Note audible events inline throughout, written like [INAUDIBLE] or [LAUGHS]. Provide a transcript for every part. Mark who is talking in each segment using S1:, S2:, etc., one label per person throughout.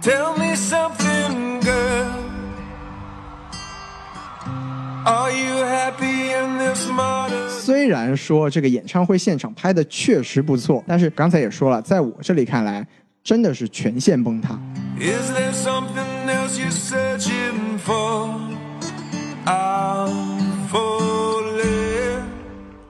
S1: Tell me something, girl. Are you happy in this modern?
S2: 虽然说这个演唱会现场拍的确实不错，但是刚才也说了，在我这里看来，真的是全线崩塌。
S1: Is there something else you're searching for? I'm falling.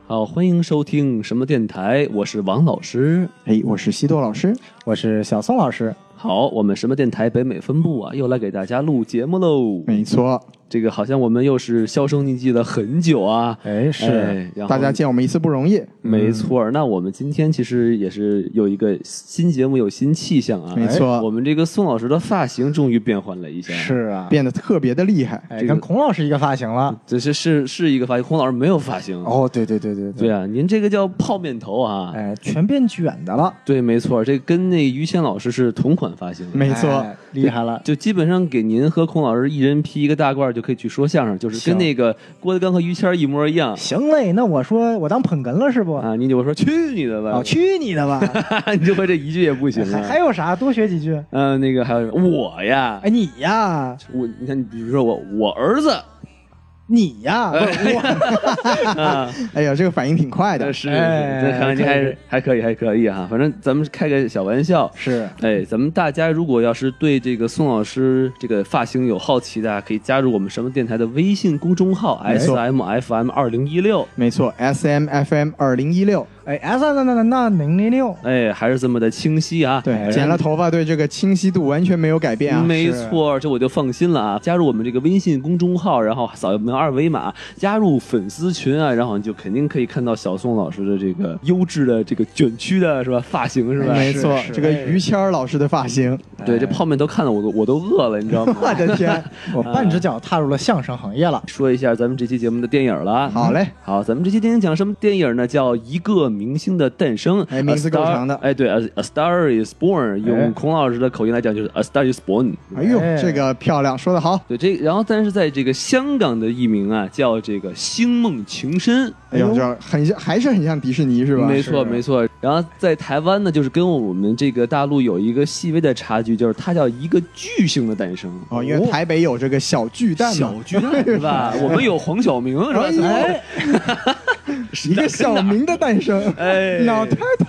S3: 好，欢迎收听什么电台，我是王老师。
S2: 哎，我是西多老师，
S4: 我是小宋老师，
S3: 好，我们什么电台北美分部啊，又来给大家录节目喽。
S2: 没错，
S3: 这个好像我们又是销声匿迹了很久啊。
S4: 哎是
S3: 然后
S2: 大家见我们一次不容易，
S3: 没错儿。那我们今天其实也是有一个新节目，有新气象啊。
S2: 没错
S3: 哎我们这个宋老师的发型终于变换了一下。。
S4: 是啊，
S2: 变得特别的厉害。
S4: 哎
S3: 这个
S4: 跟孔老师一个发型了。
S3: 这是是是一个发型，洪老师没有发型。
S4: 哦，对对对对
S3: 嗯对，啊，您这个叫泡面头啊。
S4: 哎，全变卷的了，
S3: 对，没错儿，这跟那于谦老师是同款发型。
S2: 没错，
S4: 哎厉害了。
S3: 就基本上给您和孔老师一人披一个大褂儿就可以去说相声，就是跟
S4: 行
S3: 那个郭德纲和于谦儿一模一样
S4: 行嘞，那我说我当捧哏了是不？
S3: 啊！你就说去你的吧
S4: 哦，，去你的吧！
S3: [LAUGHS] 你就会这一句也不行
S4: 还还
S3: 了。
S4: 有啥？多学几句。
S3: 嗯、那个还有我呀，
S4: 哎，你呀，
S3: 我你看，你比如说我我儿子
S4: 你呀，不是我
S3: 啊，
S2: 哎呀，这个反应挺快的
S3: [LAUGHS] 是。是，
S4: 哎
S3: 这看来您还是还可以还可以啊哈、反正咱们开个小玩笑。
S4: 是
S3: 哎，咱们大家如果要是对这个宋老师这个发型有好奇的啊，可以加入我们什么电台的微信公众号
S2: 没错
S3: S M F M 二零一六。
S2: 没错，S M F M 二零一六，
S4: 哎 S 那那那那零零六，
S3: 哎，还是这么的清晰啊！嗯
S2: 对，剪了头发，对这个清晰度完全没有改变啊。
S3: 没错，这我就放心了啊！加入我们这个微信公众号，然后扫我们二维码，加入粉丝群啊，然后你就肯定可以看到小宋老师的这个优质的这个卷曲的是吧？发型是吧？哎
S2: 没错，
S4: 是
S2: 这个于谦儿老师的发
S3: [LAUGHS]
S2: 型，
S3: 对，这泡面都看得我都我都饿了，你知道
S2: [LAUGHS]
S3: 吗？
S2: 我的天，
S4: 我半只脚踏入了相声行业了。
S3: 说一下咱们这期节目的电影了。
S2: 好嘞，
S3: 好，咱们这期电影讲什么电影呢？叫《一个明星的诞生》。
S2: 哎名字
S3: A
S2: 够
S3: Star-
S2: 长的
S3: 哎，对，《A A Star Is Born》，
S4: 哎
S3: 用孔老师的口音来讲就是《A Star Is Born》。
S2: 哎呦，
S4: 哎
S2: 这个漂亮，说得好，
S3: 对，这然后但是在这个香港的译名啊，叫这个《星梦情深》。
S2: 哎
S4: 哎
S2: 呦，
S4: 呦
S2: 这很像，还是很像迪士尼是吧？
S3: 没错，
S4: 是
S3: 没错。然后在台湾呢，就是跟我们这个大陆有一个细微的差距，就是它叫一个巨星的诞生，哦
S2: 哦，因为台北有这个小巨蛋嘛
S3: 小，巨蛋
S2: [LAUGHS]
S3: 是吧？我们有黄晓明是吧？
S2: 哎一个小明的诞生，
S3: 哎，
S2: 老太太，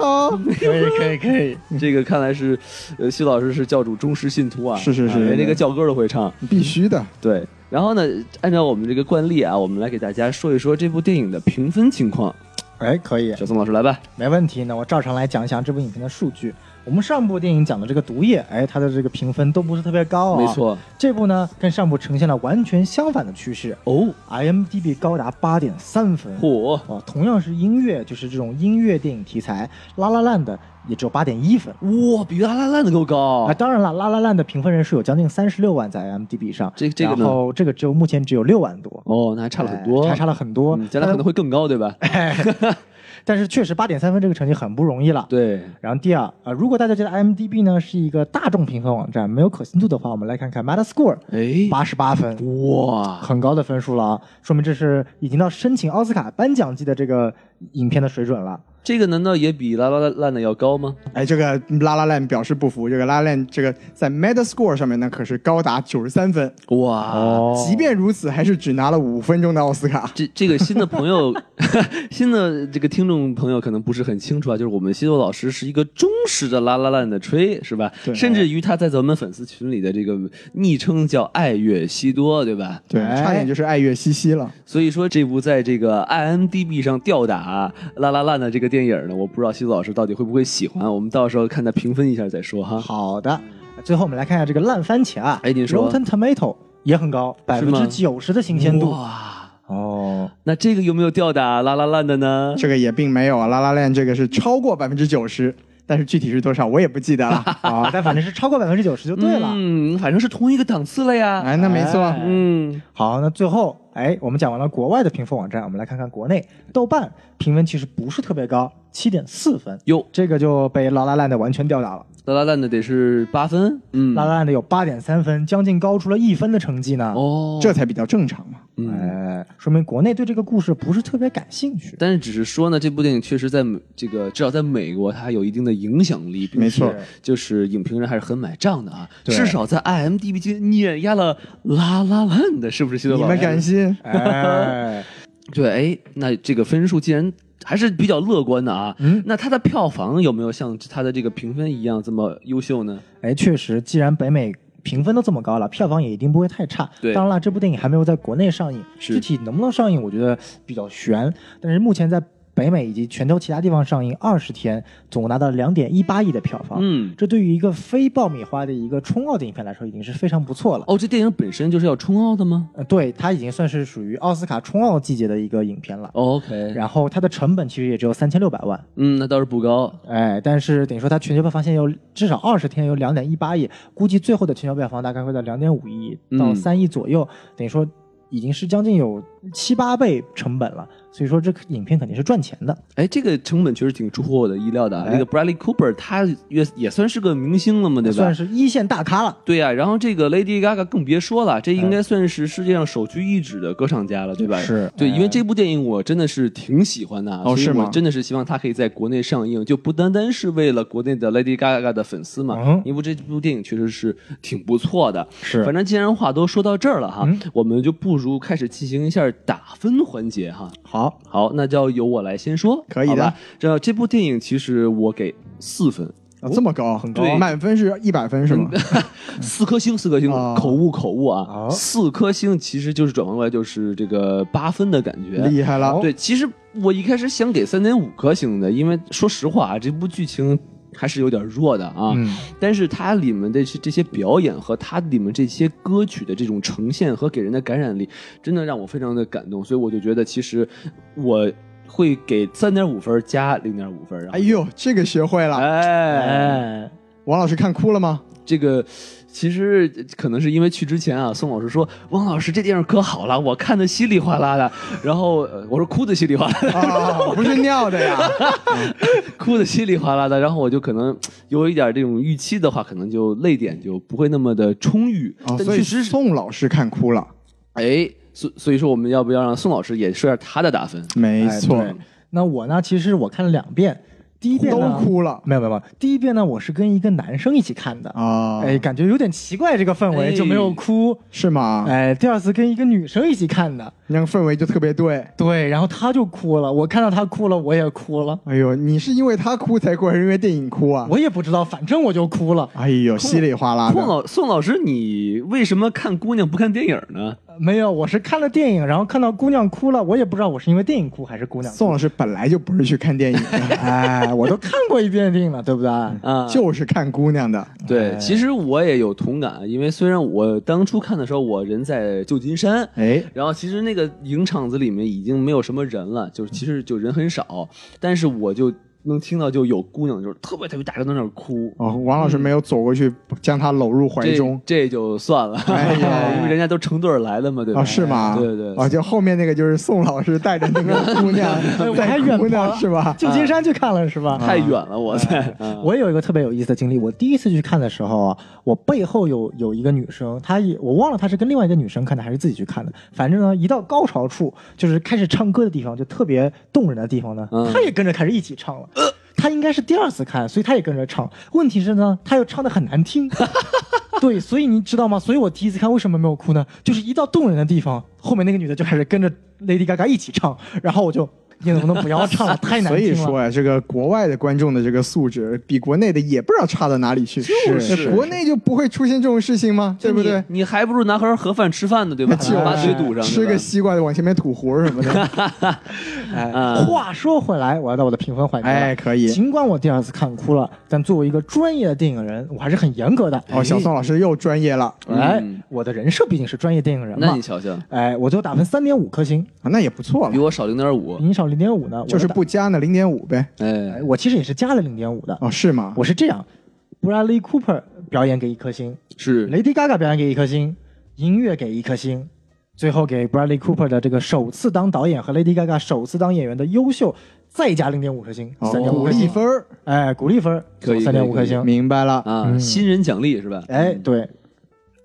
S4: 可以可以可以，
S2: 嗯
S3: 这个看来是，呃，徐老师是教主忠实信徒啊，
S2: 是是是
S3: 啊连那个教歌都会唱。
S2: 必须的，
S3: 对，然后呢，按照我们这个惯例啊，我们来给大家说一说这部电影的评分情况。
S4: 哎可以。
S3: 小宋老师来吧，
S4: 没问题那我照常来讲一讲这部影片的数据。我们上部电影讲的这个《毒液》，哎，它的这个评分都不是特别高啊。
S3: 没，错，
S4: 这部呢跟上部呈现了完全相反的趋势
S3: 哦，
S4: ，IMDB 高达八点三分。
S3: 嚯，
S4: 哇，同样是音乐，就是这种音乐电影题材，《拉拉烂》的也只有八点一分。
S3: 哇，比拉拉烂的都高
S4: 啊，，当然了，《拉拉烂》的评分人数有将近三十六万在 IMDB 上，
S3: 这这个呢
S4: 然后这个只有目前只有六万多，
S3: 哦，那还差了很多，
S4: 哎还差了很多哎
S3: 嗯，将来可
S4: [LAUGHS]
S3: 能会更高，对吧？
S4: 但是确实八点三分这个成绩很不容易了。
S3: 对，
S4: 然后第二，呃，如果大家觉得 IMDB 呢是一个大众评分网站，没有可信度的话，我们来看看 Metascore，
S3: 哎，
S4: 八十八分，
S3: 哇，
S4: 很高的分数了啊，说明这是已经到申请奥斯卡颁奖季的这个影片的水准了。
S3: 这个难道也比拉拉烂烂的要高吗？
S2: 哎，这个拉拉烂表示不服，这个拉拉烂这个在 Metascore 上面呢可是高达九十三分，
S3: 哇，
S4: 啊哦
S2: 即便如此，还是只拿了五分钟的奥斯卡。
S3: 这这个新的朋
S4: [LAUGHS]
S3: 友，新的这个听众朋友可能不是很清楚啊，就是我们西多老师是一个忠实的拉拉烂的吹，是吧？
S2: 对
S3: 甚至于他在咱们粉丝群里的这个昵称叫“爱乐西多”，对吧？
S2: 对，
S4: 哎
S2: 差点就是爱乐西西了。
S3: 所以说这部在这个 IMDB 上吊打拉拉烂的这个电影呢，我不知道西多老师到底会不会喜欢，我们到时候看他评分一下再说哈。
S4: 好的，最后我们来看一下这个烂番茄啊，
S3: 哎您说
S4: ，Rotten Tomato 也很高，百
S3: 是
S4: 分
S3: 吗
S4: 之九十的新鲜度。
S3: 哇，
S4: 哦，
S3: 那这个有没有吊打拉拉烂的呢？
S2: 这个也并没有啊，拉拉烂这个是超过百分之九十，但是具体是多少我也不记得了。
S4: 啊，但反正是超过百分之九十就对了。
S3: 嗯，反正是同一个档次了呀。
S2: 哎，那没错，
S4: 哎
S3: 嗯，
S4: 好，那最后，哎，我们讲完了国外的评分网站，我们来看看国内豆瓣评分其实不是特别高，七点四分，
S3: 哟，
S4: 这个就被拉拉烂的完全吊打了。
S3: 拉拉烂的得是八分，嗯，
S4: 拉拉烂的有八点三分，将近高出了一分的成绩呢。
S3: 哦，嗯
S2: 这才比较正常嘛。
S4: 哎，说明国内对这个故事不是特别感兴趣。
S3: 但是只是说呢，这部电影确实在美这个至少在美国它有一定的影响力，并
S2: 没错
S3: 且就是影评人还是很买账的啊，
S4: 对
S3: 至少在 IMDB 间碾压了《拉拉烂》的，是不是？西多
S2: 你
S3: 老
S2: 们
S3: 师
S2: 甘心？
S3: [LAUGHS]
S4: 哎，
S3: 哎对，哎，那这个分数既然还是比较乐观的啊，
S4: 嗯
S3: 那它的票房有没有像它的这个评分一样这么优秀呢？
S4: 哎，确实，既然北美评分都这么高了，票房也一定不会太差。
S3: 对
S4: 当然了，这部电影还没有在国内上映，
S3: 是
S4: 具体能不能上映，我觉得比较悬。但是目前在北美以及全球其他地方上映二十天，总共拿到两点一八亿的票房。
S3: 嗯，
S4: 这对于一个非爆米花的一个冲奥的影片来说，已经是非常不错了。
S3: 哦，这电影本身就是要冲奥的吗
S4: 呃，对，它已经算是属于奥斯卡冲奥季节的一个影片了。
S3: 哦？OK，
S4: 然后它的成本其实也只有三千六百万，
S3: 嗯，那倒是不高。
S4: 哎，但是等于说它全球票房现在有至少二十天有两点一八亿，估计最后的全球票房大概会在两点五亿到
S3: 嗯
S4: 三亿左右，等于说已经是将近有七八倍成本了。所以说这个影片肯定是赚钱的。
S3: 哎，这个成本确实挺出乎我的意料的啊。
S4: 哎
S3: 那个 Bradley Cooper 他也也算是个明星了嘛，对吧？
S4: 算是一线大咖了。
S3: 对呀、啊然后这个 Lady Gaga 更别说了，
S2: 哎
S3: 这应该算是世界上首屈一指的歌唱家了，对吧？
S4: 是
S3: 对，
S4: 哎
S3: 因为这部电影我真的是挺喜欢的啊，
S2: 哦
S3: 所以
S2: 是吗
S3: 我真的是希望它可以在国内上映，就不单单是为了国内的 Lady Gaga 的粉丝嘛，
S4: 嗯
S3: 因为这部电影确实是挺不错的。
S4: 是
S3: 反正既然话都说到这儿了哈，
S4: 嗯
S3: 我们就不如开始进行一下打分环节哈。
S4: 好，
S3: 好，那就由我来先说，
S2: 可以的
S3: 好吧。这这部电影其实我给四分，
S2: 哦这么高，很
S3: 对
S2: 满分是一百分是吗？
S3: 四颗星，四颗星，
S2: 哦
S3: 口误口误
S4: 哦
S3: 啊，四颗星其实就是转换过来就是这个八分的感觉，
S2: 厉害了，
S3: 对，其实我一开始想给三点五颗星的，因为说实话啊，这部剧情还是有点弱的啊。
S4: 嗯
S3: 但是它里面的这这些表演和它里面这些歌曲的这种呈现和给人的感染力，真的让我非常的感动，所以我就觉得其实我会给三点五分加零点五分。然后
S2: 哎呦，这个学会了。
S3: 哎
S4: 哎，
S2: 王老师看哭了
S4: [LAUGHS]
S2: 吗？
S3: 这个其实可能是因为去之前啊，宋老师说汪老师这电影可好了，我看的稀里哗啦的，然后呃我说哭的稀里哗啦的， [LAUGHS]
S2: 啊，不是尿的
S4: [LAUGHS]
S2: 呀。
S3: 哭的稀里哗啦的，然后我就可能有一点这种预期的话，可能就泪点就不会那么的充裕，
S2: 哦，
S3: 但
S2: 所以
S3: 确实是
S2: 宋老师看哭了，
S3: 哎。所所以说，我们要不要让宋老师也说一下他的打分？
S2: 没
S4: 哎
S2: 错，
S4: 对那我呢，其实我看了两遍，第一遍
S2: 都
S4: 呢
S2: 哭了
S4: 没有没有没有，第一遍呢我是跟一个男生一起看的。
S2: 啊。
S4: 哎，，感觉有点奇怪，这个氛围
S3: 哎
S4: 就没有哭。
S2: 是吗？
S4: 哎，第二次跟一个女生一起看的，
S2: 那个氛围就特别对。
S4: 对，然后她就哭了，我看到她哭了，我也哭了，
S2: 哎呦，你是因为他哭才哭，还是因为电影哭啊？
S4: 我也不知道，反正我就哭了。
S2: 哎呦，稀里哗啦
S3: 宋
S2: 的。
S3: 老宋老师，你为什么看姑娘不看电影呢？
S4: 呃没有，我是看了电影，然后看到姑娘哭了，我也不知道我是因为电影哭还是姑娘哭。
S2: 宋老师本来就不是去看电影的，
S4: [LAUGHS] 哎，我都看过一遍电影了，对不对？
S3: 啊，
S2: [LAUGHS] 就是哎看姑娘的。
S3: 对，其实我也有同感，因为虽然我当初看的时候，我人在旧金山，
S2: 哎，
S3: 然后其实那个影场子里面已经没有什么人了，就是其实就人很少，但是我就能听到就有姑娘就是特别特别大声在那儿哭，
S2: 哦，王老师没有走过去将她搂入怀
S3: 这
S2: 中
S3: 这就算了，
S2: 哎呀
S3: [LAUGHS] 因为人家都成对儿来的嘛，对吧？
S2: 啊？是吗？
S3: 对对
S2: 哦，就后面那个就是宋老师带着那个姑
S4: [LAUGHS]
S2: 娘
S4: 哎我
S2: 带
S4: 还远
S2: 姑
S4: 跑
S2: 娘是吧？
S4: 旧金山去看了是吧？
S2: 啊
S3: 太远了，我在。
S2: 哎嗯
S4: 我也有一个特别有意思的经历，我第一次去看的时候啊，我背后有有一个女生，她也我忘了她是跟另外一个女生看的还是自己去看的，反正呢，一到高潮处，就是开始唱歌的地方，就特别动人的地方呢，
S3: 嗯
S4: 她也跟着开始一起唱了。她应该是第二次看，所以她也跟着唱。问题是呢，她又唱的很
S2: [LAUGHS]
S4: 难听。对，所以你知道吗？所以我第一次看为什么没有哭呢？就是一到动人的地方，后面那个女的就开始跟着 Lady Gaga 一起唱，然后我就，你能不能不要唱了？太难
S2: 所
S4: 听啊
S2: 以
S4: 了。
S2: 说呀，这个国外的观众的这个素质比国内的也不知道差到哪里去。就是
S4: 是
S2: 国内就不会出现这种事情吗？对不对？
S3: 你？你还不如拿盒盒饭吃饭呢，对吧？
S2: [LAUGHS] 就
S3: 把嘴堵上，
S2: 吃
S3: 对
S2: 个
S3: 吧
S2: 西瓜往前面吐核什么
S4: [LAUGHS]
S2: 的。
S4: 哎，话说回来，我要到我的评分环节了。
S2: 嗯哎，可以。
S4: 尽管我第二次看哭了，但作为一个专业的电影人，我还是很严格的。
S2: 哦，小宋老师又专业了，
S4: 哎，
S3: 嗯
S4: 我的人设毕竟是专业电影人
S3: 那
S4: 嘛
S3: 你。瞧瞧，
S4: 哎，我就打分三点五颗星，
S2: 啊那也不错
S3: 比
S2: 了，
S3: 我少零点五，
S4: 您少零点五呢？我
S2: 哦就是
S4: 打
S2: 不加那零点五呗。
S3: 哎
S4: 哎，，我其实也是加了零点五的。
S2: 哦，是吗？
S4: 我是这样，Bradley Cooper 表演给一颗星
S3: 是
S4: ，Lady Gaga 表演给一颗星，音乐给一颗星，最后给 Bradley Cooper 的这个首次当导演和 Lady Gaga 首次当演员的优秀再加零点五颗星，
S2: 哦
S4: 三点五
S2: 鼓
S4: 颗
S2: 励
S4: 星。
S2: 分儿，
S4: 哎，鼓励分儿
S3: 可以
S4: 三点五
S3: 可
S4: 颗
S3: 以
S4: 星。
S2: 明白了。
S3: 啊，新人奖励是吧？
S4: 哎，对，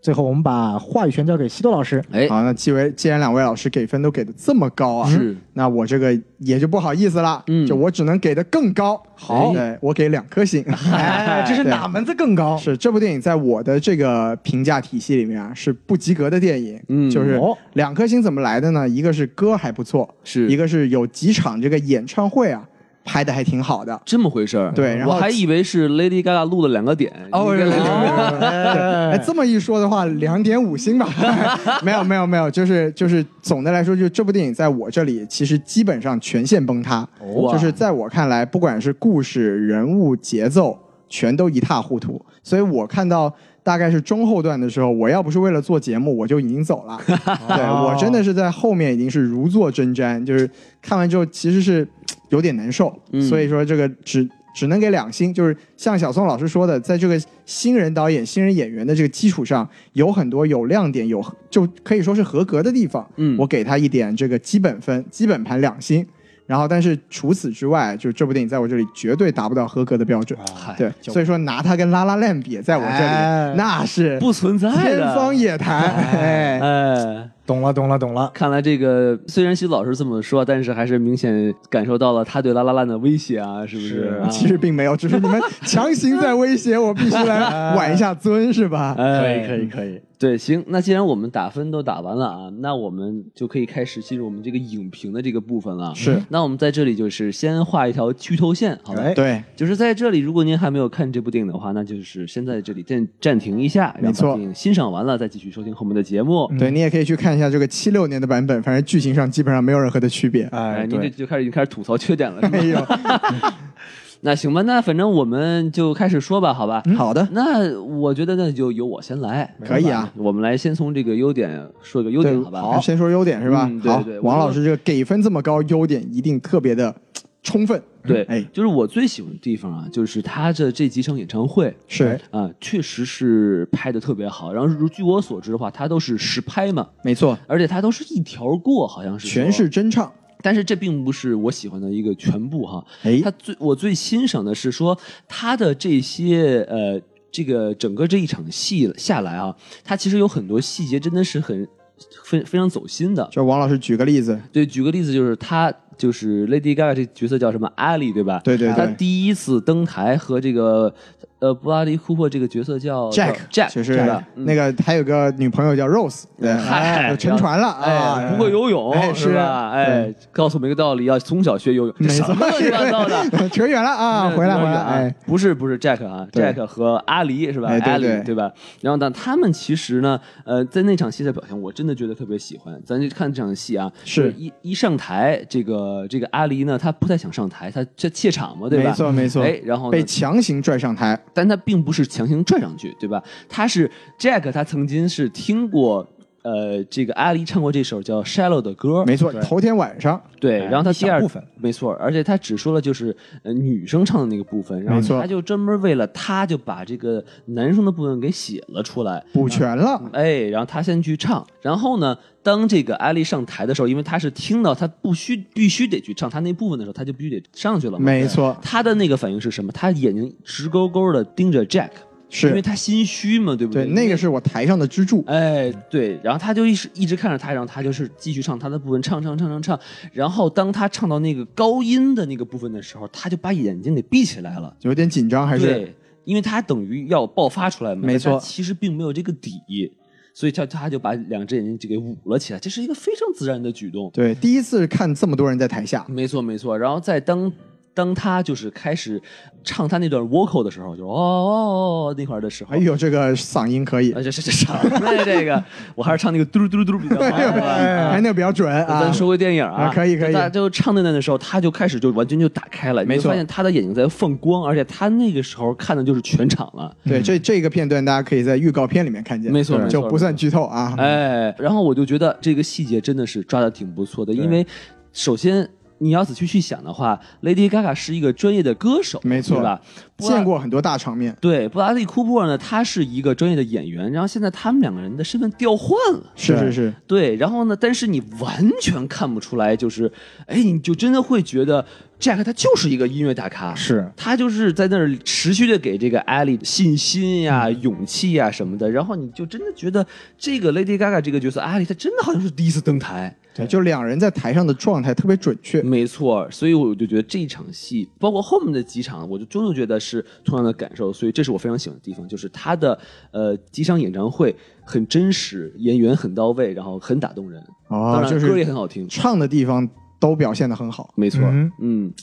S4: 最后我们把话语权交给西多老师，
S3: 哎，
S2: 好，那既为既然两位老师给分都给的这么高啊，
S3: 是，
S2: 那我这个也就不好意思了，
S3: 嗯
S2: 就我只能给的更高。哎
S3: 好
S2: 对我给两颗星。
S4: 哎，这是
S2: [LAUGHS] 对
S4: 哪门子更高？
S2: 是这部电影在我的这个评价体系里面啊，是不及格的电影。
S3: 嗯
S2: 就是
S4: 哦
S2: 两颗星怎么来的呢？一个是歌还不错，
S3: 是
S2: 一个是有几场这个演唱会啊拍的还挺好的。
S3: 这么回事儿。
S2: 对然后
S3: 我还以为是 Lady Gaga 录了两个点。
S2: 哦，
S3: 应
S2: 对
S3: 该
S2: 对
S3: 是
S2: 对对对哎，这么一说的话，两点五星 [LAUGHS] 吧？没有没有没有，就是就是总的来说，就这部电影在我这里其实基本上全线崩塌，
S3: 哇
S2: 哦就是在我看来，不管是故事、人物、节奏，全都一塌糊涂。所以我看到大概是中后段的时候，我要不是为了做节目，我就已经走了。对我真
S4: 哦
S2: 的是在后面已经是如坐针毡，就是看完之后其实是有点难受，
S3: 嗯
S2: 所以说这个只只能给两星，就是像小宋老师说的，在这个新人导演、新人演员的这个基础上，有很多有亮点，有就可以说是合格的地方，
S3: 嗯
S2: 我给他一点这个基本分，基本盘两星。然后，但是除此之外，就是这部电影在我这里绝对达不到合格的标准，
S3: 嗨
S2: 对，所以说拿它跟《拉拉链》比，在我这里、
S4: 哎
S2: 那是
S3: 不存在
S2: 天
S3: 的。
S2: 方夜谭，哎，
S3: 哎，
S4: 懂了，懂了，懂了。
S3: 看来这个虽然徐老师这么说，但是还是明显感受到了他对拉拉烂的威胁啊，是不是？啊
S2: [LAUGHS] 其实并没有，只是你们强行在威胁我，必须来挽一下尊，是
S3: [LAUGHS]
S2: 吧？
S3: 哎，
S5: 可以可以，
S3: 对，行，那既然我们打分都打完了啊，那我们就可以开始进入我们这个影评的这个部分了。
S2: 是，
S3: 那我们在这里就是先画一条剧透线，好吧？
S4: 哎
S2: 对，
S3: 就是在这里，如果您还没有看这部电影的话，那就是先在这里暂暂停一下，然后
S2: 没错
S3: 把电影欣赏完了再继续收听后面的节目。
S2: 对你也可以去看一下这个七六年的版本，反正剧情上基本上没有任何的区别。
S3: 哎，
S5: 哎，
S3: 您这
S5: 对，
S3: 就开始已经开始吐槽缺点了，是
S2: [LAUGHS]
S3: 吗
S2: 哎呦，
S3: [LAUGHS] 那行吧，那反正我们就开始说吧，好吧？
S2: 好的，
S3: 那我觉得那就由我先来，
S2: 嗯可以啊。
S3: 我们来先从这个优点说个优
S2: 对
S3: 点，，好吧？
S2: 那先说优点是吧
S3: 嗯？对
S2: 好
S3: 对对，
S2: 王
S3: 我
S2: 老师这个给分这么高，优点一定特别的充分。
S3: 对，
S2: 哎
S3: 就是我最喜欢的地方啊，就是他的这几场演唱会
S2: 是，
S3: 啊，确实是拍的特别好。然后如据我所知的话，他都是实拍嘛，
S2: 没错，
S3: 而且他都是一条过，好像是说
S2: 全是。真唱。
S3: 但是这并不是我喜欢的一个全部哈。
S2: 哎
S3: 他最我最欣赏的是说他的这些呃，这个整个这一场戏下来啊，他其实有很多细节真的是很非非常走心的。
S2: 就王老师举个例子，
S3: 对，举个例子，就是他就是 Lady Gaga 这角色叫什么 Ali 对吧？
S2: 对对
S3: 他
S2: 对
S3: 第一次登台和这个呃布拉迪库珀这个角色叫
S2: ，Jack
S3: 叫 Jack
S2: 就
S3: 对
S2: 是
S3: 吧？嗯
S2: 那个还有个女朋友叫 Rose，对，
S3: 嗨
S2: 就沉船了
S3: 哎，
S2: 啊，
S3: 不会游泳、
S2: 哎
S3: 是
S2: 是
S3: 吧？哎，告诉我们一个道理，要从小学游泳，
S2: 没
S3: 什
S2: 错
S3: 么乱七八糟的。
S2: [LAUGHS] 扯远了啊，
S3: 嗯
S2: 回来回来，哎，，
S3: 不是不是 Jack 啊
S2: 对
S3: ，Jack 和阿狸是吧？
S2: 哎对
S3: 阿狸
S2: 对
S3: 对吧？然后呢，他们其实呢，呃，在那场戏的表现，我真的觉得特别喜欢。咱就看这场戏啊，
S2: 是
S3: 一一上台，这个这个阿狸呢，他不太想上台，他这怯场嘛，对吧？
S2: 没错没错。
S3: 哎，然后呢
S2: 被强行拽上台，
S3: 但他并不是强行拽上去，对吧？他是 Jack，他曾经是听过。呃，这个阿狸唱过这首叫《Shallow》的歌，
S2: 没错，头天晚上，
S3: 对，然后他
S4: 一
S3: 第
S4: 小
S3: 二
S4: 部分
S3: 没错，而且他只说了就是呃女生唱的那个部分，然
S2: 没
S3: 后
S2: 错
S3: 他就专门为了他就把这个男生的部分给写了出来，
S2: 补全了，
S3: 哎，然后他先去唱，然后呢，当这个艾丽上台的时候，因为他是听到他不须必须得去唱他那部分的时候，他就必须得上去了嘛。
S2: 嗯没错，
S3: 他的那个反应是什么？他眼睛直勾勾的盯着 Jack，因为
S2: 是
S3: 他心虚嘛，对不
S2: 对，
S3: 那
S2: 那个是我台上的支柱，
S3: 哎，对，然后他就一直一直看着他，然后他就是继续唱他的部分，唱唱唱唱唱。然后当他唱到那个高音的那个部分的时候，他就把眼睛给闭起来了。
S2: 有点紧张还是
S3: 对，因为他等于要爆发出来嘛，
S2: 没
S3: 但他
S2: 错
S3: 其实并没有这个底，所以他他就把两只眼睛就给捂了起来，这是一个非常自然的举动。
S2: 对，第一次看这么多人在台下，
S3: 没错，没错。然后在当当他就是开始唱他那段 vocal 的时候，就哦哦哦那块儿的时候，
S2: 哎呦，这个嗓音可以
S3: 啊，，这这这啥？那这个我还是唱那个嘟噜嘟噜嘟噜比较好，是吧？啊
S2: 哎，那个比较准啊
S3: 咱，说回电影啊，
S2: 啊可以可以
S3: 他就唱那段的时候，他就开始就完全就打开了，
S2: 没
S3: 你就
S2: 错
S3: 发现他的眼睛在放光，而且他那个时候看的就是全场了。
S2: 对，这这个片段大家可以在预告片里面看见，
S3: 嗯没错
S2: 对
S3: 没错
S2: 就不算剧透啊，
S3: 哎哎，然后我就觉得这个细节真的是抓的挺不错的，因为首先你要仔细去想的话，Lady Gaga 是一个专业的歌手，
S2: 没错
S3: 对吧？布拉
S2: 见过很多大场面。
S3: 对，布拉德利·库珀呢，他是一个专业的演员，然后现在他们两个人的身份调换了。
S2: 是
S4: 对
S2: 是是，
S3: 对，然后呢？但是你完全看不出来，就是，哎，你就真的会觉得 Jack 他就是一个音乐大咖，
S4: 是
S3: 他就是在那儿持续的给这个 Ellie 信心呀、
S2: 嗯
S3: 勇气呀什么的，然后你就真的觉得这个 Lady Gaga 这个角色 Ellie 她真的好像是第一次登台，
S2: 对，就两人在台上的状态特别准确。
S3: 没错，所以我就觉得这一场戏，包括后面的几场，我就终究觉得是同样的感受，所以这是我非常喜欢的地方，就是他的呃几场演唱会很真实，演员很到位，然后很打动人，
S2: 哦，
S3: 当
S2: 就
S3: 然歌也
S2: 是
S3: 很好听，
S2: 唱的地方都表现的很好。
S3: 没错，
S4: 嗯
S3: 嗯，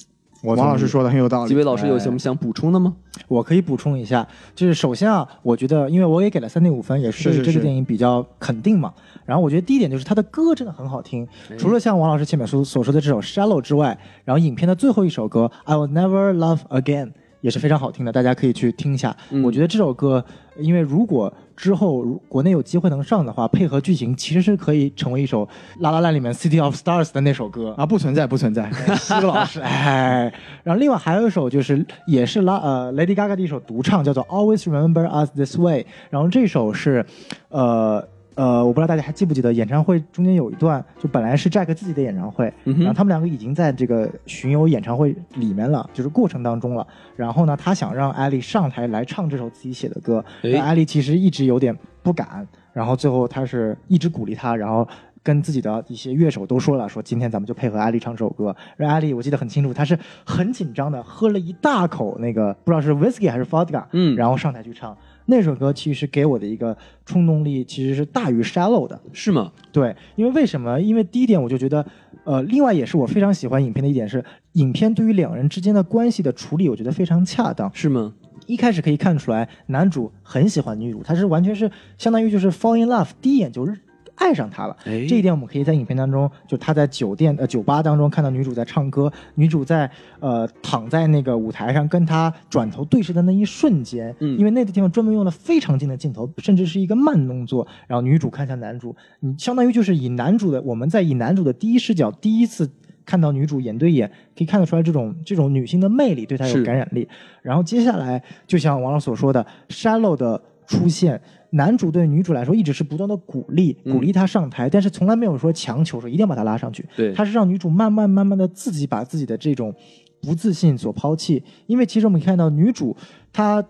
S2: 王老师说的很有道
S3: 几
S2: 理
S3: 位。老师有什么想补充的吗？
S4: 我可以补充一下，就是首先啊，我觉得因为我也给了三点五分，也是
S2: 是
S4: 对
S2: 是
S4: 这个
S2: 是
S4: 电影比较肯定嘛。然后我觉得第一点就是它的歌真的很好听，
S2: 嗯
S4: 除了像王老师前面说所说的这首《Shallow》之外，然后影片的最后一首歌《I Will Never Love Again》也是非常好听的，大家可以去听一下。
S2: 嗯
S4: 我觉得这首歌，因为如果之后如国内有机会能上的话，配合剧情其实是可以成为一首《La La Land》里面《City of Stars》的那首歌
S2: 啊，不存在，不存在。
S4: 西格老师，哎，然后另外还有一首就是也是拉呃 Lady Gaga 的一首独唱，叫做《Always Remember Us This Way》，然后这首是，呃呃，我不知道大家还记不记得，演唱会中间有一段，就本来是 Jack 自己的演唱会，然后他们两个已经在这个巡游演唱会里面了，就是过程当中了，然后呢，他想让艾莉上台来唱这首自己写的歌，
S3: 哎
S4: 但艾莉其实一直有点不敢，然后最后他是一直鼓励他，然后跟自己的一些乐手都说了，说今天咱们就配合艾丽唱这首歌。然后艾丽我记得很清楚，她是很紧张的，喝了一大口那个不知道是 whisky 还是 vodka，
S3: 嗯
S4: 然后上台去唱那首歌，其实给我的一个冲动力其实是大于 shallow 的。
S3: 是吗？
S4: 对，因为为什么？因为第一点，我就觉得，呃，另外也是我非常喜欢影片的一点是，影片对于两人之间的关系的处理，我觉得非常恰当。
S3: 是吗？
S4: 一开始可以看出来，男主很喜欢女主，他是完全是相当于就是 fall in love，第一眼就爱上她了。
S3: 哎
S4: 这一点我们可以在影片当中，就他在酒店呃酒吧当中看到女主在唱歌，女主在呃躺在那个舞台上跟他转头对视的那一瞬间，
S3: 嗯
S4: 因为那个地方专门用了非常近的镜头，甚至是一个慢动作，然后女主看向男主，你相当于就是以男主的我们在以男主的第一视角第一次。看到女主眼对眼，可以看得出来这种这种女性的魅力对他有
S3: 是
S4: 感染力。然后接下来，就像王老所说的，shallow 的出现，男主对女主来说一直是不断的鼓励，
S3: 嗯
S4: 鼓励她上台，但是从来没有说强求说一定要把她拉上去。
S3: 对
S4: 他是让女主慢慢慢慢的自己把自己的这种不自信所抛弃，因为其实我们看到女主她。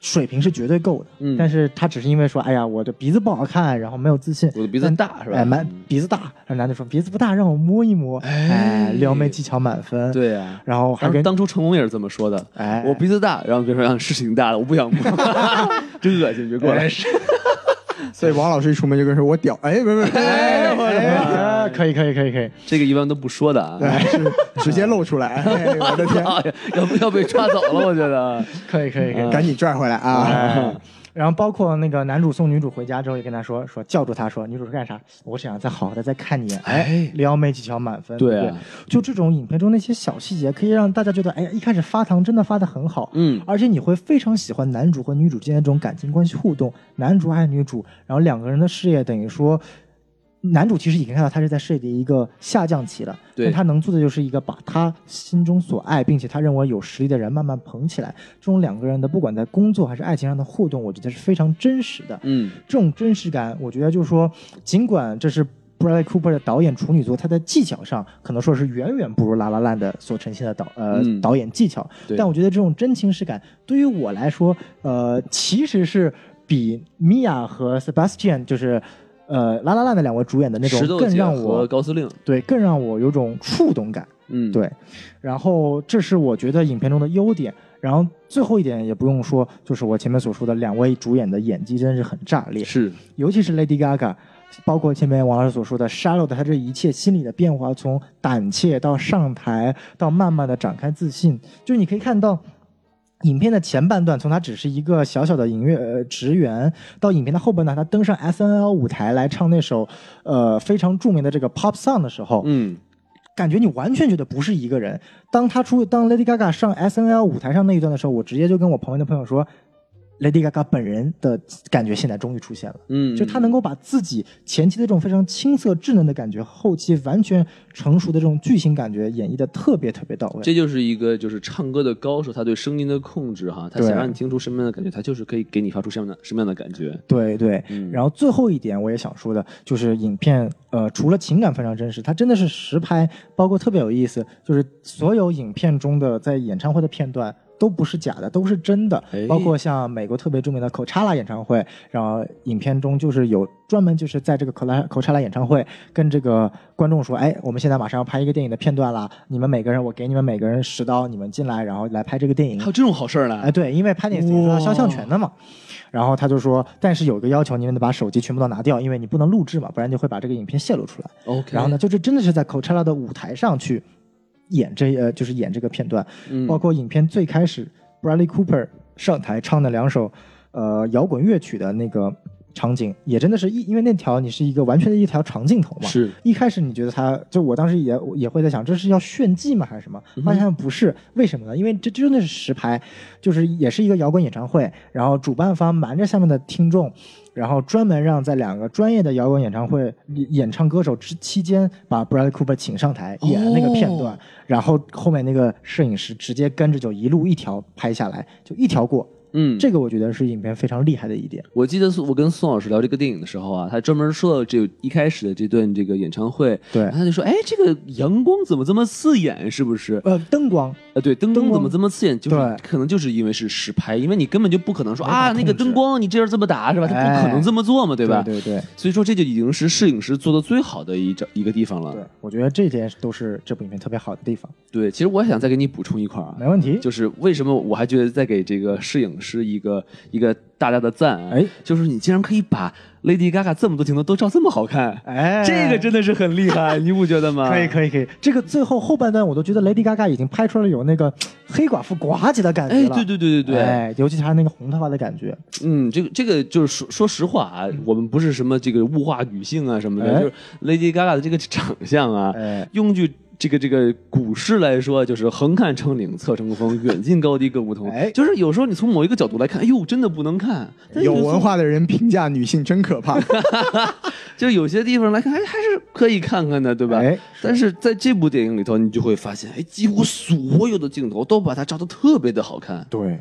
S4: 水平是绝对够的，
S3: 嗯
S4: 但是她只是因为说，哎呀，我的鼻子不好看，然后没有自信，
S3: 我的鼻子
S4: 但
S3: 大是吧
S4: 哎，蛮
S3: 嗯
S4: 鼻子大，然后男的说鼻子不大，让我摸一摸，哎，撩妹技巧满分，，
S3: 对啊。
S4: 然后还
S3: 当
S4: 跟
S3: 当初成龙也是这么说的，
S4: 哎
S3: 我鼻子大，然后别人说啊是挺大的，我不
S4: [LAUGHS]
S3: 想摸，真恶心，别过
S4: 哎
S3: 来。
S2: [LAUGHS] 所以王老师一出门就跟说：“我屌！”哎，不是不是，哎
S4: 哎，可以可以可以可以，
S3: [LAUGHS] 这个一般都不说的啊， [LAUGHS]
S2: 哎是直接露出来。哎我的天，
S3: 啊要不要被抓走了？我觉
S4: [LAUGHS]
S3: 得，
S4: 可以可以可以。
S2: 赶紧拽回来啊！
S4: 哎然后包括那个男主送女主回家之后，也跟她说说叫住她说，女主说干啥？我只想再好好的再看你一眼。
S3: 哎
S4: 撩妹技巧满分。
S3: 对啊
S4: 不就这种影片中那些小细节，可以让大家觉得，哎呀，一开始发糖真的发的很好。
S3: 嗯
S4: 而且你会非常喜欢男主和女主之间的这种感情关系互动，男主爱女主，然后两个人的事业等于说。男主其实已经看到他是在事业的一个下降期了，
S3: 对
S4: 但他能做的就是一个把他心中所爱，并且他认为有实力的人慢慢捧起来。这种两个人的不管在工作还是爱情上的互动，我觉得是非常真实的。
S3: 嗯，
S4: 这种真实感，我觉得就是说，尽管这是 Bradley Cooper 的导演处女作，他在技巧上可能说是远远不如《拉拉烂》的所呈现的导呃、
S3: 嗯
S4: 导演技巧
S3: 对，
S4: 但我觉得这种真情实感对于我来说，呃，其实是比 Mia 和 Sebastian 就是呃《拉拉烂》的两位主演的那种
S3: 石头
S4: 更
S3: 姐
S4: 让
S3: 和
S4: 我
S3: 高司令，
S4: 对更让我有种触动感。
S3: 嗯，
S4: 对，然后这是我觉得影片中的优点。然后最后一点也不用说，就是我前面所说的两位主演的演技真的是很炸裂，
S3: 是，
S4: 尤其是 Lady Gaga，包括前面王老师所说的 Shallow 的她这一切心理的变化，从胆怯到上台，到慢慢的展开自信，就是你可以看到。影片的前半段，从她只是一个小小的音乐呃职员，到影片的后半段，她登上 S N L 舞台来唱那首呃非常著名的这个 pop song 的时候，
S3: 嗯，
S4: 感觉你完全觉得不是一个人。当他出当 Lady Gaga 上 S N L 舞台上那一段的时候，我直接就跟我旁边的朋友说：“ Lady Gaga 本人的感觉现在终于出现了。
S3: 嗯，
S4: 就她能够把自己前期的这种非常青涩稚嫩的感觉，后期完全成熟的这种巨星感觉演绎的特别特别到位。
S3: 这就是一个就是唱歌的高手，他对声音的控制哈，他
S4: 对
S3: 想让你听出什么样的感觉，他就是可以给你发出什么样的什么样的感觉。
S4: 对对，
S3: 嗯
S4: 然后最后一点我也想说的，就是影片呃，除了情感非常真实，它真的是实拍，包括特别有意思，就是所有影片中的在演唱会的片段都不是假的，都是真的
S3: 哎，
S4: 包括像美国特别著名的 Coachella 演唱会，然后影片中就是有专门就是在这个 Coachella Coachella 演唱会跟这个观众说，哎，我们现在马上要拍一个电影的片段啦，你们每个人我给你们每个人十刀，你们进来，然后来拍这个电影
S3: 还。有这种好事儿呢？
S4: 哎，对，因为拍电影是要肖像权的嘛。然后他就说，但是有个要求，你们得把手机全部都拿掉，因为你不能录制嘛，不然就会把这个影片泄露出来。
S3: OK，
S4: 然后呢，就是真的是在 Coachella 的舞台上去演这呃，就是演这个片段，
S3: 嗯
S4: 包括影片最开始 Bradley Cooper 上台唱的两首呃摇滚乐曲的那个场景，也真的是一因为那条你是一个完全的一条长镜头嘛，
S3: 是
S4: 一开始你觉得他就我当时也也会在想，这是要炫技吗还是什么？发现不是，为什么呢？因为这这真的是实拍，就是也是一个摇滚演唱会，然后主办方瞒着下面的听众，然后专门让在两个专业的摇滚演唱会演唱歌手之期间，把 Bradley Cooper 请上台演那个片段，然后后面那个摄影师直接跟着就一路一条拍下来，就一条过。
S3: 嗯，
S4: 这个我觉得是影片非常厉害的一点。
S3: 我记得我跟宋老师聊这个电影的时候啊，他专门说到这一开始的这段这个演唱会，
S4: 对
S3: 然后他就说，哎，这个阳光怎么这么刺眼？是不是？
S4: 呃，灯光
S3: 呃，对，灯光
S4: 灯
S3: 怎
S4: 光
S3: 么这么刺眼？就是
S4: 对
S3: 可能就是因为是实拍，因为你根本就不可能说啊，
S4: 没法控
S3: 那
S4: 制
S3: 个灯光你这样这么打是吧？他不可能这么做嘛，对吧？
S4: 哎对对对
S3: 所以说这就已经是摄影师做的最好的一张一个地方了。
S4: 对，我觉得这点都是这部影片特别好的地方。
S3: 对，其实我想再给你补充一块儿啊，
S4: 没问题，
S3: 就是为什么我还觉得在给这个摄影师一个一个大大的赞啊，
S4: 哎
S3: 就是你竟然可以把 Lady Gaga 这么多镜头都照这么好看，
S4: 哎
S3: 这个真的是很厉害，你不觉得吗？
S4: 可以可以可以，这个最后后半段我都觉得 Lady Gaga 已经拍出了有那个黑寡妇寡姐的感觉
S3: 哎，
S4: 了。
S3: 对对对对对，
S4: 哎，尤其她那个红头发的感觉，
S3: 嗯，这个这个就是说说实话啊，我们不是什么这个物化女性啊什么的，
S4: 哎
S3: 就是 Lady Gaga 的这个长相啊，
S4: 哎
S3: 用句这个这个古诗来说，就是横看成岭侧成峰，远近高低各不同。
S4: 哎
S3: 就是有时候你从某一个角度来看，哎呦，真的不能看。但
S2: 有
S3: 就是
S2: 文化的人评价女性真可 [LAUGHS] 怕。
S3: 就是有些地方来看，哎还还是可以看看的，对吧？
S4: 哎是
S3: 但是在这部电影里头，你就会发现，哎，几乎所有的镜头都把它照得特别的好看，
S4: 对，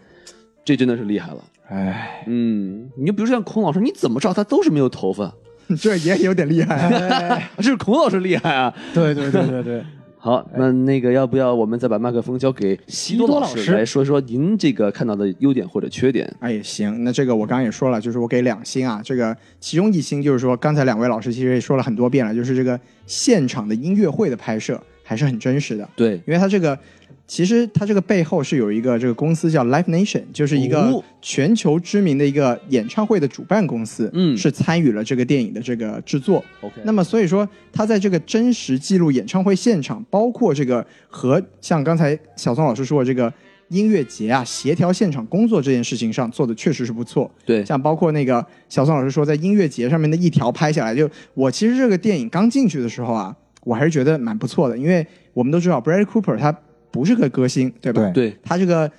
S3: 这真的是厉害了。
S4: 哎，
S3: 嗯，你就比如像孔老师，你怎么照他都是没有头发，啊
S2: 这也有点厉害。
S3: [LAUGHS] 这是孔老师厉害啊。
S4: 对对对对对，
S3: 好，那那个要不要我们再把麦克风交给西多
S4: 西多
S3: 老
S4: 老
S3: 师
S4: 师
S3: 来说说您这个看到的优点或者缺点？
S2: 哎，行，那这个我刚刚也说了，就是我给两星啊。这个其中一星就是说，刚才两位老师其实也说了很多遍了，就是这个现场的音乐会的拍摄还是很真实的，
S3: 对，
S2: 因为它这个其实它这个背后是有一个这个公司叫 Live Nation，就是一个
S3: 哦
S2: 全球知名的一个演唱会的主办公司，
S3: 嗯
S2: 是参与了这个电影的这个制作。
S3: OK
S2: 那么所以说，他在这个真实记录演唱会现场，包括这个和像刚才小宋老师说的这个音乐节啊，协调现场工作这件事情上做的确实是不错。
S3: 对，
S2: 像包括那个小宋老师说，在音乐节上面的一条拍下来，就我其实这个电影刚进去的时候啊，我还是觉得蛮不错的，因为我们都知道 Bradley Cooper 他不是个歌星，对吧？
S4: 对
S3: 对，
S2: 他这个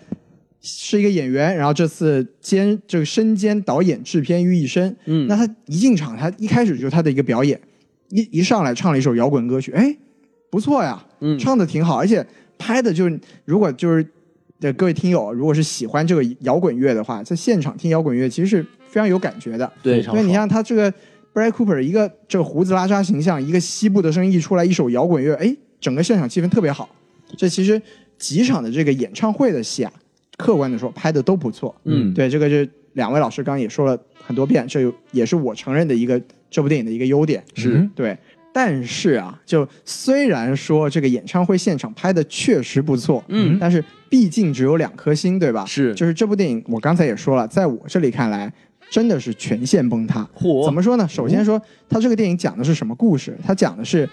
S2: 是一个演员，然后这次兼这个身兼导演、制片于一身。
S3: 嗯
S2: 那他一进场，他一开始就是他的一个表演，一一上来唱了一首摇滚歌曲，哎，不错呀，
S3: 嗯
S2: 唱的挺好，而且拍的就是如果就是。的各位听友，如果是喜欢这个摇滚乐的话，在现场听摇滚乐其实是非常有感觉的。
S3: 对
S4: 非常
S2: 因为你
S4: 好
S2: 像他这个 Brad Cooper 一个这个胡子拉碴形象，一个西部的声音一出来，一首摇滚乐，哎，整个现场气氛特别好。这其实几场的这个演唱会的戏啊，客观的说拍的都不错。
S3: 嗯
S2: 对，这个是两位老师刚刚也说了很多遍，这也是我承认的一个这部电影的一个优点。
S3: 是，
S2: 对，但是啊，就虽然说这个演唱会现场拍的确实不错，
S3: 嗯
S2: 但是毕竟只有两颗星，对吧？
S3: 是
S2: 就是这部电影，我刚才也说了，在我这里看来，真的是全线崩塌。
S3: 嚯哦
S2: 怎么说呢？首先说，它这个电影讲的是什么故事？它讲的是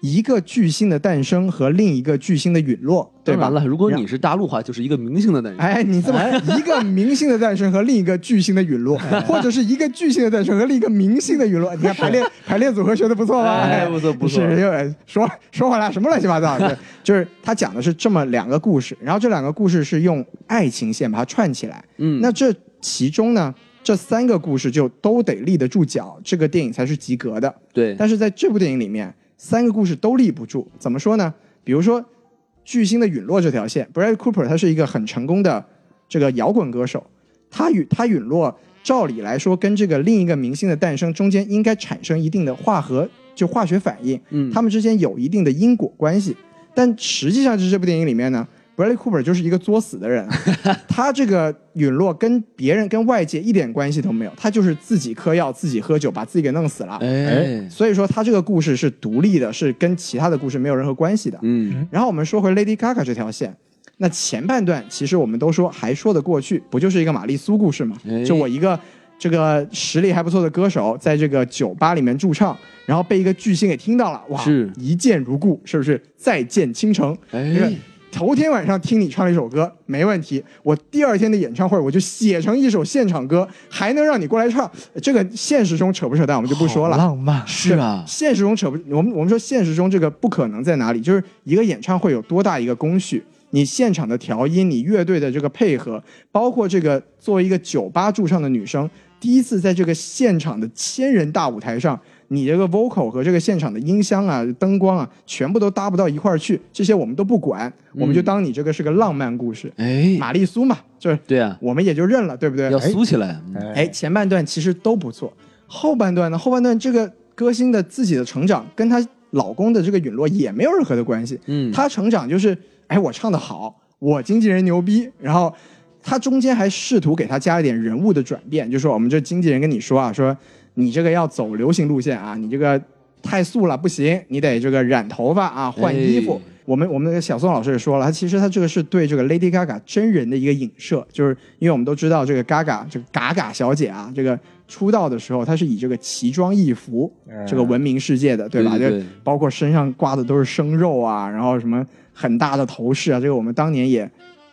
S2: 一个巨星的诞生和另一个巨星的陨落，对
S3: 当
S2: 吧
S3: 然？了，如果
S2: 然
S3: 你是大陆话，就是一个明星的男人。
S2: 哎，你这么一个明星的诞生和另一个巨星的陨落，
S3: 哎
S2: 或者是一个巨星的诞生和另一个明星的陨落，你看排列排列组合学的不错吧？
S3: 哎不错不错
S2: 是又说说回来什么乱七八糟的，对就是他讲的是这么两个故事，然后这两个故事是用爱情线把它串起来。
S3: 嗯
S2: 那这其中呢，这三个故事就都得立得住脚，这个电影才是及格的。
S3: 对，
S2: 但是在这部电影里面，三个故事都立不住。怎么说呢？比如说，巨星的陨落这条线，Brad Cooper 他是一个很成功的这个摇滚歌手，他与他陨落，照理来说跟这个另一个明星的诞生中间应该产生一定的化合，就化学反应，
S3: 嗯
S2: 他们之间有一定的因果关系。但实际上，在这部电影里面呢。Bradley Cooper 就是一个作死的
S3: [LAUGHS]
S2: 人啊，他这个陨落跟别人、跟外界一点关系都没有，他就是自己嗑药、自己喝酒，把自己给弄死了。
S3: 哎，
S2: 所以说他这个故事是独立的，是跟其他的故事没有任何关系的。
S3: 嗯，
S2: 然后我们说回 Lady Gaga 这条线，那前半段其实我们都说还说得过去，不就是一个玛丽苏故事嘛
S3: 哎？
S2: 就我一个这个实力还不错的歌手，在这个酒吧里面驻唱，然后被一个巨星给听到了，哇
S3: 是，
S2: 一见如故，是不是？再见倾城，
S3: 哎
S2: 这个头天晚上听你唱了一首歌没问题，我第二天的演唱会我就写成一首现场歌，还能让你过来唱，这个现实中扯不扯淡我们就不说了
S4: [LAUGHS] 好。浪漫，
S3: 是啊，
S2: 现实中扯不，我们我们说现实中这个不可能在哪里？就是一个演唱会有多大一个工序，你现场的调音，你乐队的这个配合，包括这个作为一个酒吧驻唱的女生，第一次在这个现场的千人大舞台上，你这个 vocal 和这个现场的音箱啊、灯光啊，全部都搭不到一块儿去，这些我们都不管，我们就当你这个是个浪漫故事。
S3: 哎，
S2: 玛丽苏嘛，就是
S3: 对啊，
S2: 我们也就认了，对不对？
S3: 要
S2: 哎
S3: 苏起来，嗯
S2: 哎，前半段其实都不错，后半段呢？后半段这个歌星的自己的成长跟她老公的这个陨落也没有任何的关系。
S3: 嗯，
S2: 她成长就是，哎，我唱的好，我经纪人牛逼，然后。她中间还试图给她加一点人物的转变，就说我们这经纪人跟你说啊，说你这个要走流行路线啊，你这个太素了不行，你得这个染头发啊，换衣服。
S3: 哎
S2: 我们我们那个小宋老师也说了，他其实他这个是对这个 Lady Gaga 真人的一个影射，就是因为我们都知道这个 Gaga 这个嘎嘎小姐啊，这个出道的时候她是以这个奇装异服这个闻名世界的，嗯对吧？
S3: 对对
S2: 就
S3: 对
S2: 包括身上挂的都是生肉啊，然后什么很大的头饰啊，这个我们当年也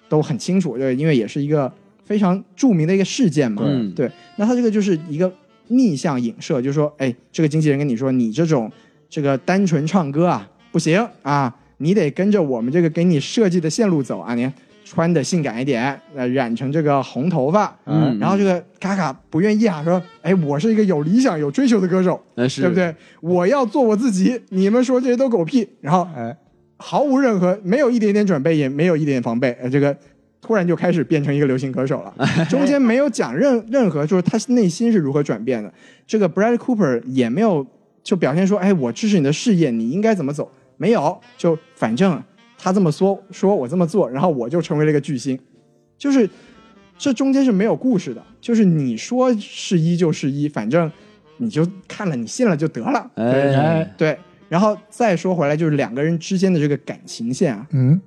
S2: 都很清楚，对，因为也是一个非常著名的一个事件嘛。
S3: 嗯
S2: 对，那他这个就是一个逆向影射，就是说，哎，这个经纪人跟你说，你这种这个单纯唱歌啊不行啊，你得跟着我们这个给你设计的线路走啊，你穿的性感一点，呃，染成这个红头发。啊
S3: 嗯
S2: 然后这个嘎嘎不愿意啊，说，哎，我是一个有理想、有追求的歌手，
S3: 哎是
S2: 对不对？我要做我自己，你们说这些都狗屁。然后
S4: 哎，
S2: 毫无任何，没有一点点准备，也没有一点防备，呃，这个突然就开始变成一个流行歌手了。中间没有讲任任何，就是他内心是如何转变的。这个 Brad Cooper 也没有就表现说，哎，我支持你的事业，你应该怎么走？没有，就反正他这么说，说我这么做，然后我就成为了一个巨星，就是这中间是没有故事的，就是你说是一就是一，反正你就看了，你信了就得了。
S3: 哎，
S2: 对，然后再说回来，就是两个人之间的这个感情线啊。
S4: 嗯，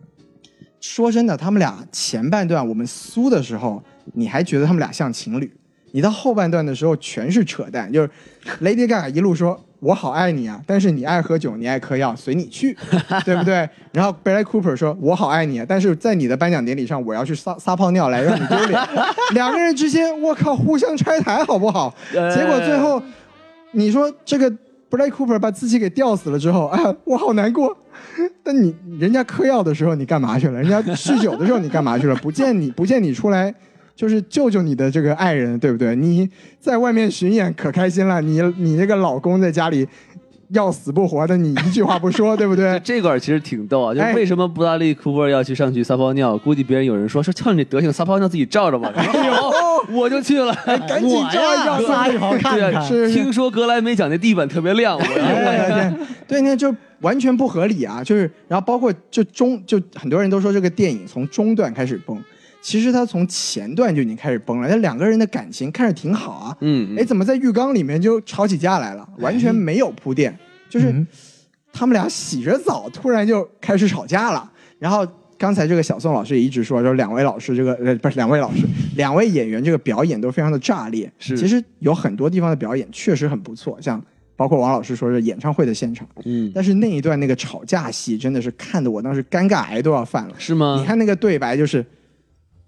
S2: 说真的，他们俩前半段我们苏的时候，你还觉得他们俩像情侣，你到后半段的时候全是扯淡，就是 Lady Gaga 一路说“我好爱你啊”，但是你爱喝酒，你爱嗑药，随你去，对不对？然后 Bradley Cooper 说“我好爱你啊”，但是在你的颁奖典礼上，我要去撒撒泡尿来让你丢脸。 [LAUGHS] 两个人之间，我靠，互相拆台好不好？
S3: 哎
S2: 结果最后，你说这个 Bradley Cooper 把自己给吊死了之后，哎呀，我好难过。 [LAUGHS] 但你人家嗑药的时候你干嘛去了？人家嗜酒的时候你干嘛去了？ [LAUGHS] 不见你不见你出来，就是救救你的这个爱人，对不对？你在外面巡演可开心了，你你那个老公在家里要死不活的，你一句话不说，对不对？
S3: 这段其实挺逗啊，就是
S2: 哎
S3: 为什么布拉利库珀要去上去撒泡尿？估计别人有人说说，瞧你这德行，撒泡尿自己照着吧。 [LAUGHS] 有，我 [LAUGHS] 就去了，
S2: 哎赶紧照一照
S4: 我呀
S2: 撒一泡看
S3: [LAUGHS] 对
S2: 看。
S3: 啊，
S2: [LAUGHS] 是是哎
S3: 听说格莱美奖那地板特别亮，我要
S2: 对对对， [LAUGHS] 对，你看就完全不合理啊！就是，然后包括就中，就很多人都说这个电影从中段开始崩，其实它从前段就已经开始崩了。那两个人的感情看着挺好啊，
S3: 嗯，
S2: 哎，怎么在浴缸里面就吵起架来了？完全没有铺垫，就是
S4: 哎嗯
S2: 他们俩洗着澡，突然就开始吵架了。然后刚才这个小宋老师也一直说，说两位老师这个呃不是两位老师，两位演员这个表演都非常的炸裂。
S3: 是
S2: 其实有很多地方的表演确实很不错，像包括王老师说是演唱会的现场，
S3: 嗯，
S2: 但是那一段那个吵架戏真的是看得我当时尴尬癌都要犯了。
S3: 是吗
S2: 你？看那个对白就是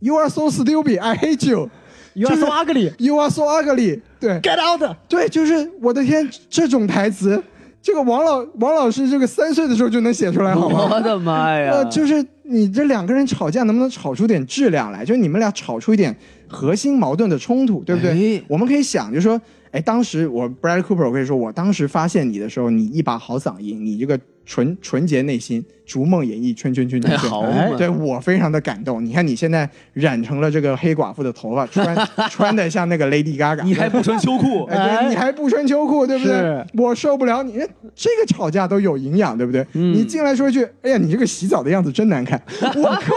S2: ，You are so stupid, I hate you,
S4: ，You are so ugly,
S2: you are so ugly，对。
S4: get out！
S2: 对，就是我的天，这种台词这个王老王老师这个三岁的时候就能写出来好
S3: [LAUGHS]
S2: 吗？
S3: 我的妈呀！
S2: 呃，就是你这两个人吵架，能不能吵出点质量来？就是你们俩吵出一点核心矛盾的冲突，对不对？
S3: 哎
S2: 我们可以想，就说，哎，当时我 Brad Cooper，我可以说，我当时发现你的时候，你一把好嗓音，你这个纯纯洁内心，逐梦演绎，圈圈圈圈圈，
S3: 哎好
S4: 嘛
S2: 对我非常的感动。你看你现在染成了这个黑寡妇的头发，
S3: [LAUGHS]
S2: 穿穿的像那个 Lady Gaga，，
S3: 你还不穿秋裤
S2: 哎，对，你还不穿秋裤，对不对
S4: 是？
S2: 我受不了你，这个吵架都有营养，对不对？你进来说一句，哎呀，你这个洗澡的样子真难看，我靠，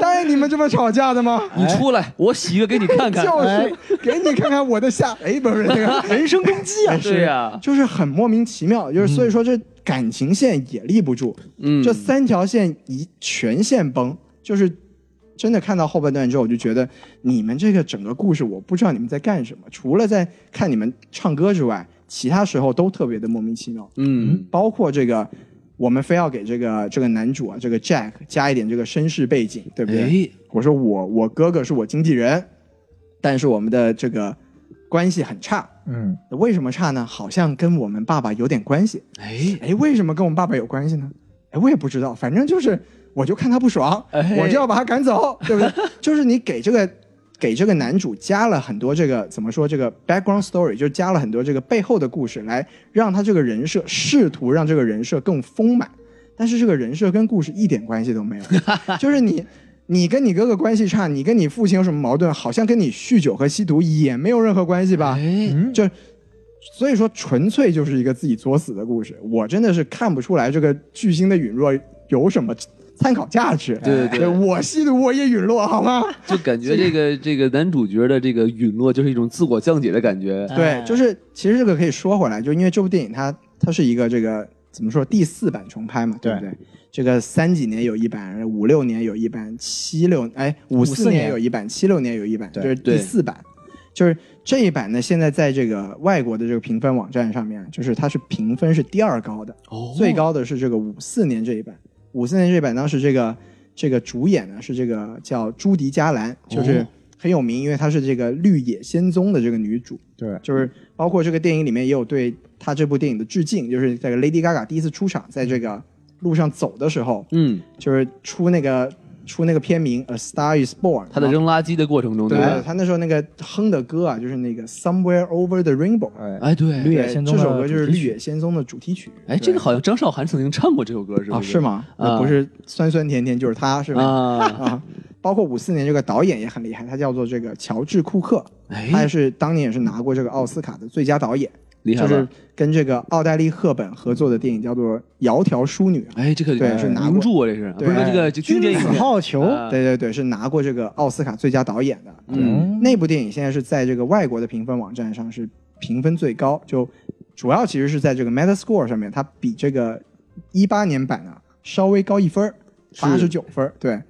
S2: 答应你们这么吵架的吗？
S3: 你出来，我洗一个给你看
S2: 哎就
S3: 看。
S2: 是给你看看我的下，哎，不是那个人身攻击啊，
S3: 对呀，
S2: 就是很莫名其妙，就是所以说这感情线也立不住，
S3: 嗯，
S2: 这三条线一全线崩，就是真的看到后半段之后，我就觉得你们这个整个故事，我不知道你们在干什么，除了在看你们唱歌之外，其他时候都特别的莫名其妙，
S3: 嗯，
S2: 包括这个。我们非要给这个这个男主啊，这个 Jack 加一点这个绅士背景，对不对？
S3: 哎，
S2: 我说我我哥哥是我经纪人，但是我们的这个关系很差，
S4: 嗯，
S2: 为什么差呢？好像跟我们爸爸有点关系。
S3: 哎，
S2: 哎，为什么跟我们爸爸有关系呢？哎，我也不知道，反正就是我就看他不爽，
S3: 哎
S2: 我就要把他赶走，对不 [LAUGHS] 对？就是你给这个给这个男主加了很多这个怎么说这个 background story，就加了很多这个背后的故事，来让他这个人设试图让这个人设更丰满，但是这个人设跟故事一点关系都
S3: [LAUGHS]
S2: 没有，就是你。你跟你哥哥关系差，你跟你父亲有什么矛盾？好像跟你酗酒和吸毒也没有任何关系吧？
S3: 哎，
S2: 就所以说，纯粹就是一个自己作死的故事。我真的是看不出来这个巨星的陨落有什么参考价值。
S3: 对对对哎
S2: 我吸毒我也陨落，好吗？
S3: 就感觉这个这个男主角的这个陨落，就是一种自我降解的感觉。
S2: 对，就是其实这个可以说回来，就因为这部电影它它是一个这个怎么说第四版重拍嘛，对不对？这个三几年有一版，五六年有一版，七六哎五四
S4: 54
S2: 年
S4: 年
S2: 有一版，七六年有一版，这
S4: 对
S2: 是第四版。就是这一版呢，现在在这个外国的这个评分网站上面，就是它是评分是第二高的，
S3: 哦
S2: 最高的是这个五四年这一版。五四年这一版当时这个这个主演呢是这个叫朱迪·加兰，就是
S3: 哦
S2: 很有名，因为她是这个《绿野仙踪》的这个女主。
S4: 对，
S2: 就是包括这个电影里面也有对他这部电影的致敬，就是这个 Lady Gaga 第一次出场，在这个路上走的时候，
S3: 嗯，
S2: 就是出那个出那个片名《A Star Is Born》，
S3: 他
S2: 然
S3: 在
S2: 后
S3: 扔垃圾的过程中，
S2: 对
S3: 吧？
S2: 他那时候那个哼的歌啊，就是那个 Somewhere Over the Rainbow，
S4: 哎，
S3: 哎，对，
S2: 对
S4: 绿野仙踪
S2: 这
S4: 的
S2: 首歌就是《
S4: 主题
S2: 绿
S4: 曲
S2: 野仙踪》的主题曲。
S3: 哎，这个好像张韶涵曾经唱过这首歌，是
S2: 啊
S3: 不
S2: 是？吗？那
S3: 啊
S2: 不是酸酸甜甜就是他是吧？ [LAUGHS]
S3: 啊，
S2: 啊，包括五四年这个导演也很厉害，他叫做这个乔治·库克，他也
S3: 哎，
S2: 是当年也是拿过这个奥斯卡的最佳导演。
S3: 厉害
S2: 就是
S3: 吧？
S2: 跟这个奥黛丽·赫本合作的电影叫做《窈窕淑女》。啊
S3: 哎，这个
S2: 对是拿过
S3: 名著啊，这是不
S2: 对
S3: 是这个就经
S4: 君
S3: 典影
S4: 子
S3: 片
S4: 好逑，
S3: 啊
S2: 对对对，是拿过这个奥斯卡最佳导演的。
S3: 嗯
S2: 那部电影现在是在这个外国的评分网站上是评分最高，就主要其实是在这个 Metascore 上面，它比这个一八年版啊稍微高一分八十
S3: 是
S2: 九分儿。对，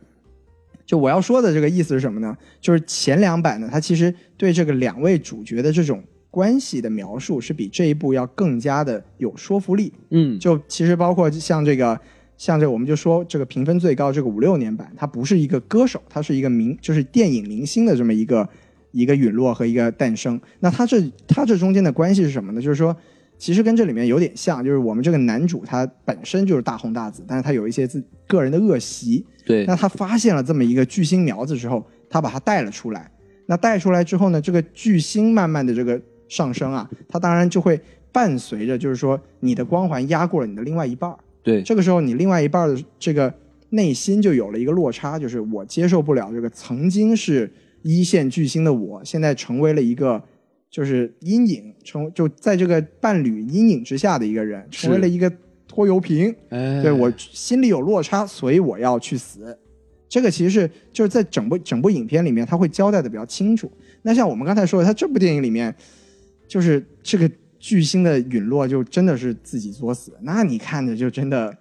S2: 就我要说的这个意思是什么呢？就是前两版呢，它其实对这个两位主角的这种关系的描述是比这一部要更加的有说服力。
S3: 嗯，
S2: 就其实包括像这个，像这个我们就说这个评分最高这个五六年版，它不是一个歌手，它是一个明就是电影明星的这么一个一个陨落和一个诞生。那它这它这中间的关系是什么呢？就是说，其实跟这里面有点像，就是我们这个男主他本身就是大红大紫，但是他有一些自个人的恶习，
S3: 对，
S2: 那他发现了这么一个巨星苗子之后，他把它带了出来。那带出来之后呢，这个巨星慢慢的这个上升啊，它当然就会伴随着，就是说你的光环压过了你的另外一半儿。
S3: 对，
S2: 这个时候，你另外一半儿的这个内心就有了一个落差，就是我接受不了这个曾经是一线巨星的我，现在成为了一个就是阴影，成就在这个伴侣阴影之下的一个人，成为
S3: 是
S2: 了一个拖油瓶。
S3: 哎，
S2: 对我心里有落差，所以我要去死。这个其实是就是在整部整部影片里面，他会交代的比较清楚。那像我们刚才说的，他这部电影里面，就是这个巨星的陨落，就真的是自己作死。那你看着就真的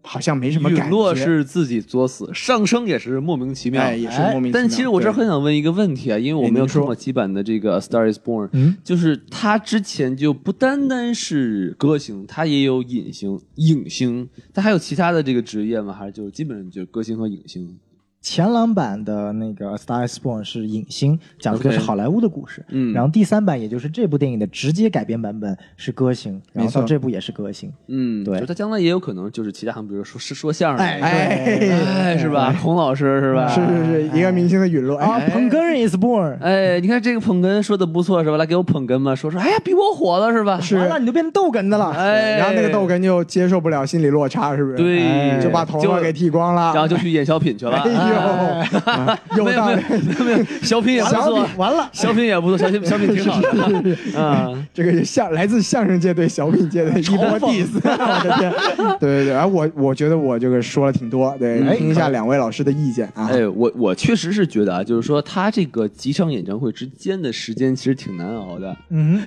S2: 好像没什么感觉，
S3: 陨落是自己作死，上升也是莫名其妙。
S2: 哎，也是莫名其妙。
S3: 但其实我这儿
S2: 对哎
S3: 很想问一个问题啊，因为我没有看过几版的这个《A Star Is Born》，
S4: 嗯
S3: 就是他之前就不单单是歌星，他也有影星、影星，他还有其他的这个职业吗？还是就基本上就是歌星和影星？
S4: 前两版的那个《Star is Born》是影星，讲述的是
S3: OK
S4: 好莱坞的故事。
S3: 嗯
S4: 然后第三版，也就是这部电影的直接改编版本是歌星，
S2: 没
S4: 然后到
S2: 错
S4: 这部也是歌星。
S3: 嗯，
S4: 对
S3: 就他将来也有可能就是其他行，比如说是说相声的，
S2: 哎
S3: 哎，是吧？孔老师是吧？
S2: 是是是一个明星的陨落，
S4: 啊
S2: 哎，，
S4: 捧哏人 is born，
S3: 哎，你看这个捧哏说的不错是吧？来给我捧哏嘛，说说，哎呀，比我火了是吧？
S2: 是
S4: 完了你都变成逗哏的了。
S3: 哎，
S2: 然后那个逗哏就接受不了心理落差，是不是？
S3: 对
S2: 哎就把头发给剃光了。
S3: 然后就去演小品
S2: [LAUGHS]
S3: 去了。
S2: 哎呦， [LAUGHS] 啊有
S3: 没有
S2: 道
S3: 没
S2: 理
S3: 有，没有没有，小品也不
S4: 完
S3: 错
S4: 了，，完了，
S3: 小品也不错，小品小品挺好的啊。
S2: 这个是相来自相声界对小品界
S4: [LAUGHS]
S2: 的一波 diss，我 [LAUGHS] 的天！对对对，而我我觉得我这个说了挺多，对，
S4: 哎
S2: 听一下两位老师的意见啊。
S3: [LAUGHS] 哎，我我确实是觉得啊，就是说他这个几场演唱会之间的时间其实挺难熬的。 [LAUGHS]
S4: 嗯，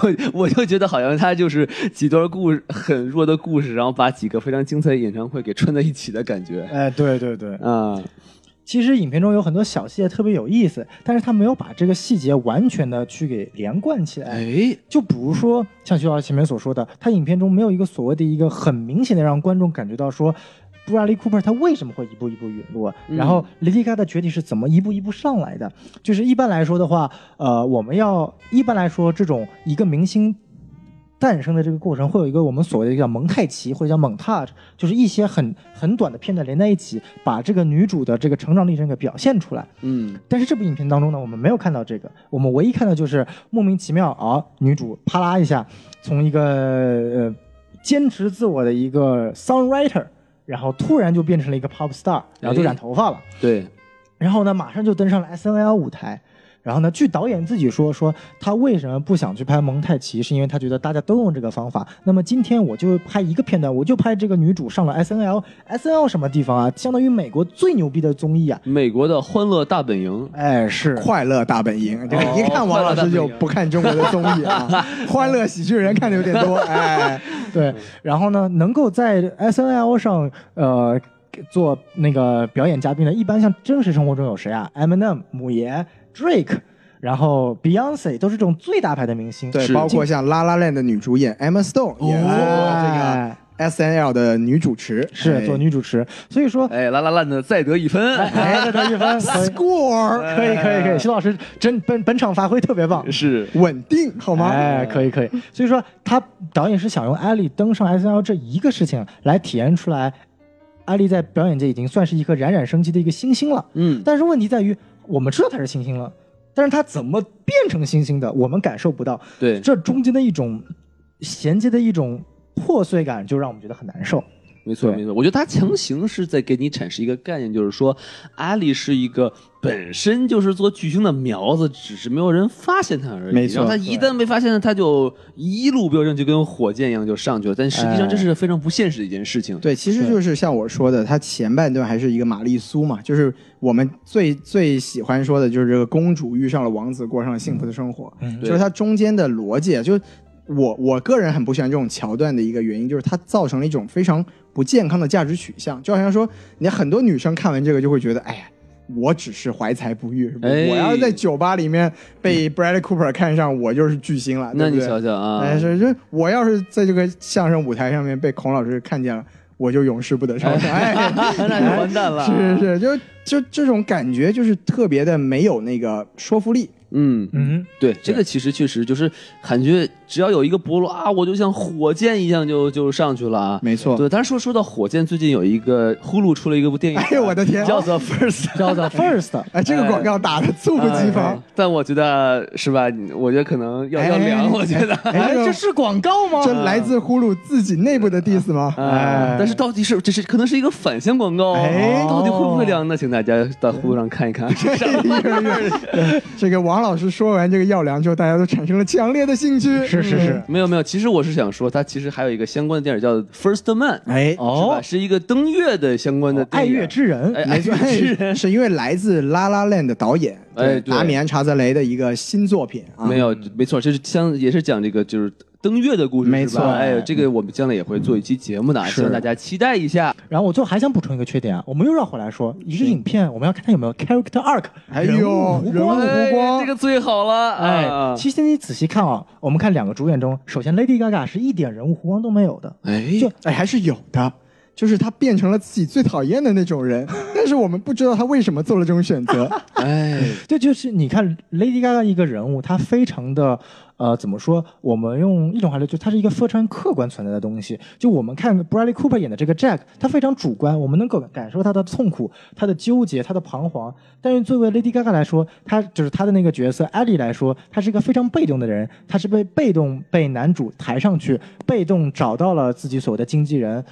S3: 我我就觉得好像他就是几段故事很弱的故事，然后把几个非常精彩的演唱会给串在一起的感觉
S4: 哎，对对对，
S3: 啊。
S4: 其实影片中有很多小细节特别有意思，但是他没有把这个细节完全的去给连贯起来。
S3: [LAUGHS] 哎，
S4: 就比如说，像徐老师前面所说的，他影片中没有一个所谓的一个很明显的让观众感觉到说，布拉利·库珀他为什么会一步一步陨落，
S3: 嗯
S4: 然后 Lady Gaga 的崛起是怎么一步一步上来的。就是一般来说的话，呃，我们要一般来说这种一个明星。诞生的这个过程会有一个我们所谓的叫蒙太奇或者叫蒙 e 就是一些很很短的片段连在一起，把这个女主的这个成长历程给表现出来。
S3: 嗯，
S4: 但是这部影片当中呢，我们没有看到这个，我们唯一看到就是莫名其妙啊，女主啪啦一下从一个呃坚持自我的一个 songwriter，然后突然就变成了一个 pop star，然后就染头发了，
S3: 对，
S4: 然后呢马上就登上了 S N L 舞台。然后呢？据导演自己说，说他为什么不想去拍蒙太奇，是因为他觉得大家都用这个方法。那么今天我就拍一个片段，我就拍这个女主上了 S N L，S N L 什么地方啊？相当于美国最牛逼的综艺啊！
S3: 美国的《欢乐大本营》
S4: 哎，是
S2: 快乐大本营，这个
S3: 哦
S2: 一看王老师就不看中国的综艺
S4: [LAUGHS]
S2: 啊，欢乐喜剧人看的有点多，哎，
S4: 对，然后呢，能够在 S N L 上呃做那个表演嘉宾的，一般像真实生活中有谁啊？Eminem、母爷、Drake，然后 Beyonce 都是这种最大牌的明星。
S2: 对，
S3: 是
S2: 包括像《拉拉链》的女主演 Emma Stone
S4: 哦
S2: 也做过啊这个
S4: 哎
S2: S N L 的女主持，哎
S4: 是做女主持，所以说。
S3: 哎，啦啦烂的再得一分，
S4: 哎，再得
S2: [LAUGHS]
S4: 一分，可以
S2: score
S4: 可以，可以，
S2: 哎
S4: 可以，徐老师真本本场发挥特别棒，
S3: 是
S2: 稳定好吗？
S4: 哎，可以可以。所以说，他导演是想用艾丽登上 S N L 这一个事情来体验出来，艾丽在表演界已经算是一颗冉冉升起的一个新星了。
S3: 嗯，
S4: 但是问题在于，我们知道他是星星了，但是他怎么变成星星的，我们感受不到。
S3: 对，
S4: 这中间的一种衔接的一种破碎感，就让我们觉得很难受。
S3: 没错
S4: 对
S3: 没错。我觉得他强行是在给你阐释一个概念，就是说阿里是一个本身就是做巨星的苗子，只是没有人发现他而已。
S2: 没错
S3: 然后他一旦被发现了，他就一路飙升，就跟火箭一样就上去了。但实际上这是非常不现实的一件事情。
S2: 哎对，其实
S4: 是
S2: 就是像我说的，它前半段还是一个玛丽苏嘛，就是我们最最喜欢说的就是这个公主遇上了王子，过上了幸福的生活，
S4: 嗯
S2: 就是它中间的逻辑，啊就是我我个人很不喜欢这种桥段的一个原因，就是它造成了一种非常不健康的价值取向，就好像说，你很多女生看完这个就会觉得，哎呀。我只是怀才不遇，是吧
S3: 哎
S2: 我要在酒吧里面被 Bradley Cooper 看上，我就是巨星了。
S3: 那
S2: 对不
S3: 你
S2: 对
S3: 瞧瞧啊，
S2: 哎，是这我要是在这个相声舞台上面被孔老师看见了，我就永世不得超生。哎，
S3: [LAUGHS] [LAUGHS]
S2: [LAUGHS]
S3: 那就完蛋了。啊
S2: 是是，是，就就这种感觉就是特别的没有那个说服力。
S3: 嗯。
S4: 嗯，
S3: 对，这个其实确实就是感觉，只要有一个伯乐啊，我就像火箭一样就就上去了啊。
S2: 没错
S3: 对，但是说说到火箭，最近有一个呼噜出了一个部电影，
S2: 哎呦我的天
S3: 叫做《First》。
S4: [LAUGHS]
S3: 哎
S4: 叫做
S2: [LAUGHS]
S4: first，
S2: 哎，这个广告打的猝不及防。
S3: 但我觉得是吧？你我觉得可能要要
S2: 哎
S3: 凉，我觉得。
S2: 哎，这个
S4: 是广告吗
S2: 这来自呼噜自己内部的 diss 吗？
S3: 哎，但是到底是这是可能是一个反向广告，啊
S2: 哎
S3: 到底会不会凉呢？请大家到呼噜上看一看。啊
S2: 这个王老师说完这个药粮之后，大家都产生了强烈的兴趣。嗯
S4: 是是是，
S3: [LAUGHS] 没有没有，其实我是想说，它其实还有一个相关的电影叫《First Man》，
S2: 哎，哦
S3: 是吧？
S4: 哦，
S3: 是一个登月的相关的
S4: 爱
S3: 电影
S4: 乐之人，
S3: 哎
S2: 没错，是是因为来自《拉拉 land》的导演，
S3: 哎对
S2: 达米安·查泽雷的一个新作品啊。
S3: 没有，没错，就是相也是讲这个就是登月的故事，
S2: 没
S3: 是吧
S2: 错
S3: 哎，这个我们将来也会做一期节目的啊，
S4: 是
S3: 希望大家期待一下。
S4: 然后我最后还想补充一个缺点啊，我们又绕回来说，一个影片我们要看它有没有 character arc，
S2: 哎
S4: 人
S2: 呦
S4: 物弧
S2: 人物
S4: 光啊
S2: 弧光
S3: 哎，这个最好了，啊嗯
S4: 哎，其实你仔细看啊，我们看两个主演中，首先 Lady Gaga 是一点人物弧光都没有的，
S3: 哎，
S4: 就
S2: 哎，还是有的。就是他变成了自己最讨厌的那种人，但是我们不知道他为什么做了这种选择。
S3: 哎，
S4: 这就是你看 Lady Gaga 一个人物，她非常的呃，怎么说？我们用一种话来就它是一个非常客观存在的东西。就我们看 Bradley Cooper 演的这个 Jack，他非常主观，我们能够感受他的痛苦、他的纠结、他的彷徨。但是作为 Lady Gaga 来说，她就是她的那个角色 Ellie 来说，她是一个非常被动的人，她是被被动被男主抬上去，被动找到了自己所谓的经纪人。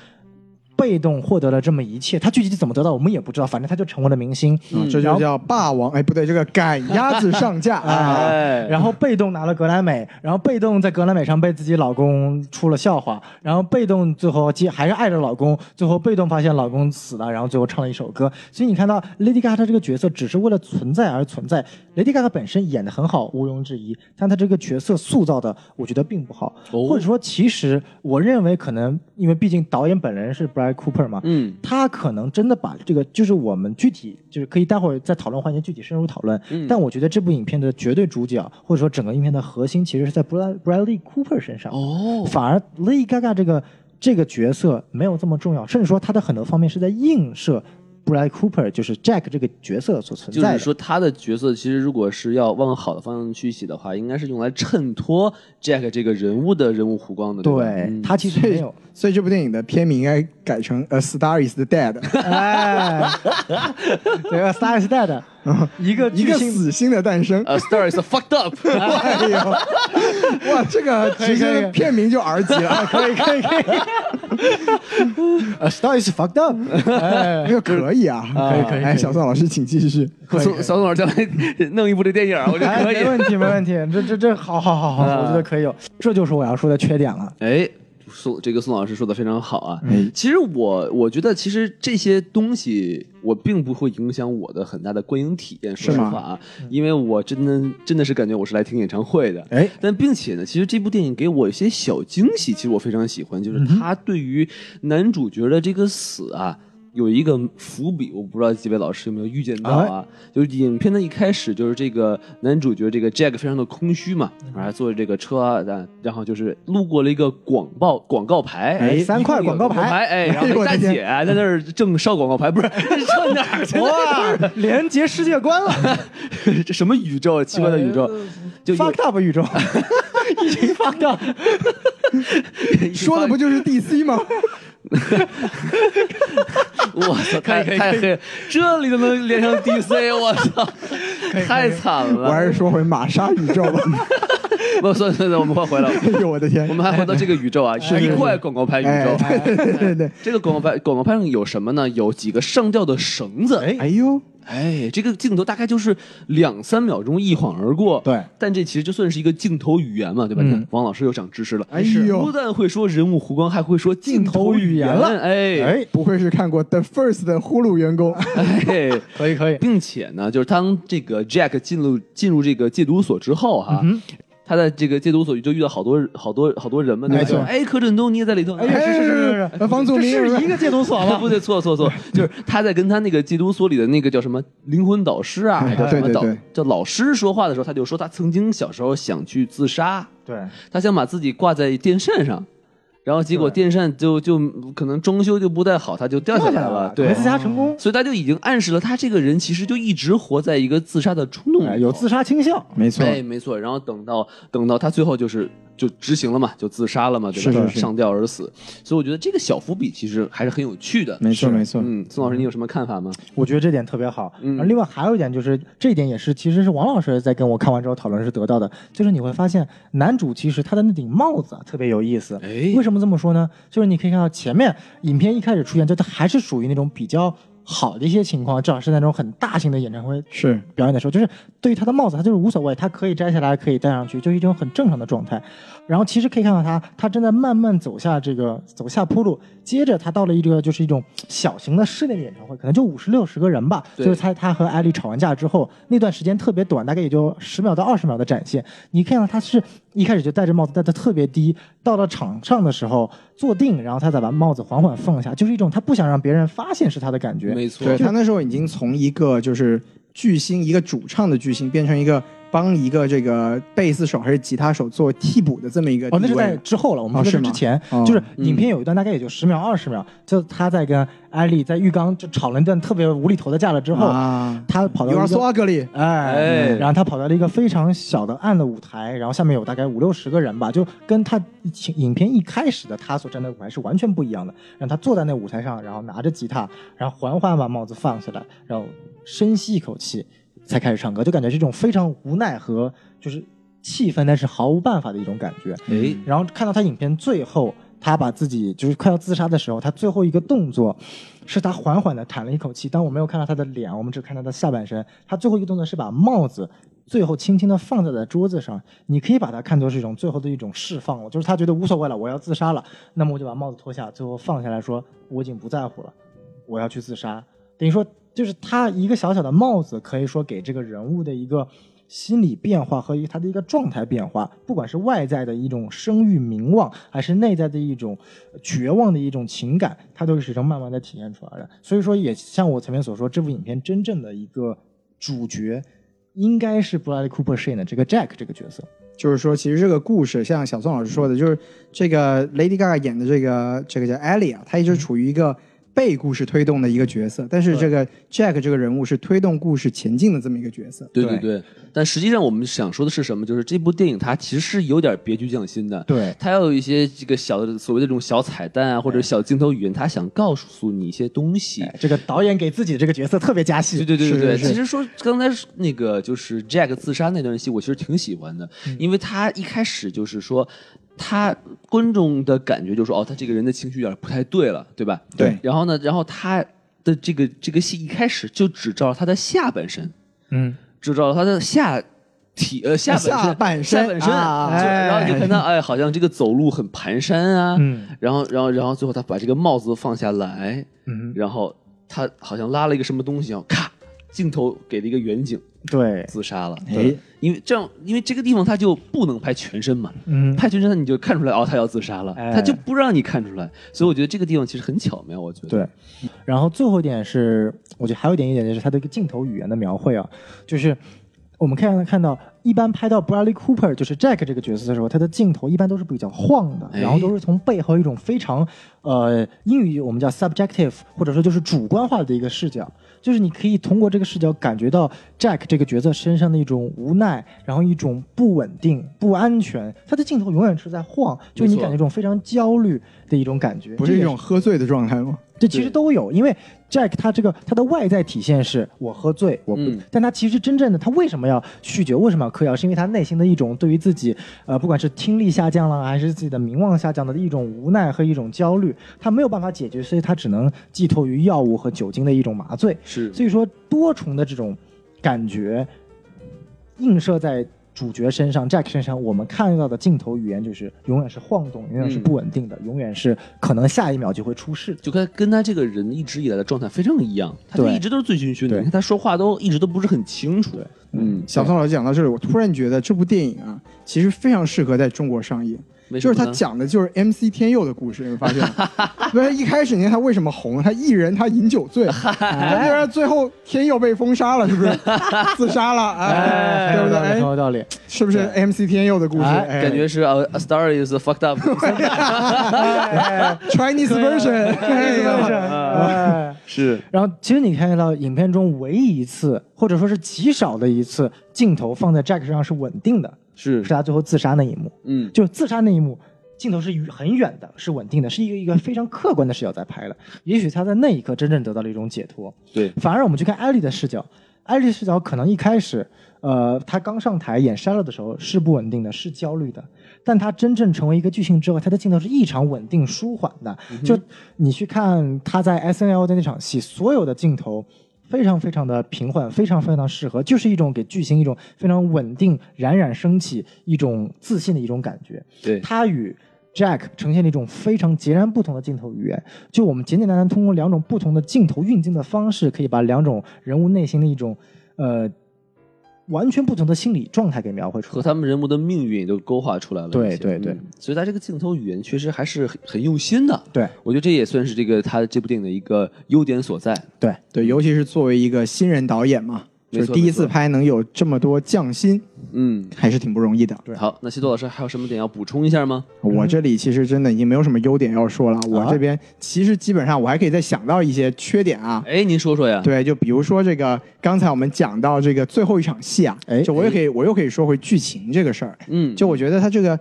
S4: 被动获得了这么一切，她具体怎么得到我们也不知道，反正她就成为了明星。
S2: 嗯，这
S4: 然
S2: 就
S4: 后
S2: 叫霸王，哎，不对，这个赶鸭子上架啊。
S3: 哎，
S4: 然后被动拿了格莱美，然后被动在格莱美上被自己老公出了笑话，然后被动最后接还是爱着老公，最后被动发现老公死了，然后最后唱了一首歌。所以你看到 Lady Gaga 她这个角色只是为了存在而存在，Lady Gaga 本身演的很好，毋庸置疑，但她这个角色塑造的我觉得并不好，
S3: 哦
S4: 或者说其实我认为可能因为毕竟导演本人是 Brad Cooper 嘛，
S3: 嗯，
S4: 他可能真的把这个，就是我们具体就是可以待会儿在讨论环节具体深入讨论。
S3: 嗯
S4: 但我觉得这部影片的绝对主角，或者说整个影片的核心，其实是在 Brad- Bradley Cooper 身上。
S3: 哦，
S4: 反而 Lady Gaga 这个这个角色没有这么重要，甚至说他的很多方面是在映射 Bradley Cooper，就是 Jack 这个角色所存
S3: 就
S4: 在
S3: 是
S4: 的。
S3: 说他的角色其实如果是要往好的方向去写的话，应该是用来衬托 Jack 这个人物的人物弧光的，对吧嗯
S4: 对，他其实没有。
S2: 所以这部电影的片名应该改成《A Star Is Dead》，
S4: 哎， [LAUGHS] 对，A Star Is Dead，一
S3: [LAUGHS]
S4: 个
S2: 一个
S4: 巨星
S2: 死星的诞生。
S3: A 呃 star is fucked
S4: [LAUGHS]
S3: up，
S2: 哎呦，哇，这个直
S4: 可以可
S2: 接
S4: 以
S2: 片名就 R 级了，可以可以可以，
S4: ，A Star Is Fucked Up，哎
S2: 哎呦，可以啊，可
S4: 可以可以
S2: 哎，小宋老师，请继 [LAUGHS] 续。
S3: 宋小宋老师将来 [LAUGHS] 弄一部这电影，我觉得
S4: 哎，
S3: 可以
S4: 没。问题，没
S3: [LAUGHS]
S4: 问题，这这这好好好好，
S3: 啊
S4: 我觉得可以有，这就是我要说的缺点了。
S3: 哎，宋这个宋老师说的非常好啊。
S2: 嗯
S3: 其实我我觉得，其实这些东西我并不会影响我的很大的观影体验，说
S2: 是
S3: 实
S2: 吗嗯
S3: 话啊，因为我真的真的是感觉我是来听演唱会的。
S2: 哎，
S3: 但并且呢，其实这部电影给我一些小惊喜，其实我非常喜欢，
S2: 嗯
S3: 就是他对于男主角的这个死啊。有一个伏笔，我不知道几位老师有没有预见到啊？
S2: 哎
S3: 就是影片的一开始，就是这个男主角这个 Jack 非常的空虚嘛，
S2: 嗯
S3: 然后坐着这个车啊，然然后就是路过了一个广告广告牌，
S2: 哎
S3: 一
S4: 三
S3: 共
S4: 块
S3: 有
S4: 广告牌
S2: [LAUGHS]
S3: 哎，然后
S2: 哎呦
S3: 一
S2: 我
S3: 大
S2: 的天
S3: 姐啊在那儿正烧广告牌，
S2: [LAUGHS]
S3: 不是上哪儿去了？
S4: 哇， [LAUGHS] 连接世界观了
S3: [LAUGHS] 这什么宇宙啊？奇怪的宇
S2: 哎
S3: 宙， [LAUGHS] 就有
S4: ，fucked
S3: [LAUGHS]
S4: up 宇宙，已经 fucked up，
S2: 说的不就是 DC 吗？
S3: 我操，太太黑了，这里都能连上 DC，我操，太惨
S2: 我
S3: 了。
S2: 还是说回玛莎宇宙吧。
S4: [LAUGHS]
S3: 不，算了算了，我们换回来，
S2: 哎呦，我的天
S3: [LAUGHS] 我！们还回到这个宇宙啊，一块广告牌宇
S2: 哎，
S3: 宙。
S2: 对对对对，
S3: 这个广告牌广告牌上有什么呢？有几个上吊的绳子。
S4: 哎
S2: 哎呦，
S3: 哎，这个镜头大概就是两三秒钟一晃而过。
S4: 对，
S3: 但这其实就算是一个镜头语言嘛，对吧？你看
S4: 嗯
S3: 王老师又长知识了。
S2: 哎呦
S3: 不，但会说人物弧光，还会说镜头
S4: 头语
S3: 语
S4: 言
S3: 言
S4: 了
S3: 哎
S4: 哎，
S2: 不愧是看过《The First》的呼噜员工。
S3: 哎，
S4: 可以可以，
S3: 并且呢，就是当这个 Jack 进入进入这个戒毒所之后哈、
S4: 嗯
S3: 他在这个戒毒所就遇到好多好多好多人嘛，对吧
S4: 没错
S3: 哎，柯震东你也在里头，
S4: 哎呀，是是是是
S2: 哎
S4: 是，
S2: 房祖名
S4: 这是一个戒毒所
S3: 啊，[LAUGHS]
S4: 吗
S3: 不？对，错错错，就是他在跟他那个戒毒所里的那个叫什么灵魂导师啊，还叫什
S2: 哎对
S3: 么
S2: 对
S3: 导
S2: 对
S3: 叫老师说话的时候，他就说他曾经小时候想去自杀，
S4: 对，
S3: 他想把自己挂在电扇上，然后结果
S4: 对
S3: 电扇就就可能装修就不太好，他就掉下来了，对哦
S4: 没，自杀成功，
S3: 所以他就已经暗示了他这个人其实就一直活在一个自杀的冲动
S4: 哎
S3: 里，
S4: 有自杀倾向，
S2: 没错
S3: 哎，没错。然后等到等到他最后就是就执行了嘛，就自杀了嘛，对吧？
S2: 是是是
S3: 上吊而死。所以我觉得这个小伏笔其实还是很有趣的。
S2: 没错没错。
S3: 嗯，宋老师，你有什么看法吗？
S4: 我觉得这点特别好。
S3: 嗯
S4: 然后另外还有一点就是，这一点也是其实是王老师在跟我看完之后讨论是得到的，就是你会发现男主其实他的那顶帽子啊特别有意思。
S3: 哎
S4: 为什么这么说呢？就是你可以看到前面影片一开始出现，就它还是属于那种比较好的一些情况，至少是那种很大型的演唱会
S2: 是，
S4: 表演的时候，就是对于他的帽子，他就是无所谓，他可以摘下来，可以戴上去，就是一种很正常的状态。然后其实可以看到他，他正在慢慢走下这个走下坡路，接着他到了一个就是一种小型的室内的演唱会，可能就五十六十个人吧。
S3: 对
S4: 就是他他和艾丽吵完架之后，那段时间特别短，大概也就十秒到二十秒的展现。你看到他是一开始就戴着帽子戴的特别低，到了场上的时候坐定，然后他再把帽子缓缓放下，就是一种他不想让别人发现是他的感觉。
S3: 没错
S2: 对，他那时候已经从一个就是巨星，一个主唱的巨星，变成一个帮一个这个贝斯手还是吉他手做替补的这么一个
S4: 哦，那
S2: 地
S4: 是
S2: 位
S4: 在之后了，我们
S2: 哦
S4: 说
S2: 是
S4: 的
S2: 吗
S4: 是之前，
S2: 哦
S4: 就是影片有一段大概也就十秒二十秒，就他在跟艾丽在浴缸就吵了一段特别无厘头的架了之后，
S2: 啊，
S4: 他跑到
S2: 有点
S4: 一个
S2: so ugly，
S4: 哎
S3: 哎，
S4: 然后他跑到了一个非常小的暗的舞台，然后下面有大概五六十个人吧，就跟他影影片一开始的他所站的舞台是完全不一样的。让他坐在那舞台上，然后拿着吉他，然后缓缓把帽子放下来，然后深吸一口气，才开始唱歌，就感觉是一种非常无奈和就是气愤，但是毫无办法的一种感觉。
S3: 哎，
S4: 然后看到他影片最后，他把自己就是快要自杀的时候，他最后一个动作是他缓缓的叹了一口气，但我没有看到他的脸，我们只看到他下半身。他最后一个动作是把帽子最后轻轻的放在了桌子上，你可以把它看作是一种最后的一种释放了，就是他觉得无所谓了，我要自杀了，那么我就把帽子脱下，最后放下来说我已经不在乎了，我要去自杀。等于说，就是他一个小小的帽子，可以说给这个人物的一个心理变化和一他的一个状态变化，不管是外在的一种声誉名望，还是内在的一种绝望的一种情感，它都是始终慢慢的体现出来的。所以说，也像我前面所说，这部影片真正的一个主角。应该是布拉德·库珀饰演的这个 Jack 这个角色，
S2: 就是说，其实这个故事像小宋老师
S3: 嗯
S2: 说的，就是这个 Lady Gaga 演的这个这个叫 Ellie 啊，她
S3: 嗯
S2: 一直处于一个被故事推动的一个角色，但是这个 Jack 这个人物是推动故事前进的这么一个角色。
S3: 对对对，但实际上我们想说的是什么？就是这部电影它其实是有点别具匠心的，
S4: 对
S3: 它有一些这个小的所谓的这种小彩蛋啊，或者小镜头语言，它想告诉你一些东西。
S4: 这个导演给自己的这个角色特别加戏，
S3: 对对对对对，
S2: 是是
S3: 其实说刚才那个就是 Jack 自杀那段戏，我其实挺喜欢的，
S2: 嗯
S3: 因为他一开始就是说，他观众的感觉就是说，哦，他这个人的情绪有点不太对了，对吧？
S2: 对
S3: 然后呢，然后他的这个这个戏一开始就只照他的下半身，
S4: 嗯，
S3: 只照他的下体呃下半身
S2: 下半身
S3: 下半身
S2: 啊
S3: 就
S2: 哎
S3: 然后你就看他哎，好像这个走路很蹒跚啊，
S4: 嗯
S3: 然后然后然后最后他把这个帽子放下来，
S4: 嗯
S3: 然后他好像拉了一个什么东西，然后咔镜头给了一个远景，
S4: 对，
S3: 自杀了。
S2: 哎，
S3: 因为这样，因为这个地方他就不能拍全身嘛，
S4: 嗯，
S3: 拍全身你就看出来哦，他要自杀了，
S4: 哎
S3: 他就不让你看出来，所以我觉得这个地方其实很巧妙，我觉得。
S4: 对，然后最后一点是，我觉得还有一点一点就是它的一个镜头语言的描绘啊，就是我们看看到，一般拍到 Bradley Cooper 就是 Jack 这个角色的时候，他的镜头一般都是比较晃的，
S3: 哎
S4: 然后都是从背后一种非常呃英语我们叫 subjective 或者说就是主观化的一个视角，就是你可以通过这个视角感觉到 Jack 这个角色身上的一种无奈，然后一种不稳定、不安全，他的镜头永远是在晃，就你
S3: 没错
S4: 感觉一种非常焦虑的一种感觉，
S2: 不是
S4: 这
S2: 一
S4: 也
S2: 种喝醉的状态吗？
S4: 这其实都有，因为 Jack 他这个他的外在体现是我喝醉，我不，
S3: 嗯
S4: 但他其实真正的他为什么要酗酒，为什么要嗑药，是因为他内心的一种对于自己，呃，不管是听力下降了，还是自己的名望下降的一种无奈和一种焦虑，他没有办法解决，所以他只能寄托于药物和酒精的一种麻醉。
S3: 是
S4: 所以说多重的这种感觉映射在主角身上，Jack 身上，我们看到的镜头语言就是永远是晃动，永远
S3: 嗯
S4: 是不稳定的，永远是可能下一秒就会出事的。
S3: 就跟跟他这个人一直以来的状态非常一样，他就
S4: 对
S3: 一直都是醉醺醺的，
S4: 对
S3: 你看他说话都一直都不是很清楚。嗯，
S2: 小宋老师讲到这里，我突然觉得这部电影啊，其实非常适合在中国上映。
S3: 为什
S2: 就
S3: 么
S2: 是他
S3: 呢
S2: 讲的就是 MC 天佑的故事，你们发现吗？
S3: [LAUGHS]
S2: 不是一开始你看他为什么红，他一人他饮酒醉，哎但是最后天佑被封杀了，
S3: [LAUGHS]
S2: 是不是？自杀了，哎，对不对？
S4: 很
S2: 哎，
S4: 有道理。
S2: 是不是 MC 天佑的故事？
S4: 哎
S2: 哎
S3: 感觉是呃 a star is fucked up，
S2: Chinese
S3: 啊
S2: version，
S4: 哎，
S3: 是
S4: 然后其实你看到影片中唯一一次，或者说是极少的一次镜头放在 Jack 身上是稳定的，
S3: 是
S4: 是他最后自杀那一幕。
S3: [LAUGHS] 嗯，
S4: 就自杀那一幕，镜头是很远的，是稳定的，是一个一个非常客观的视角在拍的。也许他在那一刻真正得到了一种解脱。
S3: 对，
S4: 反而我们去看艾丽的视角，艾丽的视角可能一开始，呃，她刚上台演 s h a l o 的时候是不稳定的，是焦虑的。但她真正成为一个巨星之后，她的镜头是异常稳定、舒缓的。就你去看她在 S N L 的那场戏，所有的镜头。非常非常的平缓，非常非常地适合，就是一种给巨星一种非常稳定、冉冉升起、一种自信的一种感觉。
S3: 对
S4: 他与 Jack 呈现了一种非常截然不同的镜头语言。就我们简简单单通过两种不同的镜头运镜的方式，可以把两种人物内心的一种呃完全不同的心理状态给描绘出
S3: 和
S4: 来。
S3: 他们人物的命运也都勾画出来了一
S4: 对
S3: 些。
S4: 对对
S3: 嗯所以他这个镜头语言确实还是很很用心的。
S4: 对
S3: 我觉得这也算是这个他这部电影的一个优点所在。
S4: 对，
S2: 对，尤其是作为一个新人导演嘛，
S3: 没
S2: 就
S3: 错
S2: 是第一次
S3: 没错
S2: 拍能有这么多匠心，
S3: 嗯，
S2: 还是挺不容易的。
S4: 对
S3: 好，那西多老师还有什么点要补充一下吗？
S2: 我这里其实真的已经没有什么优点要说了，
S3: 啊
S2: 我这边其实基本上我还可以再想到一些缺点啊。
S3: 哎，您说说呀。
S2: 对，就比如说这个，刚才我们讲到这个最后一场戏啊，
S4: 哎
S2: 就我也可以，我又可以说回剧情这个事儿。
S3: 嗯，
S2: 就我觉得他这个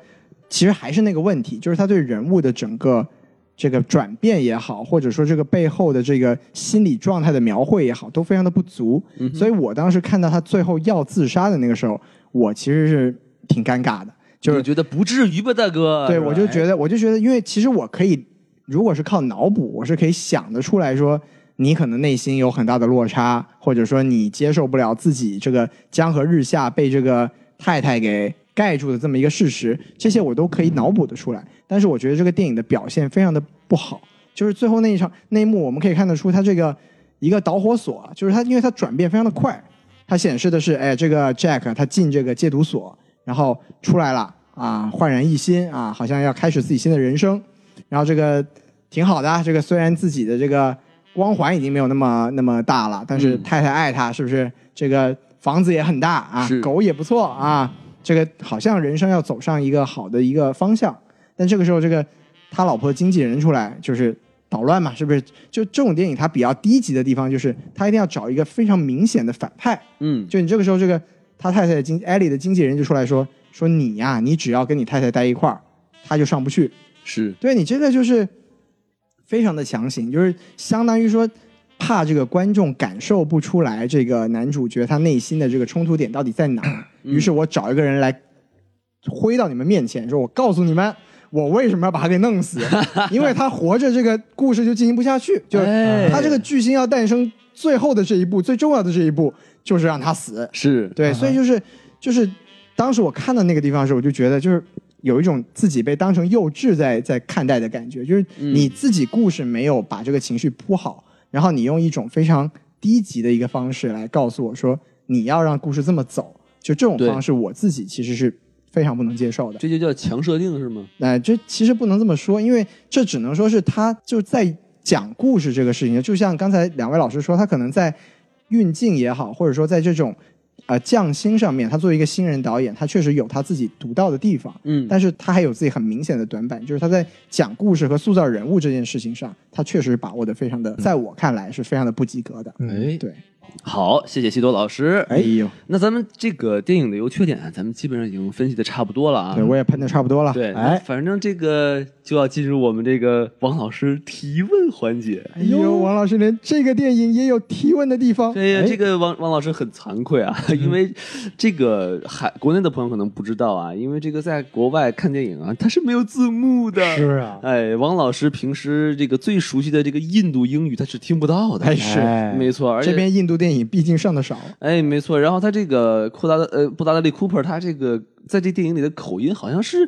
S2: 其实还是那个问题，就是他对人物的整个这个转变也好，或者说这个背后的这个心理状态的描绘也好，都非常的不足。
S3: 嗯
S2: 所以我当时看到他最后要自杀的那个时候，我其实是挺尴尬的，就
S3: 你
S2: 是
S3: 觉得不至于吧，大哥？哎
S2: 对
S3: 是吧
S2: 我就觉得，我就觉得，因为其实我可以，如果是靠脑补，我是可以想得出来说。你可能内心有很大的落差，或者说你接受不了自己这个江河日下被这个太太给盖住的这么一个事实，这些我都可以脑补得出来。但是我觉得这个电影的表现非常的不好，就是最后那一场那一幕，我们可以看得出它这个一个导火索，就是它因为它转变非常的快，它显示的是，哎，这个 Jack 他进这个戒毒所，然后出来了啊，焕然一新啊，好像要开始自己新的人生，然后这个挺好的啊，这个虽然自己的这个光环已经没有那么那么大了，但是
S3: 嗯
S2: 太太爱他，是不是？这个房子也很大啊
S3: 是，
S2: 狗也不错啊，这个好像人生要走上一个好的一个方向，但这个时候这个他老婆的经纪人出来就是捣乱嘛，是不是？就这种电影它比较低级的地方就是他一定要找一个非常明显的反派。
S3: 嗯，
S2: 就你这个时候，这个他太太的经艾莉的经纪人就出来说说你呀、你只要跟你太太待一块儿，他就上不去。
S3: 是
S2: 对你这个就是非常的强行，就是相当于说怕这个观众感受不出来这个男主角他内心的这个冲突点到底在哪儿，于是我找一个人来挥到你们面前，说我告诉你们。我为什么要把他给弄死？因为他活着，这个故事就进行不下去。就是
S3: 哎
S2: 他这个巨星要诞生最后的这一步，最重要的这一步就是让他死。
S3: 是，
S2: 对，所以就是就是当时我看到那个地方的时候，我就觉得就是有一种自己被当成幼稚在在看待的感觉，就是你自己故事没有把这个情绪铺好，然后你用一种非常低级的一个方式来告诉我说你要让故事这么走，就这种
S3: 对
S2: 方式我自己其实是非常不能接受的。
S3: 这就叫强设定是吗？
S2: 呃，这其实不能这么说，因为这只能说是他就是在讲故事这个事情，就像刚才两位老师说，他可能在运镜也好，或者说在这种呃匠心上面，他作为一个新人导演，他确实有他自己独到的地方，
S3: 嗯
S2: 但是他还有自己很明显的短板，就是他在讲故事和塑造人物这件事情上，他确实把握的非常
S3: 嗯
S2: 的，在我看来是非常的不及格的。
S3: 哎，
S2: 对，
S3: 好，谢谢西多老师。
S2: 哎呦，
S3: 那咱们这个电影的优缺点啊，咱们基本上已经分析的差不多了啊。
S2: 哎对我也喷的差不多了。
S3: 对，
S4: 哎
S3: 反正这个就要进入我们这个王老师提问环节。
S2: 哎呦，王老师连这个电影也有提问的地方。
S3: 对呀，
S2: 哎嗯
S3: 这个王王老师很惭愧啊， [LAUGHS] 因为这个海国内的朋友可能不知道啊，因为这个在国外看电影啊，它是没有字幕的。
S4: 是啊
S3: 哎，王老师平时这个最熟悉的这个印度英语他是听不到的。
S2: 哎是
S4: 哎
S3: 没错，而且
S2: 这边印度电影毕竟上的少。
S3: 哎，没错。然后他这个库达的呃布达德利库珀，他这个在这电影里的口音好像是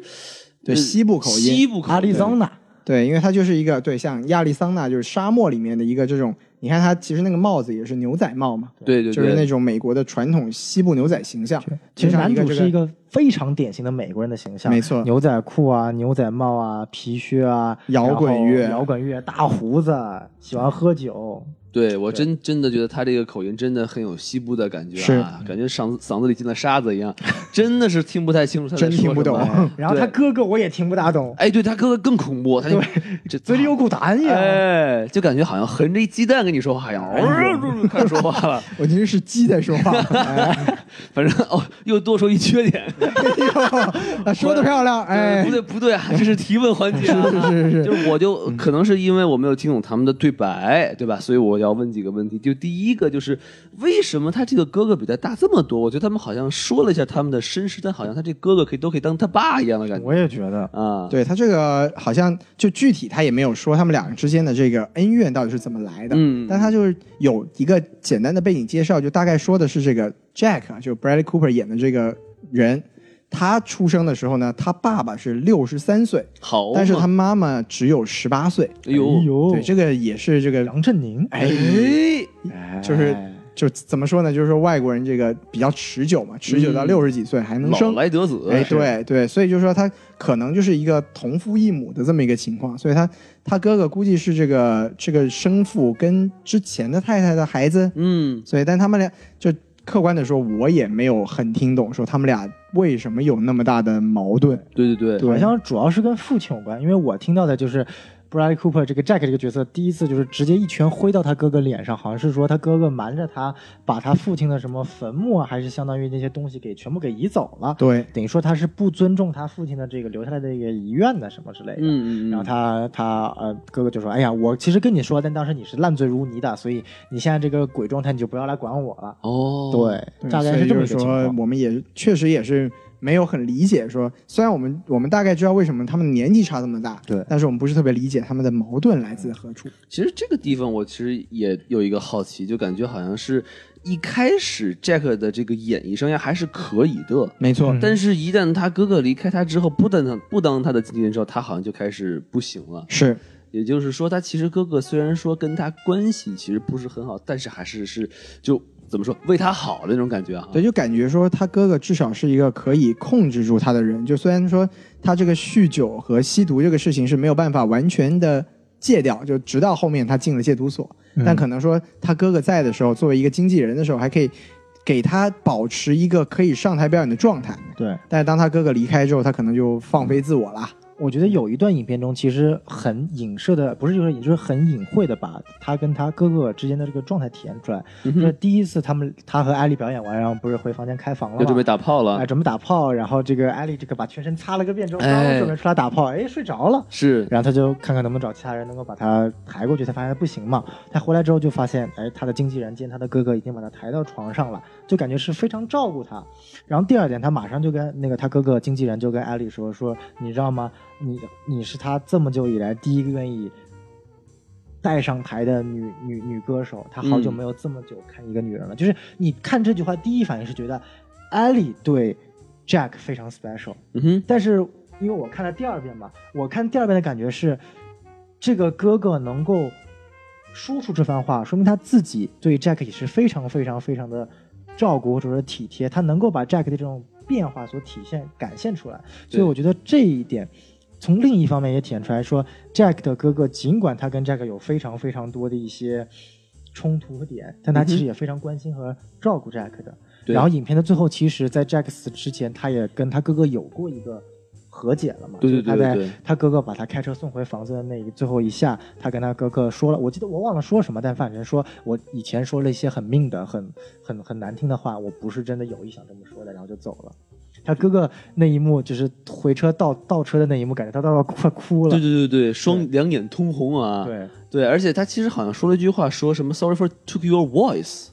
S2: 对
S3: 呃
S2: 西部口音
S3: 西部口音
S4: 阿里桑那，
S2: 对，因为它就是一个对，像亚利桑那就是沙漠里面的一个这种，你看它其实那个帽子也是牛仔帽嘛，
S3: 对对对，
S2: 就是那种美国的传统西部牛仔形象。
S4: 其实男主
S2: 这
S4: 是一个非常典型的美国人的形象，
S2: 没错
S4: 牛仔裤啊，牛仔帽啊，皮靴啊，
S2: 摇滚乐
S4: 然后摇滚乐，大胡子，喜欢喝酒，
S3: 对我真真的觉得他这个口音真的很有西部的感觉啊，感觉嗓子嗓子里进了沙子一样，真的是听不太清楚他在
S2: 真
S3: 说
S2: 听不
S3: 什么
S2: 懂
S3: 哎
S4: 然后他哥哥我也听不大
S2: 啊
S4: 懂，
S3: 哎，对他哥哥更恐怖，他就这
S4: 嘴里有股痰一样。
S3: 哎，就感觉好像横着一鸡蛋跟你说话一
S2: [LAUGHS]
S3: 样，哦开始说话了。
S2: [LAUGHS] 我其实是鸡在
S3: [LAUGHS]
S2: 说话，哎
S3: 反正哦，又多说一缺点，
S2: 呦啊说的漂亮，
S3: 呃
S2: 哎
S3: 不，对不对啊，这是提问环节啊，
S2: 是是是嗯
S3: 就是我就可能是因为我没有听懂他们的对白，对吧？所以我要问几个问题。就第一个就是为什么他这个哥哥比他大这么多？我觉得他们好像说了一下他们的身世，但好像他这哥哥可以都可以当他爸一样的感觉
S4: 我也觉得，
S3: 啊。
S2: 对他这个好像就具体他也没有说他们两个之间的这个恩怨到底是怎么来的，
S3: 嗯
S2: 但他就是有一个简单的背景介绍，就大概说的是这个 Jack 啊就 Bradley Cooper 演的这个人，他出生的时候呢，他爸爸是六十三岁，
S3: 好嘛，
S2: 但是他妈妈只有十八岁，
S3: 哦哎呦，
S4: 呦
S2: 对，这个也是这个，
S4: 杨振宁，
S2: 哎，
S4: 哎
S2: 就是就怎么说呢，就是说外国人这个比较持久嘛，持久到
S3: 嗯
S2: 六十几岁还能
S3: 老
S2: 生，
S3: 来得子，
S2: 哎，对对，所以就是说他可能就是一个同父异母的这么一个情况，所以他他哥哥估计是这个这个生父跟之前的太太的孩子，
S3: 嗯，
S2: 所以但他们俩就客观的说，我也没有很听懂，说他们俩为什么有那么大的矛盾。
S3: 对对对，
S2: 对
S4: 好像主要是跟父亲有关，因为我听到的就是。Bradley Cooper 这个 Jack 这个角色，第一次就是直接一拳挥到他哥哥脸上，好像是说他哥哥瞒着他，把他父亲的什么坟墓啊，还是相当于那些东西给全部给移走了，
S2: 对，
S4: 等于说他是不尊重他父亲的这个留下来的一个遗愿的什么之类的。
S3: 嗯嗯嗯
S4: 然后他他呃哥哥就说：“哎呀，我其实跟你说，但当时你是烂醉如泥的，所以你现在这个鬼状态，你就不要来管我了。
S3: 哦，
S4: 对，
S2: 对
S4: 大概
S2: 所以
S4: 是这
S2: 就
S4: 么
S2: 是
S4: 一个情
S2: 说，
S4: 况。
S2: 我们也确实也是没有很理解说，虽然我们我们大概知道为什么他们年纪差这么大，
S4: 对
S2: 但是我们不是特别理解他们的矛盾来自何处。
S3: 其实这个地方我其实也有一个好奇，就感觉好像是一开始 Jack 的这个演艺生涯还是可以的，
S2: 没
S4: 嗯
S2: 错，
S3: 但是一旦他哥哥离开他之后，不当他不当他的经纪人之后，他好像就开始不行了。
S2: 是
S3: 也就是说，他其实哥哥虽然说跟他关系其实不是很好，但是还是是就怎么说为他好的那种感觉啊。
S2: 对，就感觉说他哥哥至少是一个可以控制住他的人。就虽然说他这个酗酒和吸毒这个事情是没有办法完全的戒掉，就直到后面他进了戒毒所，
S3: 嗯
S2: 但可能说他哥哥在的时候，作为一个经纪人的时候，还可以给他保持一个可以上台表演的状态。
S4: 对，
S2: 但是当他哥哥离开之后，他可能就放飞自我了。
S3: 嗯
S4: 我觉得有一段影片中，其实很影射的，不是就是就是很隐晦的把他跟他哥哥之间的这个状态体现出来。
S3: 嗯
S4: 就是第一次他们他和艾丽表演完，然后不是回房间开房了
S3: 要准备
S4: 吗？
S3: 打炮了，
S4: 哎，准备打炮，然后这个艾丽这个把全身擦了个遍之后，
S3: 哎
S4: 刚准备出来打炮，哎，睡着了。
S3: 是
S4: 然后他就看看能不能找其他人能够把他抬过去，他发现他不行嘛。他回来之后就发现，哎，他的经纪人兼他的哥哥已经把他抬到床上了，就感觉是非常照顾他。然后第二点，他马上就跟那个他哥哥经纪人就跟艾丽说说，你知道吗？你你是他这么久以来第一个愿意。带上台的女女女歌手，她好久
S3: 嗯
S4: 没有这么久看一个女人了。就是你看这句话，第一反应是觉得艾丽对 Jack 非常 special，
S3: 嗯哼，
S4: 但是因为我看了第二遍嘛，我看第二遍的感觉是，这个哥哥能够说出这番话，说明他自己对 Jack 也是非常非常非常的照顾或者说体贴，他能够把 Jack 的这种变化所体现展现出来，
S3: 对
S4: 所以我觉得这一点。从另一方面也体现出来说，Jack 的哥哥尽管他跟 Jack 有非常非常多的一些冲突和点，但他其实也非常关心和照顾 Jack 的。
S3: 对
S4: 然后影片的最后，其实，在 Jack 死之前，他也跟他哥哥有过一个和解了嘛。
S3: 对对
S4: 就是他
S3: 对
S4: 在
S3: 对
S4: 他哥哥把他开车送回房子的那一最后一下，他跟他哥哥说了，我记得我忘了说什么，但反正说我以前说了一些很命的、很很很难听的话，我不是真的有意想这么说的，然后就走了。他哥哥那一幕就是回车倒倒车的那一幕，感觉他都要快哭了。
S3: 对对对对，双两眼通红啊，
S4: 对
S3: 对，而且他其实好像说了一句话，说什么 “sorry for took your voice”，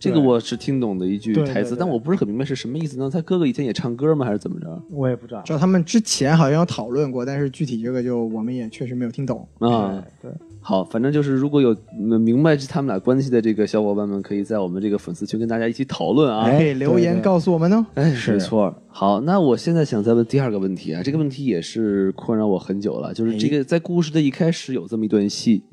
S3: 这个
S4: 对
S3: 我是听懂的一句
S4: 对对
S3: 台词，
S4: 对
S3: 但我不是很明白是什么意思呢？他哥哥以前也唱歌吗？还是怎么着？
S4: 我也不知道。
S2: 就他们之前好像有讨论过，但是具体这个就我们也确实没有听懂。
S3: 啊，
S4: 对，
S3: 好，反正就是如果有嗯明白他们俩关系的这个小伙伴们，可以在我们这个粉丝群跟大家一起讨论啊。
S4: 哎
S2: 可以留
S4: 对
S2: 言
S4: 对
S2: 告诉我们哦。
S3: 哎，
S4: 是
S3: 没错。好，那我现在想再问第二个问题啊，这个问题也是困扰我很久了，就是这个在故事的一开始有这么一段戏，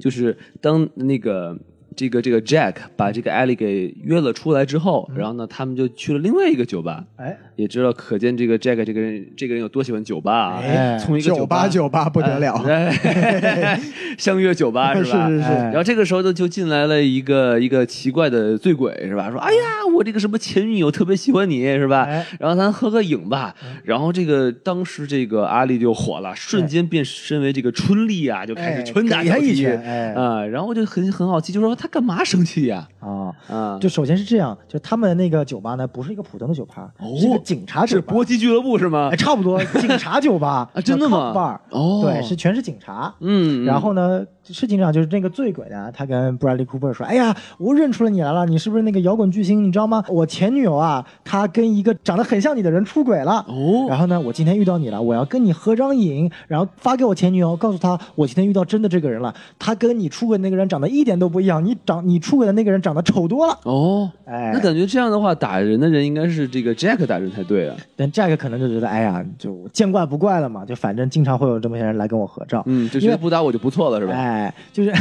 S3: 就是当那个。这个这个 Jack 把这个艾莉给约了出来之后，然后呢，他们就去了另外一个酒吧，
S4: 哎，
S3: 也知道可见这个 Jack 这个人这个人有多喜欢酒吧啊，
S4: 哎
S3: 从一个
S2: 九八九八不得了，
S3: [LAUGHS] 哎 [LAUGHS] 相约酒吧
S2: 是
S3: 是
S2: [LAUGHS]
S3: 吧？
S2: 是是，
S4: 哎
S3: 然后这个时候呢，就进来了一个一个奇怪的醉鬼，是吧？说，哎呀，我这个什么前女友特别喜欢你，是吧？
S4: 哎嗯
S3: 然后咱合个影吧。然后这个当时这个阿丽就火了，瞬间变身为这个春丽啊，就开
S2: 哎
S3: 始春打
S4: 给他
S3: 小
S4: 一
S3: 提
S4: 拳哎哎
S3: 啊。然后我就很很好奇，就说他干嘛生气呀？
S4: 啊。
S3: 啊，
S4: 就首先是这样，就他们那个酒吧呢，不是一个普通的酒吧，
S3: 哦
S4: 是一个警察
S3: 是
S4: 酒吧，
S3: 搏击俱乐部是吗
S4: 哎，？差不多警察酒吧
S3: [LAUGHS] 啊真的吗
S4: b
S3: 哦
S4: 对，是全是警察。
S3: 嗯，嗯
S4: 然后呢，是警长就是那个醉鬼呢，他跟 Bradley Cooper 说：“哎呀，我认出了你来了，你是不是那个摇滚巨星？你知道吗？我前女友啊，她跟一个长得很像你的人出轨了。
S3: 哦
S4: 然后呢，我今天遇到你了，我要跟你合张影，然后发给我前女友，告诉她我今天遇到真的这个人了，他跟你出轨的那个人长得一点都不一样，你长你出轨的那个人长得丑多了。
S3: 哦，
S4: 哎
S3: 那感觉这样的话，打人的人应该是这个 Jack 打人才对啊。
S4: 但 Jack 可能就觉得，哎呀，就见怪不怪了嘛，就反正经常会有这么些人来跟我合照，
S3: 嗯，就觉
S4: 因
S3: 得
S4: 为
S3: 不打我就不错了，是吧？
S4: 哎，
S2: [LAUGHS]
S4: 就是，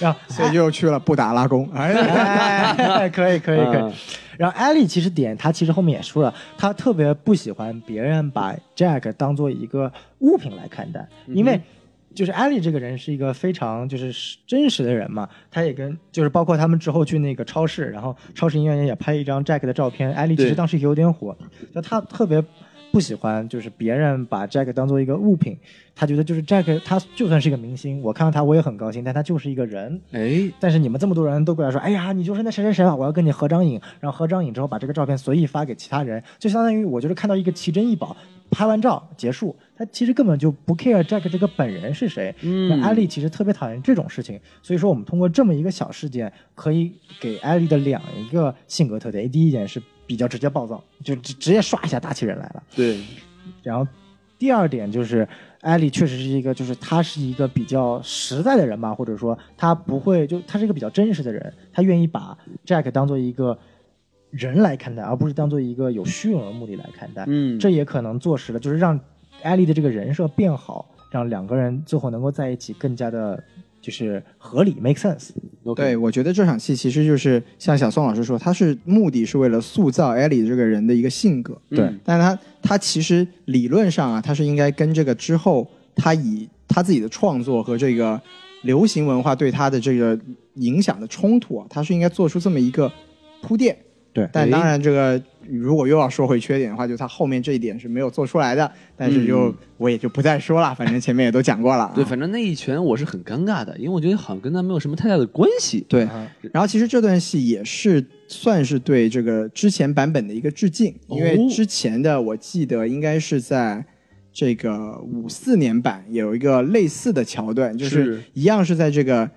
S4: 然后
S2: 所以就去了布达拉宫。哎，
S4: 哎， [LAUGHS] 可以可以可
S3: 嗯
S4: 以。然后艾莉其实点，她其实后面也说了，她特别不喜欢别人把 Jack 当做一个物品来看待，因为就是安利这个人是一个非常就是真实的人嘛，他也跟就是包括他们之后去那个超市，然后超市营业员也拍了一张 Jack 的照片，安利其实
S3: 对
S4: 当时有点火，就他特别不喜欢就是别人把 Jack 当做一个物品，他觉得就是 Jack 他就算是个明星，我看到他我也很高兴，但他就是一个人，
S3: 哎，
S4: 但是你们这么多人都过来说，哎呀，你就是那谁谁谁啊，我要跟你合张影，然后合张影之后把这个照片随意发给其他人，就相当于我就是看到一个奇珍异宝，拍完照结束，他其实根本就不 care Jack 这个本人是谁。那
S3: 嗯
S4: 艾丽其实特别讨厌这种事情，所以说我们通过这么一个小事件，可以给艾丽的两个性格特点，第一点是比较直接暴躁，就直直接刷一下打起人来了。
S3: 对，
S4: 然后第二点就是，艾莉确实是一个，就是她是一个比较实在的人吧，或者说她不会，就她是一个比较真实的人，她愿意把 Jack 当做一个人来看待，而不是当做一个有虚荣的目的来看待。
S3: 嗯
S4: 这也可能坐实了，就是让艾莉的这个人设变好，让两个人最后能够在一起更加的，就是合理，make sense。
S3: OK
S2: 对，我觉得这场戏其实就是像小宋老师说，他是目的是为了塑造艾莉这个人的一个性格，
S3: 嗯对
S2: 但他他其实理论上啊，他是应该跟这个之后他以他自己的创作和这个流行文化对他的这个影响的冲突啊，他是应该做出这么一个铺垫。
S4: 对
S2: 但当
S3: 哎
S2: 然这个如果又要说回缺点的话，就他后面这一点是没有做出来的，但是就、
S3: 嗯
S2: 我也就不再说了，反正前面也都讲过了、啊。
S3: 对，反正那一拳我是很尴尬的，因为我觉得好像跟他没有什么太大的关系。
S2: 对
S4: 啊，
S2: 然后其实这段戏也是算是对这个之前版本的一个致敬，
S3: 哦
S2: 因为之前的我记得应该是在这个五四年版有一个类似的桥段，就是
S3: 是
S2: 一样是在这个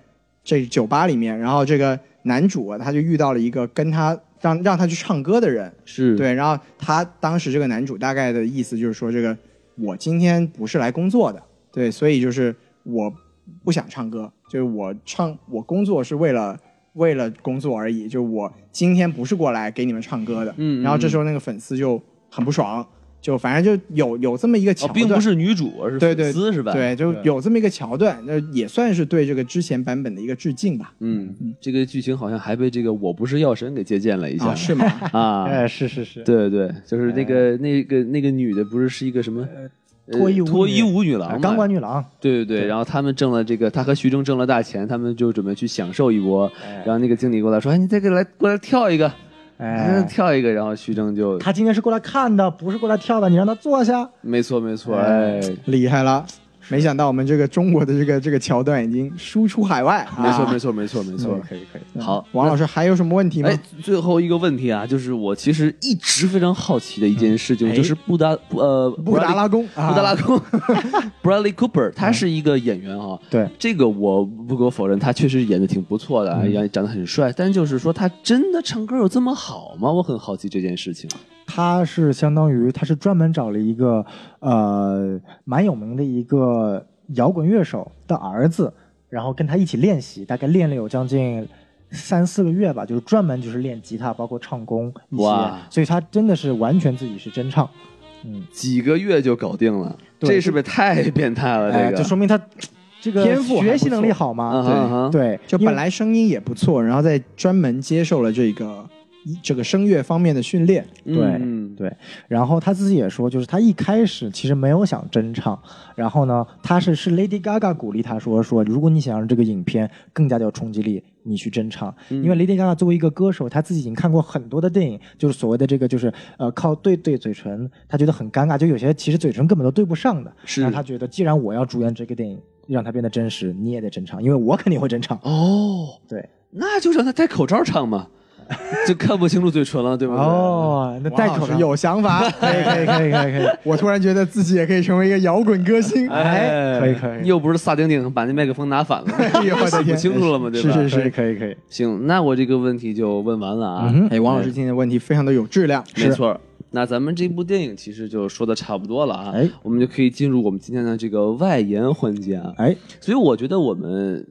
S2: 这酒吧里面，然后这个男主啊他就遇到了一个跟他让让他去唱歌的人，
S3: 是，
S2: 对，然后他当时这个男主大概的意思就是说，这个我今天不是来工作的，对，所以就是我不想唱歌，就是我唱我工作是为了为了工作而已，就我今天不是过来给你们唱歌的。
S3: 嗯嗯
S2: 然后这
S3: 嗯
S2: 时候那个粉丝就很不爽，就反正就有有这么一个桥
S3: 哦，
S2: 段，
S3: 并不是女主，而是
S2: 对对
S3: 粉丝是吧？，
S2: 对，就
S4: 对
S2: 有这么一个桥段，那也算是对这个之前版本的一个致敬吧。
S3: 嗯，这个剧情好像还被这个《我不是药神》给借鉴了一下
S2: 啊，是吗？
S3: 啊，
S4: [LAUGHS] 哎，是是是，
S3: 对对，就是那个、那个那个女的，不是是一个什么呃
S4: 脱衣舞女
S3: 脱衣舞女郎嘛，
S4: 钢管女郎。
S3: 对对对，然后他们挣了这个，他和徐峥挣了大钱，他们就准备去享受一波。
S4: 哎
S3: 然后那个经理过来说：“哎，你再给来过来跳一个，嗯
S4: 哎
S3: 跳一个。”然后徐峥就，
S4: 他今天是过来看的，不是过来跳的，你让他坐下。
S3: 没错没错，哎，
S2: 厉害了！没想到我们这个中国的这个这个桥段已经输出海外，
S3: [LAUGHS] 没
S4: 啊
S3: 错没
S2: 错。
S3: 错没错没错。
S4: 以可以。
S3: 好，
S2: 王老师还有什么问题吗？
S3: 哎，最后一个问题啊，就是我其实一直非常好奇的一件事情，
S4: 哎
S3: 就是布达布呃
S2: 布达拉宫，
S3: 布达拉
S2: 啊
S3: 宫 [LAUGHS] ，Bradley Cooper，他是一个演员啊。
S4: 嗯对，
S3: 这个我不可否认，他确实演的挺不错
S4: 嗯
S3: 的，也长得很帅。但就是说，他真的唱歌有这么好吗？我很好奇这件事情。
S4: 他是相当于他是专门找了一个呃蛮有名的一个摇滚乐手的儿子，然后跟他一起练习，大概练了有将近三四个月吧，就是专门就是练吉他，包括唱功一些
S3: 哇，
S4: 所以他真的是完全自己是真唱，嗯，
S3: 几个月就搞定了，
S4: 对
S3: 这是不是太变态了？
S4: 哎
S3: 这个
S4: 就说明他这个
S2: 天赋还不错嗯
S4: 学习能力好嘛，
S3: 啊哈啊哈
S4: 对，
S2: 就
S4: 因为
S2: 本来声音也不错，然后再专门接受了这个这个声乐方面的训练。
S4: 对
S3: 嗯
S4: 对，然后他自己也说，就是他一开始其实没有想真唱，然后呢，他是是 Lady Gaga 鼓励他说说，如果你想让这个影片更加的有冲击力，你去真唱，
S3: 嗯
S4: 因为 Lady Gaga 作为一个歌手，她自己已经看过很多的电影，就是所谓的这个就是呃靠对对嘴唇，她觉得很尴尬，就有些其实嘴唇根本都对不上的，
S3: 是
S4: 然后她觉得既然我要主演这个电影，让它变得真实，你也得真唱，因为我肯定会真唱， [LAUGHS]
S3: 哦，
S4: 对，
S3: 那就让他戴口罩唱
S4: [LAUGHS]
S3: 嘛，就看不清楚嘴唇了，对不对？，
S4: 哦，那戴口
S2: 王老
S4: 罩
S2: 师。有想 [LAUGHS] 法，
S4: 可
S3: [LAUGHS]
S4: 以可以可以可以可以，
S2: 我突然觉得自己也可以成为一个摇滚歌星。
S4: 哎可以可以
S3: 又不是萨顶顶把那麦克风拿反了，
S4: [LAUGHS]
S2: 哎呦
S3: [LAUGHS]
S2: 我的
S3: 不
S2: 天，
S3: 清楚了嘛，对吧？
S2: 是是
S4: 可以可以可以，
S3: 行，那我这个问题就问完了啊。
S4: 嗯哼
S2: 哎，王老师今天的问题非常的有质量，
S3: 没错儿。那咱们这部电影其实就说的差不多了啊，
S4: 哎
S3: 我们就可以进入我们今天的这个外延环节啊。
S4: 哎，
S3: 所以我觉得我们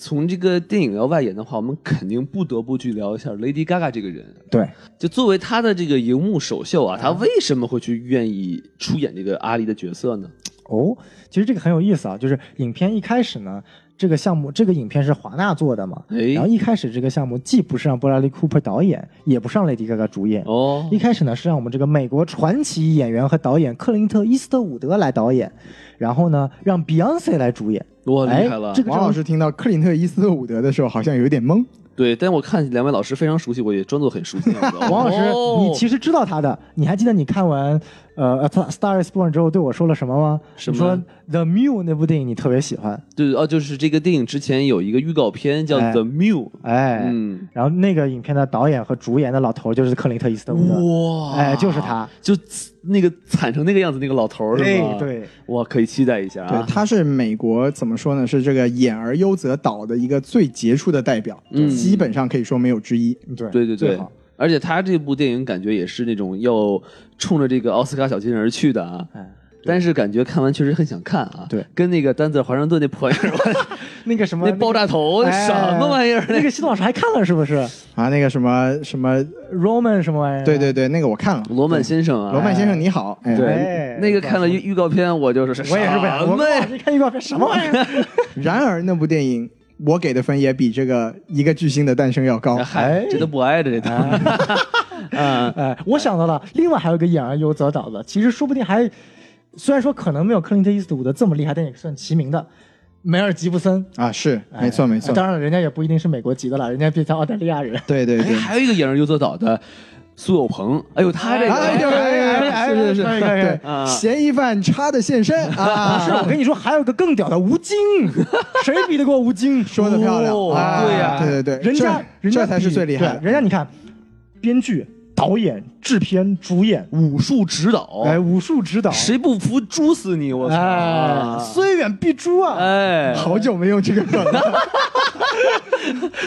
S3: 从这个电影要外延的话，我们肯定不得不去聊一下 Lady Gaga 这个人。
S4: 对。
S3: 就作为她的这个荧幕首秀啊，她为什么会去愿意出演这个阿丽的角色呢？
S4: 哦，其实这个很有意思啊，就是影片一开始呢，这个项目这个影片是华纳做的嘛，
S3: 哎
S4: 然后一开始这个项目既不是让布拉利库珀导演，也不是让 Lady Gaga 主演，
S3: 哦
S4: 一，开始呢是让我们这个美国传奇演员和导演克林特·伊斯特伍德来导演，然后呢让 Beyonce 来主演。
S3: 我厉害了
S4: 哎。这个。
S2: 王老师听到克林特·伊斯特伍德的时候，好像有点懵。
S3: 对，但我看两位老师非常熟悉，我也装作很熟悉的样子 [LAUGHS]
S4: 王老师，
S3: 哦
S4: 你其实知道他的，你还记得你看完呃《A Star Is Born》之后对我说了什么吗？
S3: 什
S4: 你
S3: 么
S4: 说《The Mule》那部电影你特别喜欢，
S3: 对哦，就是这个电影之前有一个预告片叫
S4: 哎
S3: 《The Mule》，
S4: 哎，
S3: 嗯，
S4: 然后那个影片的导演和主演的老头就是克林特·伊斯特伍德，
S3: 哇
S4: 哎，就是，他，
S3: 就那个惨成那个样子那个老头儿是吧？
S4: 哎对，
S3: 哇，可以期待一下
S2: 对
S3: 啊，。
S2: 他是美国怎么说呢？是这个演而优则导的一个最杰出的代表，
S3: 嗯
S2: 基本上可以说没有之一。
S4: 对
S3: 对对
S4: 最
S3: 对
S4: 好。
S3: 而且他这部电影感觉也是那种要冲着这个奥斯卡小金人而去的啊，
S4: 哎，
S3: 但是感觉看完确实很想看啊。
S4: 对，
S3: 跟那个丹泽尔华盛顿那破玩意儿，
S4: [LAUGHS] 那个什么
S3: 那爆炸头
S4: 哎
S3: 什么玩意儿？
S4: 那个系统老师还看了是不是
S2: 啊，那个什么什么，
S4: ？Roman 什么玩意儿？
S2: 对对对，那个我看了。
S3: 罗曼先生啊，
S2: 罗曼先生你好，哎
S3: 对、
S4: 哎
S3: 那个看了预预告片，我就是
S4: 我也是被
S3: 什
S4: 我
S3: 么呀
S4: 们看预告片什么玩意
S3: [LAUGHS]
S4: 儿？
S2: 然而那部电影我给的分也比这个一个巨星的诞生要高。
S4: 啊
S3: 嗨，这都不挨着这都。
S4: [LAUGHS]
S3: 嗯，
S4: 哎，我想到了，另外还有一个演而优则导的，其实说不定还，虽然说可能没有克林特·伊斯特伍德这么厉害，但也算齐名的，梅尔吉布森。
S2: 啊，是，
S4: 哎
S2: 没错没错，
S4: 当然，人家也不一定是美国籍的了，人家变成澳大利亚人。
S2: 对对
S3: 哎，
S2: 对。
S3: 还有一个演而优则导的苏有朋，哎呦，他这个
S2: 哎对对
S4: 哎
S2: 对，是是
S4: 哎
S2: 是，
S4: 哎哎
S2: 对
S3: 啊，
S2: 嫌疑犯插的现身 [LAUGHS]
S4: 不
S2: 啊，
S4: 是，我跟你说，还有一个更屌的
S2: [LAUGHS]
S4: 吴京，谁比得过吴京？
S2: 说的漂亮，
S3: 哦
S2: 啊
S3: 对呀
S2: 对对对，
S4: 人家
S2: 这
S4: 人家
S2: 这才是
S4: 比
S2: 最厉害
S4: 对
S2: 的。
S4: 人家你看，编剧、导演、制片、主演，
S3: 武术指
S2: 哦
S3: 导，
S4: 哎，武术指导，
S3: 谁不服诛死你！我操！
S2: 啊
S4: 哎，虽远必诛啊！
S3: 哎，
S2: 好久没用这个梗
S4: [LAUGHS]
S2: 了，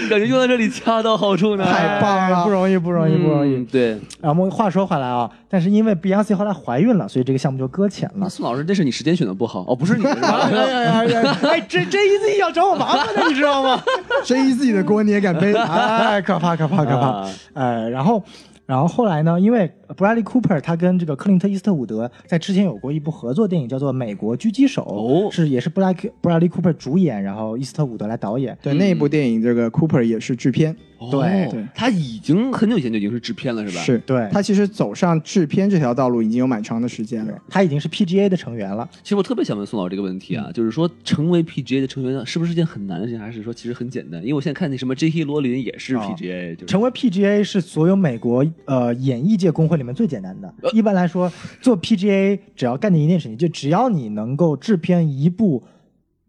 S3: 感觉用在这里恰到好处呢，
S2: 太哎棒啊了
S4: 哎不容易，不容易，不容易
S3: 嗯。对，
S4: 然后我们话说回来啊，但是因为 Beyonce 后来怀孕了，所以这个项目就搁浅
S3: 那
S4: 了。
S3: 宋老师，这是你时间选的不好哦，不是你是吧
S4: 哎呀呀！ [LAUGHS] 哎，这这一次要找我麻烦的，你知道吗？
S2: 真自己 E 的锅你也敢背？
S3: [LAUGHS]
S4: 哎，可怕可怕可怕
S3: 啊！
S4: 呃，然后然后后来呢，因为 Bradley Cooper 他跟这个克林特·伊斯特伍德在之前有过一部合作电影，叫做《美国狙击手》，
S3: 哦
S4: 是也是 Bradley Bradley Cooper 主演，然后伊斯特伍德来导演。
S2: 对，那部电影这个 Cooper 也是制片，
S3: [LAUGHS] 哦
S2: 对
S3: 他已经很久以前就已经是制片了，是吧？
S2: 是
S4: 对
S2: 他其实走上制片这条道路已经有蛮长的时间了。
S4: 他已经是 PGA 的成员了。
S3: 其实我特别想问宋老师这个问题啊，就是说成为 PGA 的成员是不是一件很难的事情，还是说其实很简单？因为我现在看那什么 J.K. 罗琳也是 PGA，、就是
S4: 成为 PGA 是所有美国呃演艺界工会里面最简单的。一般来说，做 PGA 只要干定一件事情，就只要你能够制片一部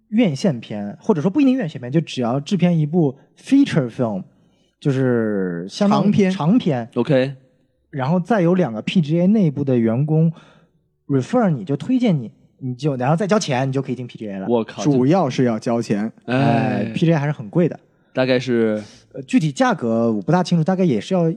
S4: 院线片，或者说不一定院线片，就只要制片一部 feature film，就是相当于
S2: 长片
S4: 长片，
S3: OK
S4: 然后再有两个 PGA 内部的员工 refer 你，就推荐你，你就然后再交钱，你就可以进 PGA 了。
S3: 我靠，
S2: 主要是要交钱，
S4: 哎
S3: 哎，
S4: ，PGA 还是很贵的。
S3: 大概是
S4: 呃具体价格我不大清楚，大概也是要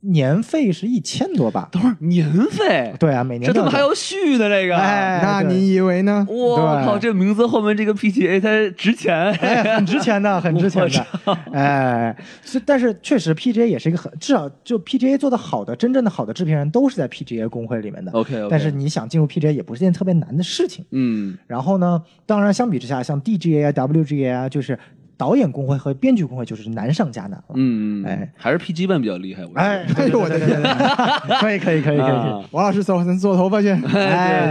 S4: 年费是一千多吧。
S3: 等会儿年费，
S4: 对啊，每年
S3: 这
S4: 都
S3: 他
S4: 要
S3: 妈还有续的这个，
S4: 哎
S2: 那
S4: 对
S2: 你以为呢？
S3: 我
S4: 对
S3: 靠，这名字后面这个 PGA 它值钱，
S4: [LAUGHS] 哎，很值
S3: [LAUGHS]
S4: 钱的，很值钱的
S3: 我。
S4: 哎，是，但是确实 PGA 也是一个很，至少就 PGA 做的好的，真正的好的制片人都是在 PGA 工会里面的。
S3: OK，OK
S4: 但是你想进入 PGA 也不是件特别难的事情。
S3: 嗯，
S4: 然后呢，当然相比之下，像 DGA 啊、WGA 啊，就是导演工会和编剧工会就是难上加难了。
S3: 嗯，
S4: 哎，
S3: 还是 PG 办比较厉害，我觉得
S4: 哎，
S2: [LAUGHS] 哎呦我的天哪！
S4: 可以可以可以可以。
S3: [LAUGHS] 啊，
S2: 王老师走，做头发去。
S4: 哎，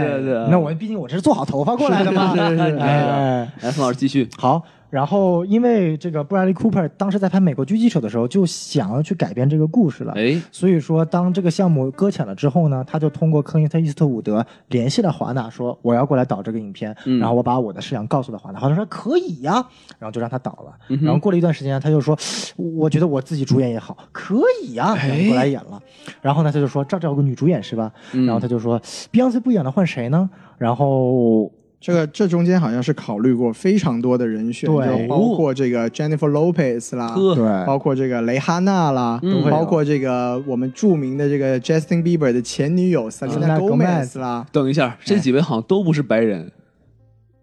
S3: [LAUGHS] 对对对
S4: 那我毕竟我这是做好头发过来的
S3: [LAUGHS]
S4: 嘛。
S3: 是是是是
S4: 哎，
S3: 来，宋老师继续，
S4: 好，然后因为这个布莱利·库珀当时在拍《美国狙击手》的时候，就想要去改编这个故事了。
S2: 啊
S3: 哎，
S4: 所以说，当这个项目搁浅了之后呢，他就通过克林特·伊斯特伍德联系了华纳，说我要过来导这个影片，
S3: 嗯
S4: 然后我把我的事想告诉了华纳，华纳说可以呀、然后就让他导了。
S3: 嗯
S4: 然后过了一段时间，他就说，我觉得我自己主演也好，可以呀、
S3: 哎
S4: 然后过来演了。然后呢，他就说这这有个女主演是吧？
S3: 嗯
S4: 然后他就说，Beyonce 不演了，换谁呢？然后
S2: 这个这中间好像是考虑过非常多的人选，
S4: 对
S2: 就包括这个 Jennifer Lopez 啦，
S3: 呵
S4: 对
S2: 包括这个蕾哈娜啦，
S3: 嗯
S2: 包括这个我们著名的这个 Justin Bieber 的前女友 Selena
S4: Selena Gomez
S2: Gomez 啦。
S3: 等一下，这几位好像都不是白人，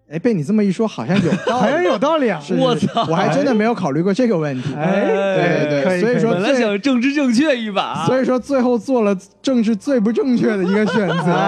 S2: 哎，被你这么一说，好像有道
S4: 好像
S2: 理。
S4: 有道理啊。
S2: 是是是
S3: 我操
S2: 我还真的没有考虑过这个问题。
S4: 哎
S2: 对对
S4: 可
S2: 对，
S4: 以
S2: 所以说
S3: 本来
S2: 最
S3: 想政治正确一把，
S2: 哎所以说最后做了政治最不正确的一个选择。
S4: [LAUGHS]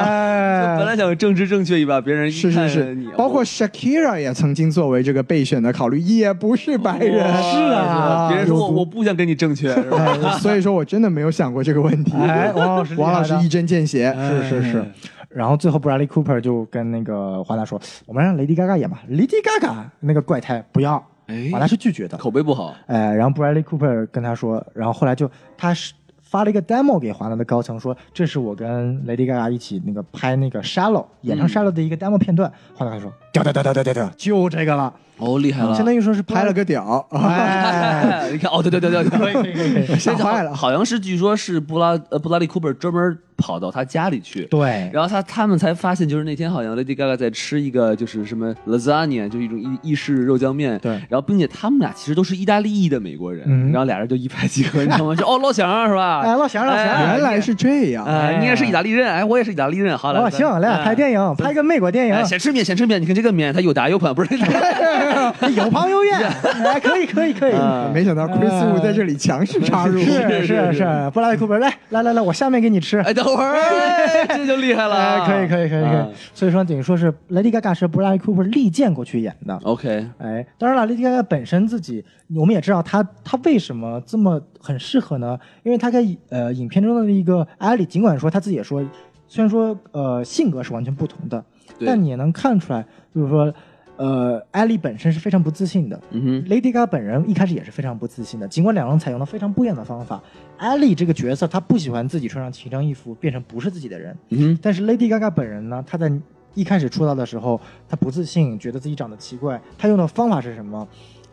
S4: 哎，
S3: 本来想政治正确一把，别人一
S2: 是是
S3: 看你
S2: 是，包括 Shakira 也曾经作为这个备选的考虑，也不是白人，
S3: 哇
S4: 啊
S3: 别人说
S4: 有
S3: 我我不想跟你
S2: [LAUGHS]
S3: 正确，是吧？
S2: 哎所以说我真的没有想过这个问题。
S4: 哎王老师厉害
S2: 王
S4: 哎了
S2: 老师一针见血，
S4: 是是是。然后最后布拉利·库珀就跟那个华纳说：“我们让 Lady Gaga 演吧。”Lady Gaga 那个怪胎不要
S3: 哎，
S4: 华纳是拒绝的。
S3: 口碑不好，
S4: 呃，然后 Bradley Cooper 跟他说，然后后来就他是发了一个 demo 给华纳的高层说，这是我跟 Lady Gaga 一起那个拍那个 Shallow 演唱 Shallow 的一个 demo 片段，华纳说，屌屌屌屌屌屌屌，就这个了，
S3: 哦，厉害了，
S4: 相当于说是
S2: 拍了
S4: 个，
S2: 个
S4: [LAUGHS]
S2: 屌，
S4: 哎，
S3: 哎，你看，哦，对对对对
S4: 可以可
S3: 对。
S4: 以可以可
S2: [LAUGHS]
S4: 以，
S2: 吓坏了。
S3: 好像是据说是布拉呃布拉利库珀专门跑到他家里去，
S4: 对，
S3: 然后他他们才发现，就是那天好像 Lady Gaga 在吃一个就是什么 lasagna，就是一种意意式肉酱面。
S4: 对
S3: 然后并且他们俩其实都是意大利裔的美国人，
S4: 嗯
S3: 然后俩人就一拍即合，你知道
S4: [LAUGHS]
S3: 吗？说哦，老乡是吧？
S4: 哎，老乡老
S3: 哎
S4: 乡，
S2: 原来是这样，
S3: 哎，你也是意大利人，哎，我也是意大利人，好，
S4: 老乡，哦来拍电
S3: 影。
S4: 影，拍个美国电
S3: 嗯哎，
S4: 影，
S3: 先吃面，先吃面。你看这个面，它又大又宽，不是？ [LAUGHS]
S4: [LAUGHS] 有朋有远，哎，可以可以可以。
S3: 啊
S2: 没想到 Chris Wu 在这里强势插入，
S4: 哎是
S3: 是是
S4: 是是，布拉利库珀，来来来来，我下面给你吃。
S3: 嗯哎，等会儿，哎这就厉害了
S4: 哎，
S3: 啊。
S4: 可以可以可以可
S3: 啊
S4: 以。所以说等于说是 Lady Gaga 是 Bradley Cooper 力荐过去演的。
S3: OK，
S4: 哎，当然了，Lady Gaga 本身自己，我们也知道她她为什么这么很适合呢？因为她在呃影片中的一个艾莉，尽管说她自己也说，虽然说呃性格是完全不同的，
S3: 对
S4: 但你也能看出来，就是说呃艾莉本身是非常不自信的，
S3: 嗯哼，
S4: Lady Gaga 本人一开始也是非常不自信的，尽管两人采用了非常不一样的方法。Ellie 这个角色，她不喜欢自己穿上奇装异服，变成不是自己的人。
S3: 嗯哼，
S4: 但是 Lady Gaga 本人呢，她在一开始出道的时候，她不自信，觉得自己长得奇怪。她用的方法是什么？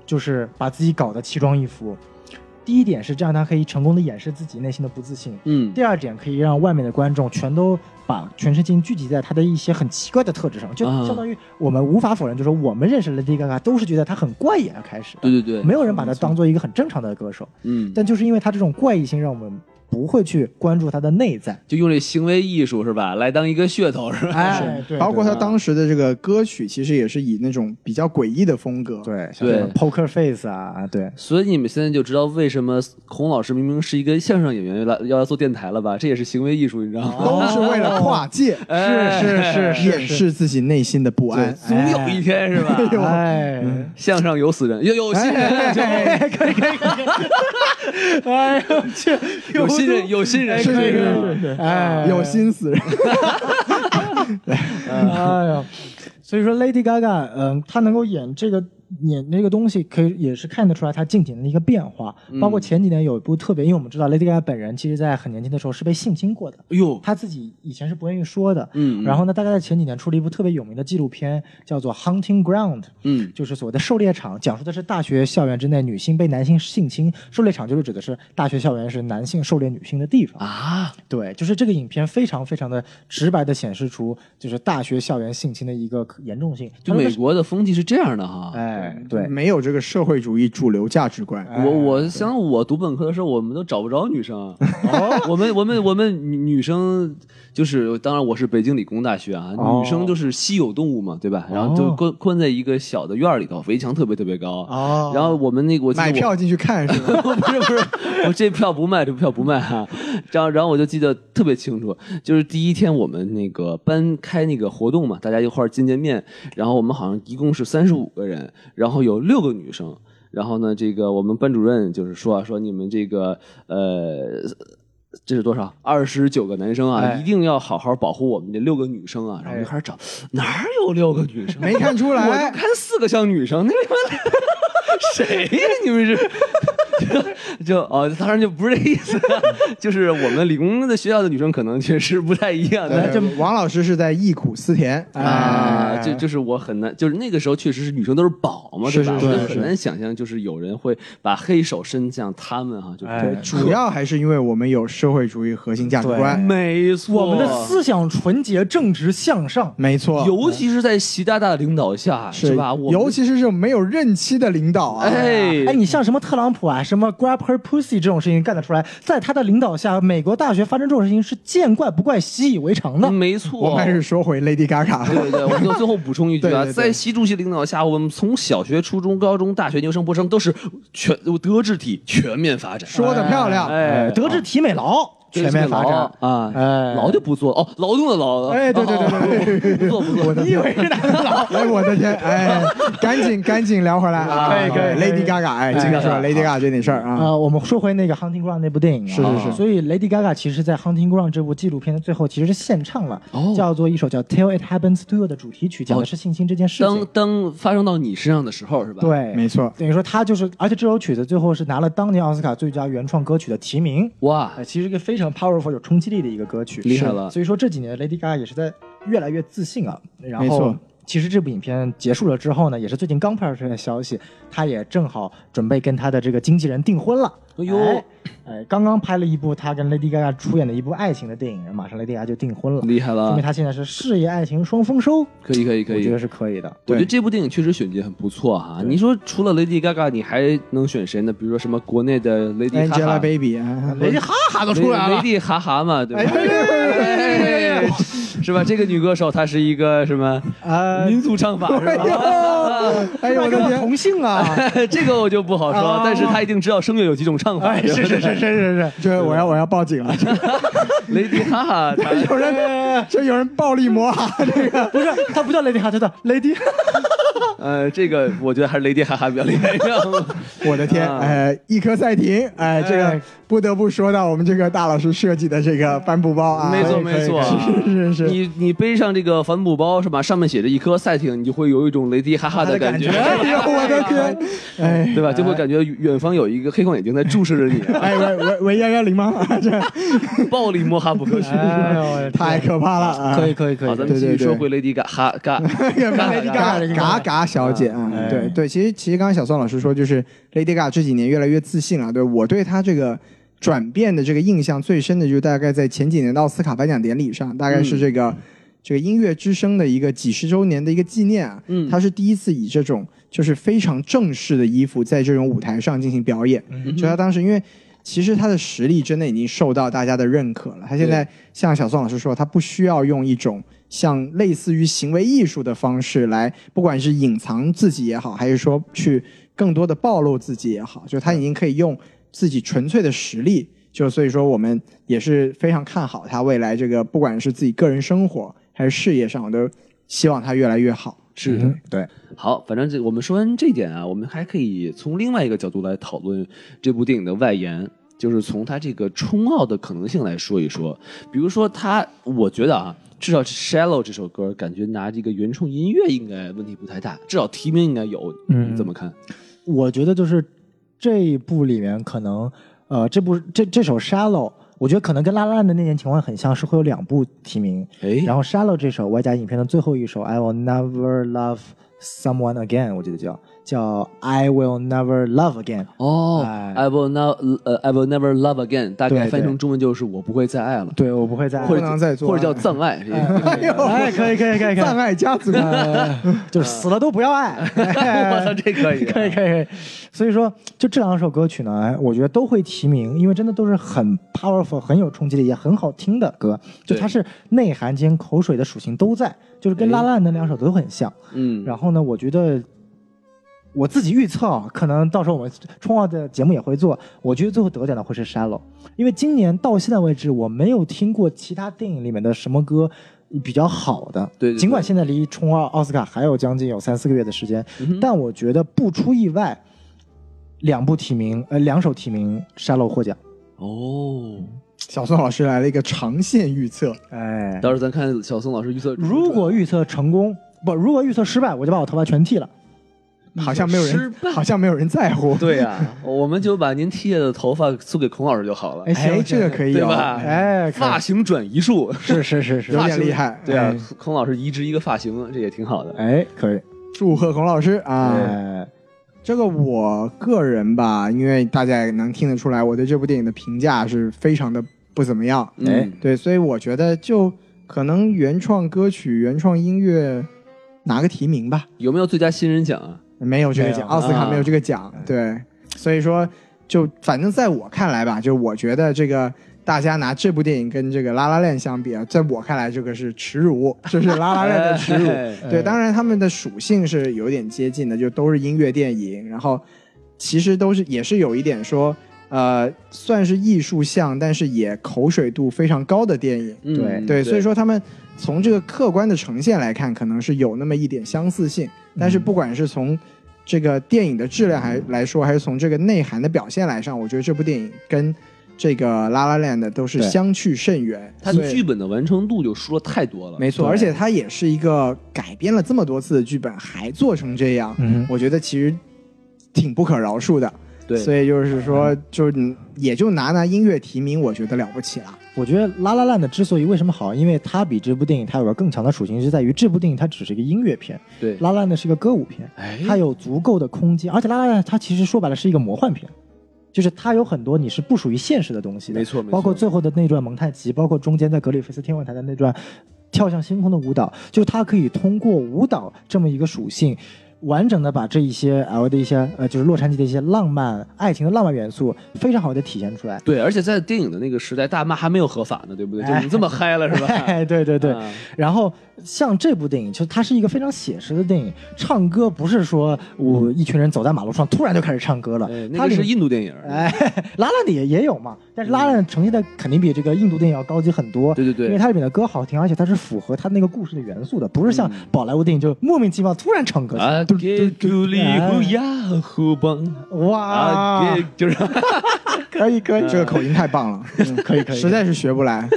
S4: 就是把自己搞得奇装异服。第一点是这样，她可以成功的掩饰自己内心的不自信。
S3: 嗯，
S4: 第二点可以让外面的观众全都把全身心聚集在他的一些很奇怪的特质上，就
S3: 啊
S4: 相当于我们无法否认，就是说我们认识 Lady Gaga 都是觉得她很怪异而开始的，
S3: 对对对，
S4: 没有人把她当做一个很正常的歌手，
S3: 嗯，
S4: 但就是因为她这种怪异性，让我们不会去关注她的内在。
S3: 就用这行为艺术是吧，来当一个噱头是吧？
S4: 哎，对，
S2: 包括
S4: 对
S2: 他当时的这个歌曲，其实也是以那种比较诡异的风格。
S4: 对像什么
S3: 对
S4: Poker Face 啊，对，
S3: 所以你们现在就知道为什么孔老师明明是一个相声演员，来要来做电台了吧？这也是行为艺术，你知道
S4: 哦
S2: 都
S3: 吗？
S2: 是为了跨界，
S3: 哎
S4: 是是是
S2: 掩饰自己内心的不安。
S3: [LAUGHS] 总有一天是吧？嗯
S4: 哎，
S3: [LAUGHS] 相上有死人，有有新人，
S4: 哎可以可以可以，哎呦我去，
S3: [LAUGHS] 有新人，有新人，
S2: 是是是
S4: 是，哎，
S2: 有心思人，
S4: 哎呀，所以说 Lady Gaga，嗯、她能够演这个演那个东西，可以也是看得出来她近几年的一个变化。
S3: 嗯
S4: 包括前几年有一部特别，因为我们知道 Lady Gaga 本人其实在很年轻的时候是被性侵过的，
S3: 哟，
S4: 她自己以前是不愿意说的。
S3: 嗯嗯
S4: 然后呢，大概在前几年出了一部特别有名的纪录片，叫做《Hunting Ground》。
S3: 嗯
S4: 就是所谓的狩猎场，讲述的是大学校园之内女性被男性性侵，狩猎场就是指的是大学校园是男性狩猎女性的地方。
S3: 啊，
S4: 对，就是这个影片非常非常的直白的显示出，就是大学校园性侵的一个可严重性。
S3: 就
S4: 它那个
S3: 美
S4: 是，
S3: 国的风气是这样的哈。
S4: 哎，对，
S2: 没有这个社会主义主流价值观。
S3: 我我想我读本科的时候，我们都找不着女生。
S2: [LAUGHS]
S3: 哦，我们我们我们女女生就是，当然我是北京理工大学啊，
S4: 哦
S3: 女生就是稀有动物嘛，对吧？然后就关关在一个小的院儿里头，围墙特别特别高。
S2: 哦
S3: 然后我们那个我记得
S2: 买
S3: 我
S2: 票进去看是
S3: [LAUGHS]
S2: 吧？
S3: 不是不是，我这票不卖，这票不卖啊。然后然后我就记得特别清楚，就是第一天我们那个班开那个活动嘛，大家一块儿见见面，然后我们好像一共是三十五个人，然后有六个女生。然后呢，这个我们班主任就是说啊，说你们这个呃。这是多少？二十九个男生啊，
S4: 哎
S3: 一定要好好保护我们这六个女生啊！然后我就开始找，哪儿有六个女生？
S2: 哎没看出
S3: 我就
S2: 来，
S3: 看四个像女生，
S2: [LAUGHS]
S3: 那你们谁呀、你们是？就哦，当然就不是这意思， [LAUGHS] 就是我们理工的学校的女生可能确实不太一样，但
S2: 呃
S3: 这
S2: 王老师是在忆苦思甜哎
S3: 啊，就就是我很难，就是那个时候确实是女生都是宝嘛，
S2: 是
S3: 对吧？
S2: 是
S3: 我
S2: 是
S3: 就很难想象，就是有人会把黑手伸向他们哈、就
S4: 哎
S3: 是
S2: 主要还是因为我们有社会主义核心价值观，
S3: 没错，
S4: 我们的思想纯洁、正直向上。
S2: 没错，
S3: 尤其是在习大大的领导下，
S2: 是
S3: 吧？我们
S2: 尤其是这种没有任期的领导啊，
S3: 哎
S4: 哎，你像什么特朗普啊，什么 grab her pussy 这种事情干得出来，在他的领导下，美国大学发生这种事情是见怪不怪、习以为常的。
S3: 没错，
S2: 我们还是说回 Lady Gaga，
S3: [LAUGHS] 对对，我就最后补充一句
S2: 对
S3: 啊，
S2: 对对
S3: 在习主席领导下，我们从小学、初中、高中、大学、研究生、博士生都是全德智体全面发展。
S2: 说的漂亮，
S3: 哎，
S4: 德智体美劳，全面发展。
S3: 啊，
S4: 哎
S3: 劳就不做哦，劳动的劳，
S4: 哎对对对对
S3: 对对，不做不做，
S4: 你以为是哪个老？
S2: 哎，我的天！哎，赶紧赶紧聊回来啊！
S4: [LAUGHS] 可以可以可
S2: ，Lady
S4: 以
S2: Gaga，哎，
S4: 哎
S2: 今天说
S3: 哎
S2: Lady Gaga 这点事儿啊，
S4: 啊，我们说回那个《Hunting Ground》那部电影啊，
S2: 是是是
S4: 所以 Lady Gaga 其实在《Hunting Ground》这部纪录片的最后其实是献唱了，
S3: 哦
S4: 叫做一首叫《Till It Happens to You》的主题曲，
S2: 哦
S4: 讲的是性侵这件事情。
S3: 当当发生到你身上的时候是吧？，
S4: 对，
S2: 没错。
S4: 等于说他就是，而且这首曲子最后是拿了当年奥斯卡最佳原创歌曲的提名。
S3: 哇
S4: 呃，，其实一个非常 powerful 有冲击力的一个歌曲，
S3: 厉害了
S4: 所以说这几年 Lady Gaga 也是在越来越自信啊。然
S2: 没
S4: 后
S2: 错，
S4: 其实这部影片结束了之后呢，也是最近刚拍出来的消息，她也正好准备跟她的这个经纪人订婚了。
S3: 哎呦
S4: 哎，哎刚刚拍了一部她跟 Lady Gaga 出演的一部爱情的电影，马上 Lady Gaga 就订婚了，
S3: 厉害
S4: 说
S3: 了
S4: 明，她现在是事业爱情双丰收，
S3: 可以可以可
S4: 我觉
S3: 以
S4: 得。是可以的。
S3: 我觉得这部电影确实选角很不错哈、你说除了 Lady Gaga，你还能选谁呢？比如说什么国内的 Lady 哈哈
S2: Angelababy，啊
S4: 雷迪哈哈都出来了，
S3: ，Lady 哈哈嘛，对吧？哎是吧？这个女歌手她是一个什么
S2: 啊，
S3: 民族唱法是
S4: 哎
S3: 吧？ [LAUGHS]
S2: 哎呦我的天！
S4: 同性啊！
S3: 这个我就不好说，但是她一定知道声乐有几种唱法。
S4: 哎，是是是是是哎
S2: 这我要我要报警了！
S3: ，Lady 哈哈，她
S2: 有
S4: [LAUGHS]
S2: 人这有人暴力啊摩哈这
S4: 是，
S2: 个，
S4: [LAUGHS] 不是他不叫雷迪哈，他叫雷迪。
S3: 呃，这个我觉得还是 Lady 哈哈比较厉害。
S2: 我的天！
S3: 啊
S2: 哎，一颗赛停，哎，这个不得不说到我们这个大老师设计的这个帆布包啊，
S3: 没错
S2: 可以
S3: 没错，
S2: 可以是是是，
S3: 你你背上这个帆布包是吧？上面写着一颗赛艇，你就会有一种雷迪哈哈的感觉，
S2: 哎呦我的
S4: [LAUGHS]
S2: 天！哎
S3: 对吧？就会感觉远方有一个黑框眼睛在注视着
S2: [LAUGHS]
S3: 你，
S2: 哎喂喂喂幺幺零吗？ [LAUGHS] 这
S3: 暴力摸哈不可取。
S4: [LAUGHS] 哎呦 [LAUGHS] 我的
S2: 太
S4: 天
S2: 可怕了啊！
S4: 可以可以可
S3: 好，
S4: 以
S3: 咱
S4: 可以，
S3: 们继续
S2: 对对对
S3: 说回 Lady Ga 哈嘎，
S2: [LAUGHS]
S3: [LAUGHS]
S2: 也没 Lady Gaga
S4: Gaga
S2: 嘎嘎小姐啊，
S4: 哎
S2: 对对，其实其实刚刚小宋老师说，就是 Lady Gaga 这几年越来越自信了，对我对她这个。转变的这个印象最深的，就大概在前几年的奥斯卡颁奖典礼上，大概是这个、这个音乐之声的一个几十周年的一个纪念啊，
S3: 嗯
S2: 他是第一次以这种就是非常正式的衣服在这种舞台上进行表演，
S3: 嗯
S2: 就他当时因为其实他的实力真的已经受到大家的认可了。他现在像小宋老师说，他不需要用一种像类似于行为艺术的方式来，不管是隐藏自己也好，还是说去更多的暴露自己也好，就他已经可以用自己纯粹的实力。就所以说，我们也是非常看好他未来这个，不管是自己个人生活还是事业上，我都希望他越来越好。嗯
S3: 是的，对。好，反正这我们说完这一点啊，我们还可以从另外一个角度来讨论这部电影的外延，就是从它这个冲奥的可能性来说一说。比如说它，我觉得啊，至少《Shallow》这首歌，感觉拿这个原创音乐应该问题不太大，至少提名应该有。
S4: 嗯
S3: 你怎么看？
S4: 我觉得就是这一部里面可能，呃，这部这这首《Shallow》，我觉得可能跟《拉拉烂》的那年情况很像，是会有两部提名。
S2: 嗯
S3: 哎
S4: 然后《Shallow》这首外加影片的最后一首《I Will Never Love Someone Again》，我记得叫叫《I Will Never Love Again》。
S3: 哦、
S4: 哎
S3: i will not，呃、i will never love again，大概
S4: 对
S3: 翻
S4: 对
S3: 成中文就是我不会再爱了，
S4: 对，我不会再爱
S3: 或者
S2: 不能再做
S3: 或者叫
S2: 爱
S3: 葬爱，是吧
S2: [LAUGHS] 哎呦，
S4: 哎，可以可以可以 [LAUGHS] 可
S2: 赞
S4: 以，
S2: 爱家族，
S4: 就是死了都不要 [LAUGHS] 爱。
S3: [LAUGHS] 我操，这可以、啊
S4: [LAUGHS] 可以可以可以，所以说就这两首歌曲呢，哎我觉得都会提名，因为真的都是很 powerful、很有冲击力、也很好听的歌，就
S3: 对
S4: 它是内涵兼口水的属性都在，就是跟
S3: 哎
S4: 拉拉的那两首都很像。
S3: 嗯，
S4: 然后呢，我觉得我自己预测啊，可能到时候我们冲奥的节目也会做，我觉得最后得奖的会是 Shallow，因为今年到现在为止，我没有听过其他电影里面的什么歌。比较好的，
S3: 对对对
S4: 尽管现在离冲奥奥斯卡还有将近有三四个月的时间，但我觉得不出意外，两部提名，呃，两首提名，Shallow 获奖。
S3: 哦。
S2: 小宋老师来了一个长线预测，
S4: 哎，
S3: 到时候咱看小宋老师预测，
S4: 如果预测成功，不，如果预测失败，我就把我头发全剃了。
S2: 好像没有
S3: 嗯失
S2: 人
S3: 败，
S2: 好像没有人在乎。
S3: [LAUGHS] 对啊呀、我们就把您剃下的头发送给孔老师就好了，
S2: [LAUGHS]
S4: 哎
S2: 哎，
S4: 行
S2: 这个可以
S3: [LAUGHS] 对
S2: 有，
S3: 吧？
S4: 哎，
S3: 发型转移术
S2: 哎
S4: 是是是是
S2: 有，
S3: 发
S2: 点
S3: 型
S2: 厉害。
S3: 对啊
S2: 哎，
S3: 孔老师移植一个发型，这也挺好的。
S4: [LAUGHS] 哎，可以，
S2: 祝贺孔老师啊！
S4: 哎，
S2: 这个我个人吧，因为大家也能听得出来，我对这部电影的评价是非常的不怎么样。
S4: 哎
S3: 嗯，
S2: 对，所以我觉得就可能原创歌曲、原创音乐拿个提名吧，
S3: 有没有最佳新人奖啊？
S2: 没有这个
S4: 没
S2: 奖，
S4: 有
S2: 奥斯卡
S3: 啊
S2: 没有这个奖。对，所以说就反正在我看来吧，就我觉得这个。大家拿这部电影跟这个《拉拉链》相比啊，在我看来，这个是耻辱，这是《拉拉链》的耻辱。
S3: 哎
S2: 对，
S4: 呃
S2: 当然他们的属性是有点接近的，就都是音乐电影，然后其实都是也是有一点说呃，算是艺术向，但是也口水度非常高的电影。
S3: [LAUGHS] 嗯
S2: 对对，所以说他们从这个客观的呈现来看，可能是有那么一点相似性，但是
S3: 嗯
S2: 不管是从这个电影的质量还来说，还是从这个内涵的表现来上，我觉得这部电影跟这个《拉拉 land》都是
S3: 对
S2: 相去甚远。
S3: 它
S2: 所以
S3: 剧本的完成度就输了太多了。
S2: 没错，
S3: 对
S2: 而且它也是一个改编了这么多次的剧本，还做成这样，
S6: 嗯
S2: 我觉得其实挺不可饶恕的。
S3: 对嗯
S2: 所以就是说，就是你也就拿拿音乐提名，我觉得了不起了。
S4: 我觉得《拉拉烂》的之所以为什么好，因为它比这部电影它有个更强的属性，是在于这部电影它只是一个音乐片，
S3: 对
S4: 《拉拉烂》是一个歌舞片，
S3: 哎
S4: 它有足够的空间，而且《拉拉烂》它其实说白了是一个魔幻片，就是它有很多你是不属于现实的东西的，
S3: 没错没错
S4: 包括最后的那段蒙太奇，包括中间在格里菲斯天文台的那段跳向星空的舞蹈，就它可以通过舞蹈这么一个属性。完整的把这一些 L 的一些呃，就是洛杉矶的一些浪漫、爱情的浪漫元素，非常好的体现出来。
S3: 对，而且在电影的那个时代，大妈还没有合法呢，对不对？就
S4: 哎
S3: 你这么嗨了是 [LAUGHS] 吧？
S4: 哎，对对对。
S3: 啊
S4: 然后像这部电影，就它是一个非常写实的电影，唱歌不是说我一群人走在马路上突然就开始唱歌了，
S3: 哎，那
S4: 它
S3: 个
S4: 里
S3: 是
S4: 面
S3: 印度电影。
S4: 哎，拉拉的也也有嘛，但是拉拉的呈现的肯定比这个印度电影要高级很多。
S3: 对对对
S4: 因为它里面的歌好听，而且它是符合它那个故事的元素的，不是像宝莱坞电影就莫名其妙突然唱歌。
S3: 啊，给古里胡呀胡邦
S4: 哇，
S3: 啊，给就是
S4: 可以可以，
S2: 这个口音太棒
S4: [LAUGHS]
S2: 了，嗯
S4: 可以可以，嗯
S2: 实在是学不来，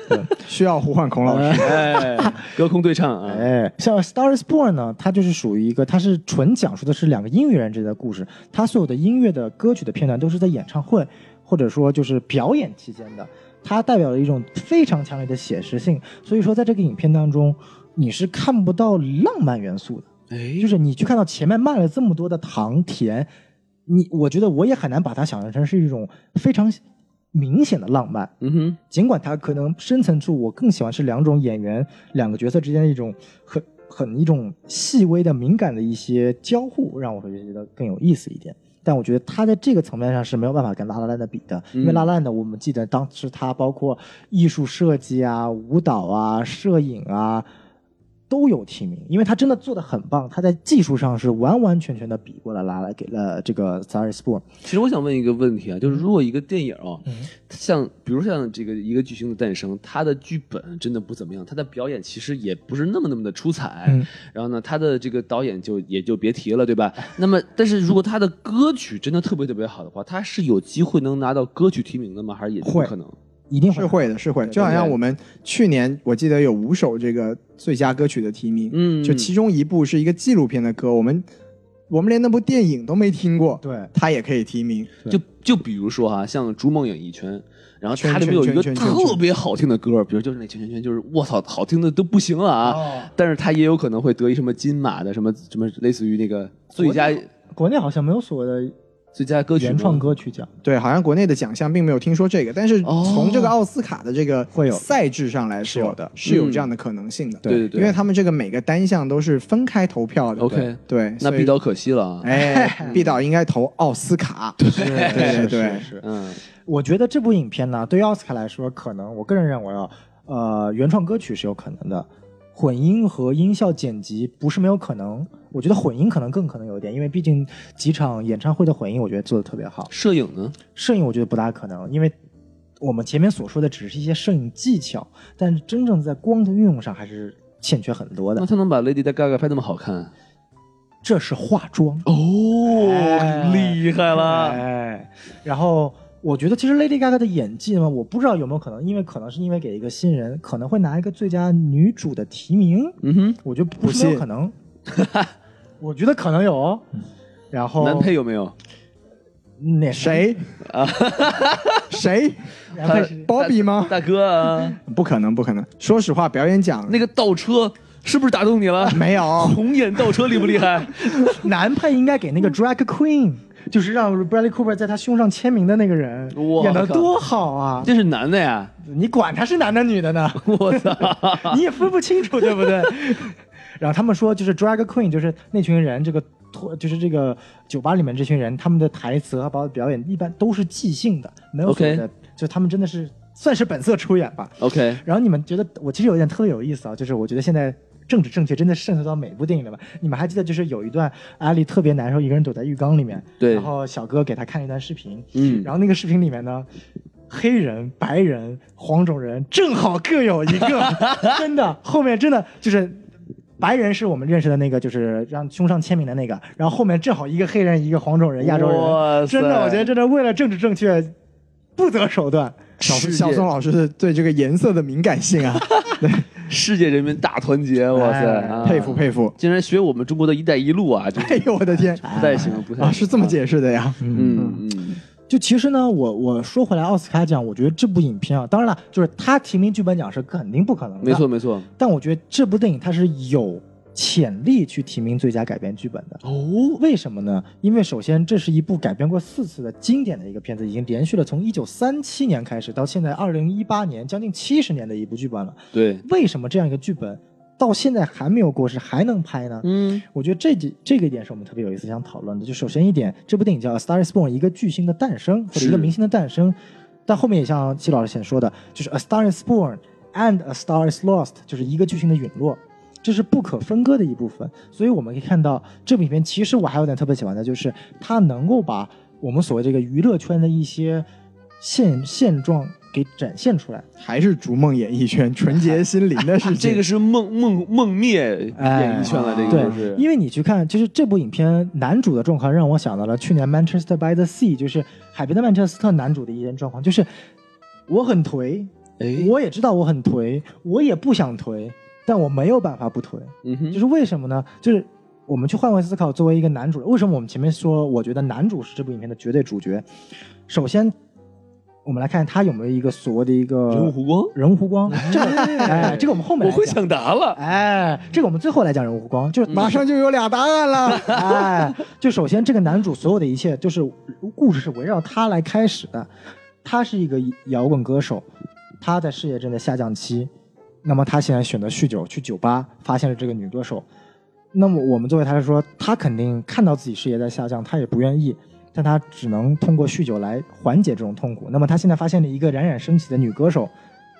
S2: 需要呼唤孔老师。
S3: 哎，隔空对唱啊，
S4: 哎，像《Star Is Born》呢，它就是属于一个，它是纯讲述的是两个音乐人之间的故事，它所有的音乐的歌曲的片段都是在演唱会或者说就是表演期间的，它代表了一种非常强烈的写实性，所以说在这个影片当中，你是看不到浪漫元素的。
S3: 哎
S4: 就是你去看到前面卖了这么多的糖甜，你我觉得我也很难把它想象成是一种非常明显的浪漫。
S3: 嗯哼，
S4: 尽管它可能深层处，我更喜欢是两种演员、两个角色之间的一种很很一种细微的、敏感的一些交互，让我会觉得更有意思一点。但我觉得他在这个层面上是没有办法跟拉拉烂的比的，因为拉拉烂的我们记得当时他包括艺术设计啊、舞蹈啊、摄影啊都有提名，因为他真的做的很棒，他在技术上是完完全全的比过了拉拉给了这个 Star is Born。
S3: 其实我想问一个问题啊，就是如果一个电影啊，像比如像这个一个巨星的诞生，它的剧本真的不怎么样，它的表演其实也不是那么那么的出彩，
S4: 嗯
S3: 然后呢，它的这个导演就也就别提了，对吧？那么，但是如果它的歌曲真的特别特别好的话，它是有机会能拿到歌曲提名的吗？还是也不
S2: 会
S3: 可能？
S4: 一
S2: [LAUGHS]
S4: 定
S2: 是会的，是会的，就好像我们去年我记得有五首这个最佳歌曲的提名，
S3: 嗯
S2: 就其中一部是一个纪录片的歌，我们我们连那部电影都没听过，
S4: 对
S2: 它也可以提名，
S3: 就就比如说哈、像《逐梦演艺圈》，然后它
S2: 圈
S3: 里面有一个
S2: 圈圈圈
S3: 特别好听的歌，比如就是那圈圈圈，就是我操，好听的都不行了啊！但是它也有可能会得一什么金马的什么什么，类似于那个最佳
S4: 国内好像没有所谓的
S3: 最佳歌曲
S4: 原创
S3: 吗。
S4: 歌曲奖。
S2: 对，好像国内的奖项并没有听说这个，但是
S3: 哦
S2: 从这个奥斯卡的这个
S4: 会有
S2: 赛制上来说的，是有这样的可能性的。
S3: 嗯对对对
S2: 因为他们这个每个单项都是分开投票的。
S3: OK
S2: 对，
S3: 那
S2: 所以
S3: 毕导可惜了啊。 [LAUGHS]
S2: 哎，毕导应该投奥斯卡。对对对对，
S3: 嗯，
S4: 我觉得这部影片呢，对于奥斯卡来说，可能我个人认为啊，呃，原创歌曲是有可能的，混音和音效剪辑不是没有可能。我觉得混音可能更可能有一点，因为毕竟几场演唱会的混音，我觉得做的特别好。
S3: 摄影呢？
S4: 摄影我觉得不大可能，因为我们前面所说的只是一些摄影技巧，但真正在光的运用上还是欠缺很多
S3: 那
S4: 的。
S3: 他能把 Lady Gaga 拍那么好看？啊
S4: 这是化妆。
S3: 哦，
S2: 哎
S3: 厉害了！
S4: 哎，然后我觉得其实 Lady Gaga 的演技呢，我不知道有没有可能，因为可能是因为给一个新人，可能会拿一个最佳女主的提名，
S3: 嗯哼，
S4: 我觉得不是没有可能。
S3: [LAUGHS]
S4: 我觉得可能有哦。然后
S3: 男配有没有？
S4: 那
S3: [LAUGHS]
S2: 谁啊？谁？
S4: 男配是
S2: 鲍比吗？
S3: 大哥啊，
S2: 不可能，不可能。说实话，表演奖
S3: 那个倒车是不是打动你了？
S2: [LAUGHS] 没有。
S3: 红眼倒车厉不厉害？
S4: 男配应该给那个 Drag Queen，就是让 Bradley Cooper 在他胸上签名的那个人，
S3: 哇
S4: 演的
S3: 靠
S4: 多好啊！
S3: 这是男的呀！
S4: 你管他是男的女的呢？
S3: 我操！
S4: [LAUGHS] 你也分不清楚，对不对？
S3: [LAUGHS]
S4: 然后他们说，就是 drag queen，就是那群人，这个脱，就是这个酒吧里面这群人，他们的台词和包括表演一般都是即兴的，没有所谓的就他们真的是算是本色出演吧。
S3: OK，
S4: 然后你们觉得我其实有一点特别有意思啊，就是我觉得现在政治正确真的渗透到每部电影里面。你们还记得就是有一段艾丽特别难受，一个人躲在浴缸里面，
S3: 对
S4: 然后小哥给他看了一段视频，
S3: 嗯，
S4: 然后那个视频里面呢，黑人、白人、黄种人正好各有一 [LAUGHS] 个，真的，后面真的就是。白人是我们认识的那个，就是让胸上签名的那个，然后后面正好一个黑人，一个黄种人，亚洲
S3: 哇
S4: 人，
S3: 塞
S4: 真的，我觉得真的为了政治正确不择手段。
S2: 小
S3: 世界
S2: 小宋老师对这个颜色的敏感性啊，
S3: 世界人民大团结，哇塞，
S4: 哎
S3: 啊
S2: 佩服佩服。 [LAUGHS]
S3: 竟然学我们中国的一带一路啊，这
S4: [LAUGHS]
S2: 哎呦我的天
S3: 不太行，不太行
S2: 啊，是这么，解释的呀？
S3: 嗯嗯，
S4: 就其实呢，我我说回来，奥斯卡奖，我觉得这部影片啊，当然了，就是他提名剧本奖是肯定不可能的，
S3: 没错。没错，
S4: 但我觉得这部电影它是有潜力去提名最佳改编剧本的。
S3: 哦，
S4: 为什么呢？因为首先这是一部改编过四次的经典的一个片子，已经连续了从一九三七年开始到现在二零一八年，将近七十年的一部剧本了。
S3: 对，
S4: 为什么这样一个剧本到现在还没有过时，还能拍呢？
S3: 嗯，
S4: 我觉得这几这个一点是我们特别有意思想讨论的。就首先一点，这部电影叫《A Star Is Born》，一个巨星的诞生或者
S3: 是
S4: 一个明星的诞生，但后面也像季老师先说的，就是《A Star Is Born》and《A Star Is Lost》，就是一个巨星的陨落，这是不可分割的一部分。所以我们可以看到，这部影片其实我还有点特别喜欢的，就是它能够把我们所谓这个娱乐圈的一些现现状给展现出来。
S2: 还是逐梦演艺圈，纯洁心灵的事情。
S3: [LAUGHS] 这个是梦梦梦灭
S4: 哎
S3: 演艺圈了，这个
S4: 对
S3: 就，是，
S4: 因为你去看，就是这部影片男主的状况让我想到了去年《Manchester by the Sea》，就是海边的曼彻斯特男主的一人状况，就是我很颓，
S3: 哎，
S4: 我也知道我很颓，我也不想颓，但我没有办法不颓，
S3: 嗯哼，
S4: 就是为什么呢？就是我们去换位思考，作为一个男主，为什么我们前面说，我觉得男主是这部影片的绝对主角？首先，我们来看他有没有一个所谓的一个
S3: 人物弧光，
S4: 人物
S3: [LAUGHS]
S4: 弧光，这个哎，这个我们后面
S3: 我
S4: 来
S3: 会
S4: 讲
S3: 抢答了，
S4: 哎，这个我们最后来讲人物弧光，就是
S2: 马上就有俩答案了。
S4: 哎， [LAUGHS] 就首先这个男主所有的一切，就是故事是围绕他来开始的。他是一个摇滚歌手，他在事业正在下降期，那么他现在选择酗酒，去酒吧发现了这个女歌手。那么我们作为他来说，他肯定看到自己事业在下降，他也不愿意，但他只能通过酗酒来缓解这种痛苦。那么他现在发现了一个冉冉升起的女歌手，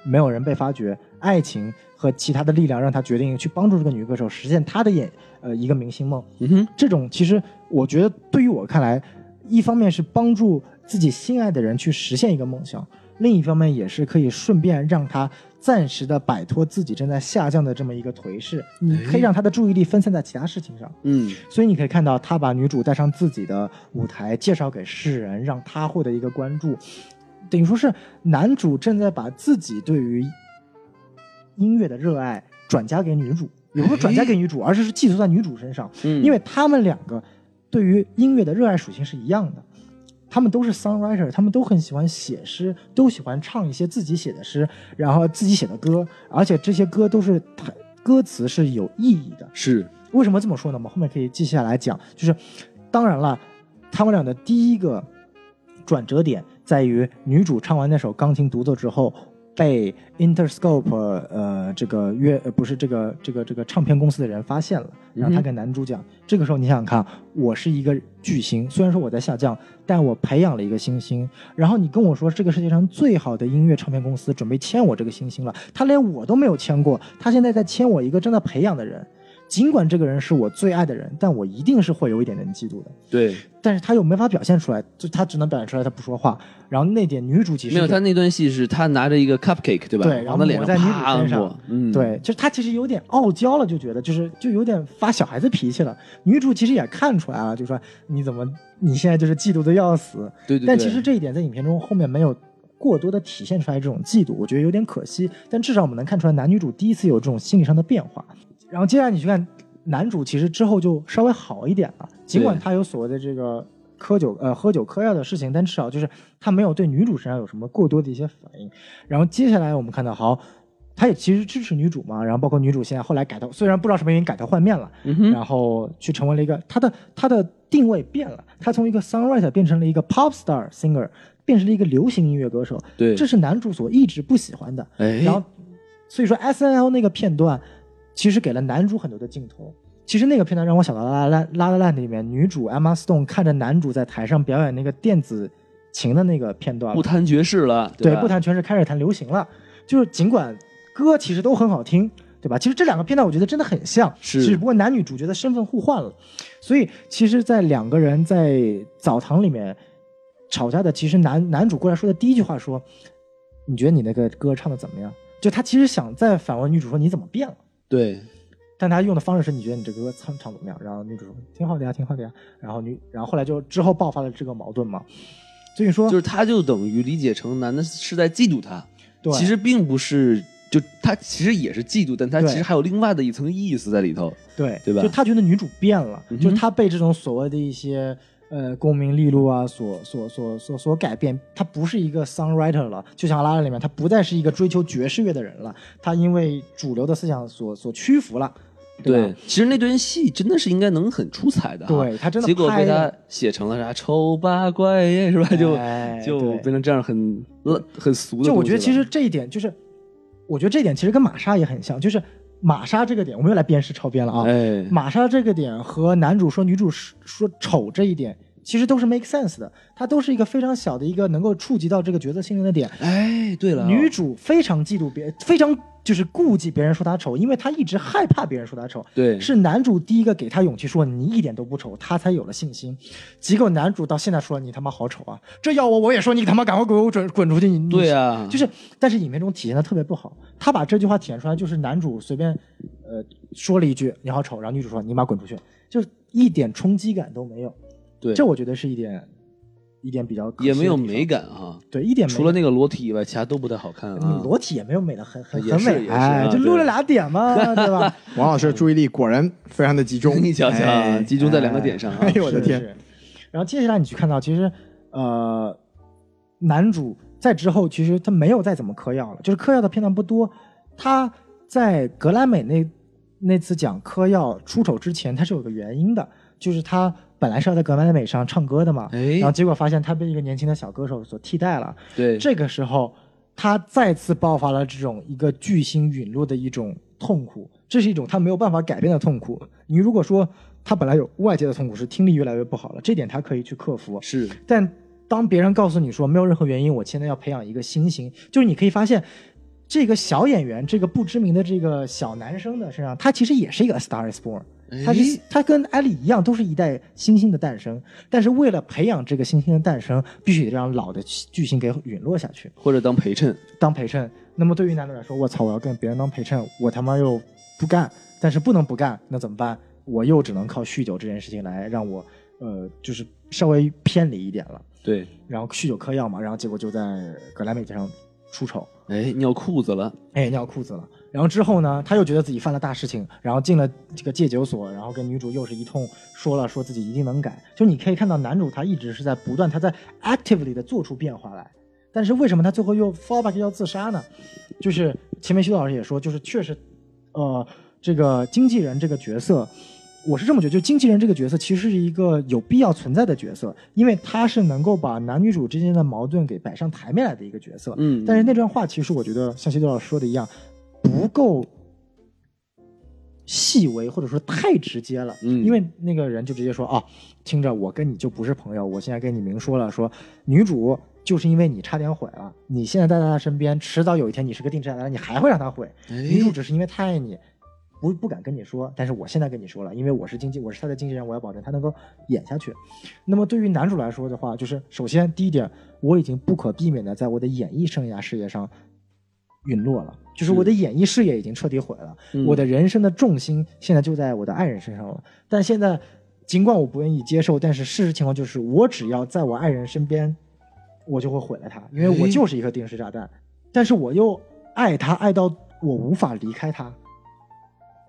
S4: 没有人被发掘，爱情和其他的力量让他决定去帮助这个女歌手实现他的演呃一个明星梦。
S3: 嗯哼，
S4: 这种其实我觉得对于我看来，一方面是帮助自己心爱的人去实现一个梦想，另一方面也是可以顺便让他暂时的摆脱自己正在下降的这么一个颓势，你可以让他的注意力分散在其他事情上。
S3: 嗯，
S4: 所以你可以看到，他把女主带上自己的舞台，介绍给世人，让他获得一个关注，等于说是男主正在把自己对于音乐的热爱转嫁给女主，也不是转嫁给女主，而是是寄托在女主身上。
S3: 嗯
S4: 因为他们两个对于音乐的热爱属性是一样的，他们都是 songwriter，他们都很喜欢写诗，都喜欢唱一些自己写的诗，然后自己写的歌，而且这些歌都是他歌词是有意义的。
S3: 是，
S4: 为什么这么说呢？我们后面可以接下来讲。就是，当然了，他们俩的第一个转折点在于女主唱完那首钢琴独奏之后，被 Interscope 呃这个乐呃不是这个这个这个唱片公司的人发现了，然后他跟男主讲，这个时候你想想看，我是一个巨星，虽然说我在下降，但我培养了一个新星。然后你跟我说这个世界上最好的音乐唱片公司准备签我这个新星了，他连我都没有签过，他现在在签我一个正在培养的人。尽管这个人是我最爱的人，但我一定是会有一点点嫉妒的。
S3: 对，
S4: 但是他又没法表现出来，就他只能表现出来他不说话。然后那点女主其实
S3: 没有
S4: 也
S3: 他那段戏是他拿着一个 cupcake 对吧？
S4: 对然后
S3: 往他脸
S4: 抹在女主
S3: 啪按
S4: 身上
S3: 过，嗯，
S4: 对，就是他其实有点傲娇了，就觉得就是就有点发小孩子脾气了。女主其实也看出来了，就说你怎么你现在就是嫉妒的要死。
S3: 对对，
S4: 但
S3: 对
S4: 其实这一点在影片中后面没有过多的体现出来这种嫉妒，我觉得有点可惜。但至少我们能看出来男女主第一次有这种心理上的变化。然后接下来你去看男主，其实之后就稍微好一点了，尽管
S3: 对
S4: 他有所谓的这个。喝酒，呃，喝酒嗑药的事情，但至少就是他没有对女主身上有什么过多的一些反应。然后接下来我们看到，好，他也其实支持女主嘛，然后包括女主现在后来改头，虽然不知道什么原因改头换面了，
S3: 嗯哼
S4: 然后去成为了一个她的她的定位变了，她从一个 songwriter 变成了一个 pop star singer，变成了一个流行音乐歌手，
S3: 对，
S4: 这是男主所一直不喜欢的。
S3: 哎，
S4: 然后，所以说 S N L 那个片段，其实给了男主很多的镜头。其实那个片段让我想到了《拉拉拉拉烂》里面女主 Emma Stone 看着男主在台上表演那个电子琴的那个片段了，
S3: 不谈爵士了，
S4: 对，
S3: 吧
S4: 不，谈全是开始谈流行了。就是尽管歌其实都很好听，对吧？其实这两个片段我觉得真的很像，
S3: 是
S4: 只不过男女主角的身份互换了。所以其实，在两个人在澡堂里面吵架的，其实男男主过来说的第一句话说：“你觉得你那个歌唱的怎么样？”就他其实想再反问女主说：“你怎么变了？”
S3: 对，
S4: 但他用的方式是你觉得你这歌唱唱怎么样？然后女主说挺好的呀，挺好的呀。然后女，然后后来就之后爆发了这个矛盾嘛。所以说，
S3: 就是他就等于理解成男的是在嫉妒他，
S4: 对
S3: 其实并不是，就他其实也是嫉妒，但他
S4: 对
S3: 其实还有另外的一层意思在里头。
S4: 对
S3: 对吧
S4: 就他觉得女主变了，
S3: 嗯哼
S4: 就是他被这种所谓的一些呃功名利禄啊所所所所所改变，他不是一个 songwriter 了，就像阿拉蕾里面，他不再是一个追求爵士乐的人了，他因为主流的思想所所屈服了。吧
S3: 对，其实那段戏真的是应该能很出彩的哈，
S4: 对他真的
S3: 结果被
S4: 拍
S3: 他
S4: 得
S3: 写成了啥丑八怪耶，是吧？就
S4: 哎
S3: 就
S4: 对
S3: 变成这样很烂很俗的东西了。
S4: 就我觉得其实这一点就是，我觉得这一点其实跟玛莎也很像，就是玛莎这个点，我们又来鞭尸超编了啊。
S3: 哎，
S4: 玛莎这个点和男主说女主是说丑这一点，其实都是 make sense 的，它都是一个非常小的一个能够触及到这个角色心灵的点。
S3: 哎，对了，
S4: 女主非常嫉妒别，非常就是顾忌别人说她丑，因为她一直害怕别人说她丑。
S3: 对
S4: 是男主第一个给她勇气说你一点都不丑，她才有了信心。结果男主到现在说你他妈好丑啊，这要我我也说你他妈赶快给我滚滚出去！你你
S3: 对啊，
S4: 就是，但是影片中体现的特别不好。他把这句话体现出来，就是男主随便，呃，说了一句“你好丑”，然后女主说“你妈滚出去”，就是一点冲击感都没有。
S3: 对，
S4: 这我觉得是一点，一点比较可惜
S3: 也
S4: 的
S3: 没有
S4: 地方
S3: 美，感啊，
S4: 对，一点
S3: 除了
S4: 那
S3: 那个裸体以外，其他都不太好看啊
S4: 你。裸体也没有美的很很
S3: 也
S4: 很
S3: 是也
S4: 美，
S3: 是
S4: 哎
S3: 啊，
S4: 就录
S3: 对啊
S4: 了俩点嘛，
S3: [LAUGHS]
S4: 对 [LAUGHS] 吧？
S2: 王老师的注意力果然非常的集中，
S3: 你瞧瞧啊，
S2: 哎
S3: 集中在两个点上啊
S2: 哎，呦我的
S4: 是
S2: 天！
S4: 是然后接下来你去看到，其实呃，男主在之后其实他没有再怎么嗑药了，就是嗑药的片段不多。他在格莱美那那次讲嗑药出丑之前，他是有个原因的，就是他本来是要在格莱美上唱歌的嘛，
S3: 哎
S4: 然后结果发现他被一个年轻的小歌手所替代了。
S3: 对，
S4: 这个时候，他再次爆发了这种一个巨星陨落的一种痛苦，这是一种他没有办法改变的痛苦。你如果说他本来有外界的痛苦是听力越来越不好了，这点他可以去克服，
S3: 是
S4: 但当别人告诉你说没有任何原因，我现在要培养一个新星，就是你可以发现，这个小演员，这个不知名的这个小男生的身上，他其实也是一个 A star is born，他是
S3: 哎
S4: 他跟艾丽一样，都是一代新星的诞生，但是为了培养这个新星的诞生，必须得让老的巨星给陨落下去。
S3: 或者当陪衬，
S4: 当陪衬。那么对于男主来说，我操，我要跟别人当陪衬，我他妈又不干，但是不能不干，那怎么办？我又只能靠酗酒这件事情来让我，呃，就是稍微偏离一点了。
S3: 对，
S4: 然后酗酒嗑药嘛，然后结果就在格莱美奖上出丑，
S3: 哎，尿裤子了，
S4: 哎，尿裤子了。然后之后呢，他又觉得自己犯了大事情，然后进了这个戒酒所，然后跟女主又是一通说了，说自己一定能改。就你可以看到，男主他一直是在不断，他在 actively 的做出变化来。但是为什么他最后又 fall back 要自杀呢？就是前面徐老师也说，就是确实，呃，这个经纪人这个角色，我是这么觉得，就经纪人这个角色其实是一个有必要存在的角色，因为他是能够把男女主之间的矛盾给摆上台面来的一个角色。
S3: 嗯，
S4: 但是那段话其实我觉得像谢豆老师说的一样，不够细微，或者说太直接了。
S3: 嗯
S4: 因为那个人就直接说啊，听着，我跟你就不是朋友，我现在跟你明说了，说女主就是因为你差点毁了，你现在在她身边，迟早有一天你是个定制男，你还会让她毁。女主
S3: 哎，
S4: 只是因为太爱你，不不敢跟你说，但是我现在跟你说了，因为我是经纪，我是他的经纪人，我要保证他能够演下去。那么对于男主来说的话，就是首先第一点，我已经不可避免的在我的演艺生涯事业上陨落了，就是我的演艺事业已经彻底毁了，
S3: 嗯
S4: 我的人生的重心现在就在我的爱人身上了。但现在尽管我不愿意接受，但是事实情况就是，我只要在我爱人身边，我就会毁了他，因为我
S3: 哎
S4: 就是一颗定时炸弹。但是我又爱他，爱到我无法离开他，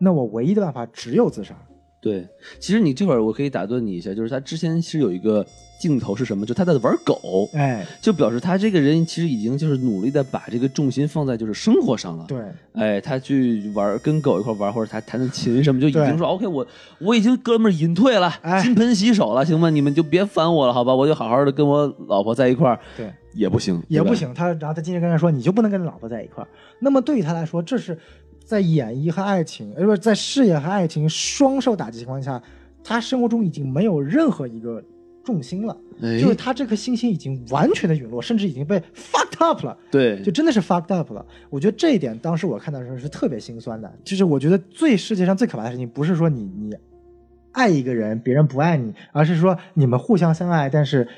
S4: 那我唯一的办法只有自杀。
S3: 对，其实你这会儿我可以打断你一下，就是他之前是有一个镜头是什么？就他在玩狗，
S4: 哎，
S3: 就表示他这个人其实已经就是努力的把这个重心放在就是生活上了。。
S4: 对，
S3: 哎，他去玩跟狗一块玩，或者他弹弹琴什么，就已经
S4: 对
S3: 说 OK，我我已经哥们儿隐退了，
S4: 哎
S3: 金盆洗手了，行吗？你们就别烦我了，好吧？我就好好的跟我老婆在一块儿，
S4: 对，
S3: 也不行，
S4: 也
S3: 对吧
S4: 不。行。他然后他经纪人跟他说，你就不能跟老婆在一块儿。那么对于他来说，这是在演艺和爱情，呃，不是在事业和爱情双受打击情况下，他生活中已经没有任何一个重心了，
S3: 哎
S4: 就是他这颗星星已经完全的陨落，甚至已经被 fucked up 了。
S3: 对，
S4: 就真的是 fucked up 了。我觉得这一点当时我看到的时候是特别心酸的。就是我觉得最世界上最可怕的事情，不是说你你爱一个人，别人不爱你，而是说你们互相相爱，但是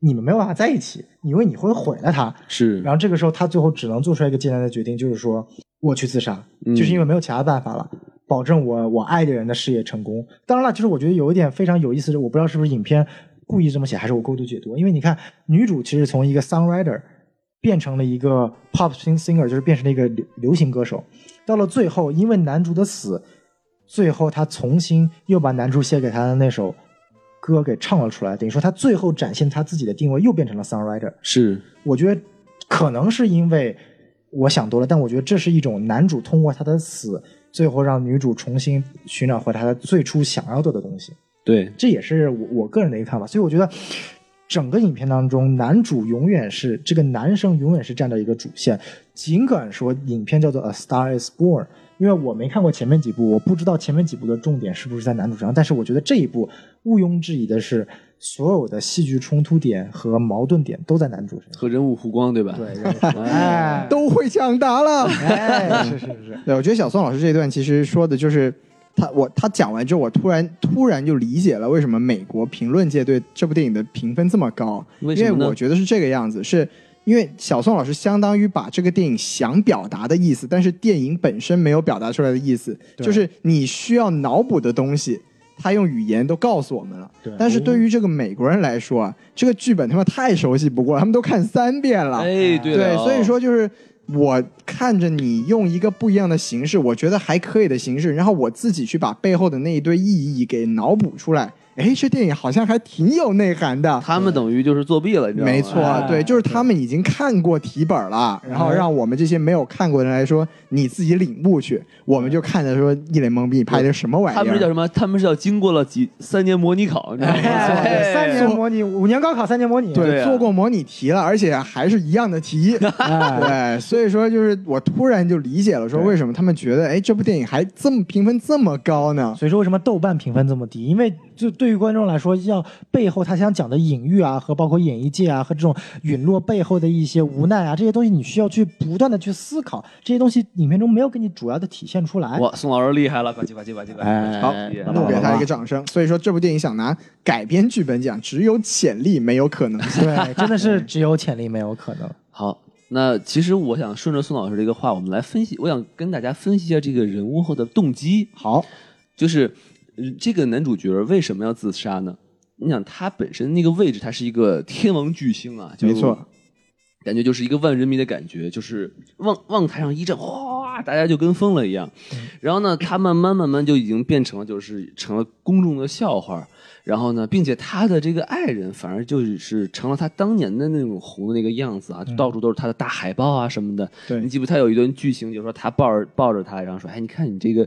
S4: 你们没有办法在一起，因为你会毁了他。
S3: 是
S4: 然后这个时候，他最后只能做出来一个艰难的决定，就是说我去自杀，
S3: 嗯
S4: 就是因为没有其他办法了，保证我我爱的人的事业成功。当然了，就是我觉得有一点非常有意思，我不知道是不是影片故意这么写，还是我过度解读。因为你看，女主其实从一个 songwriter 变成了一个 pop sing- singer，就是变成了一个流流行歌手。到了最后，因为男主的死，最后她重新又把男主写给她的那首歌给唱了出来，等于说她最后展现她自己的定位，又变成了 songwriter。
S3: 是，
S4: 我觉得可能是因为我想多了，但我觉得这是一种男主通过他的死，最后让女主重新寻找回他最初想要的的东西。
S3: 对，
S4: 这也是我我个人的一个看法。所以我觉得整个影片当中，男主永远是这个男生永远是站在一个主线。尽管说影片叫做《A Star Is Born》，因为我没看过前面几部，我不知道前面几部的重点是不是在男主身上，但是我觉得这一部毋庸置疑的是，所有的戏剧冲突点和矛盾点都在男主身上。
S3: 和人物互光，对吧？
S4: 对，人家说
S3: 哎，
S2: 都会抢答
S3: [LAUGHS]
S2: 了。
S4: 哎，是是是，
S2: 对，我觉得小宋老师这一段其实说的就是他，我他讲完之后，我突然突然就理解了为什么美国评论界对这部电影的评分这么高，
S3: 为什
S2: 因为
S3: 么呢
S2: 我觉得是这个样子，是因为小宋老师相当于把这个电影想表达的意思，但是电影本身没有表达出来的意思，
S4: 对
S2: 就是你需要脑补的东西。他用语言都告诉我们了
S4: 对，
S2: 但是对于这个美国人来说啊，这个剧本他们太熟悉不过了，他们都看三遍了。
S3: 哎，对
S2: 对，
S3: 的哦
S2: 所以说就是我看着你用一个不一样的形式，我觉得还可以的形式，然后我自己去把背后的那一堆意义给脑补出来。哎，这电影好像还挺有内涵的。
S3: 他们等于就是作弊了，你知道吗？
S2: 没错，
S3: 哎嗯
S2: 对，就是他们已经看过题本了，然后让我们这些没有看过的人来说，你自己领悟去。我们就看着说一脸懵逼，拍的什么玩意儿？
S3: 他们是叫什么？他们是要经过了几三年模拟考，你知道吗？
S4: 哎对三年模拟，五年高考，三年模拟，
S2: 对，
S3: 对啊
S2: 做过模拟题了，而且还是一样的
S3: [LAUGHS]
S2: 题。
S4: 哎
S2: 对，哎所以说就是我突然就理解了，说为什么他们觉得，哎，这部电影还这么评分这么高呢？
S4: 所以说为什么豆瓣评分这么低？因为就对于观众来说，要背后他想讲的隐喻啊，和包括演艺界啊，和这种陨落背后的一些无奈啊，这些东西你需要去不断的去思考，这些东西影片中没有给你主要的体现出来。
S3: 哇，宋老师厉害了，呱唧呱唧呱唧呱唧。
S2: 好
S3: 哎
S2: 怒给他一个掌声。所以说这部电影想拿改编剧本奖，只有潜力，没有可能性。
S4: 对，真的是 [LAUGHS] 只有潜力没有可能。
S3: 好，那其实我想顺着宋老师这个话，我们来分析，我想跟大家分析一下这个人物后的动机。
S2: 好，
S3: 就是呃这个男主角为什么要自杀呢？你想他本身那个位置，他是一个天王巨星啊，就
S2: 没错，
S3: 感觉就是一个万人迷的感觉，就是望望台上一阵哗，大家就跟疯了一样。
S2: 嗯
S3: 然后呢，他慢慢慢慢就已经变成了就是成了公众的笑话。然后呢，并且他的这个爱人反而就是成了他当年的那种红的那个样子啊，就到处都是他的大海报啊什么的。
S2: 嗯对
S3: 你记不？他有一段剧情，就是说他抱着抱着他，然后说：“哎，你看你这个，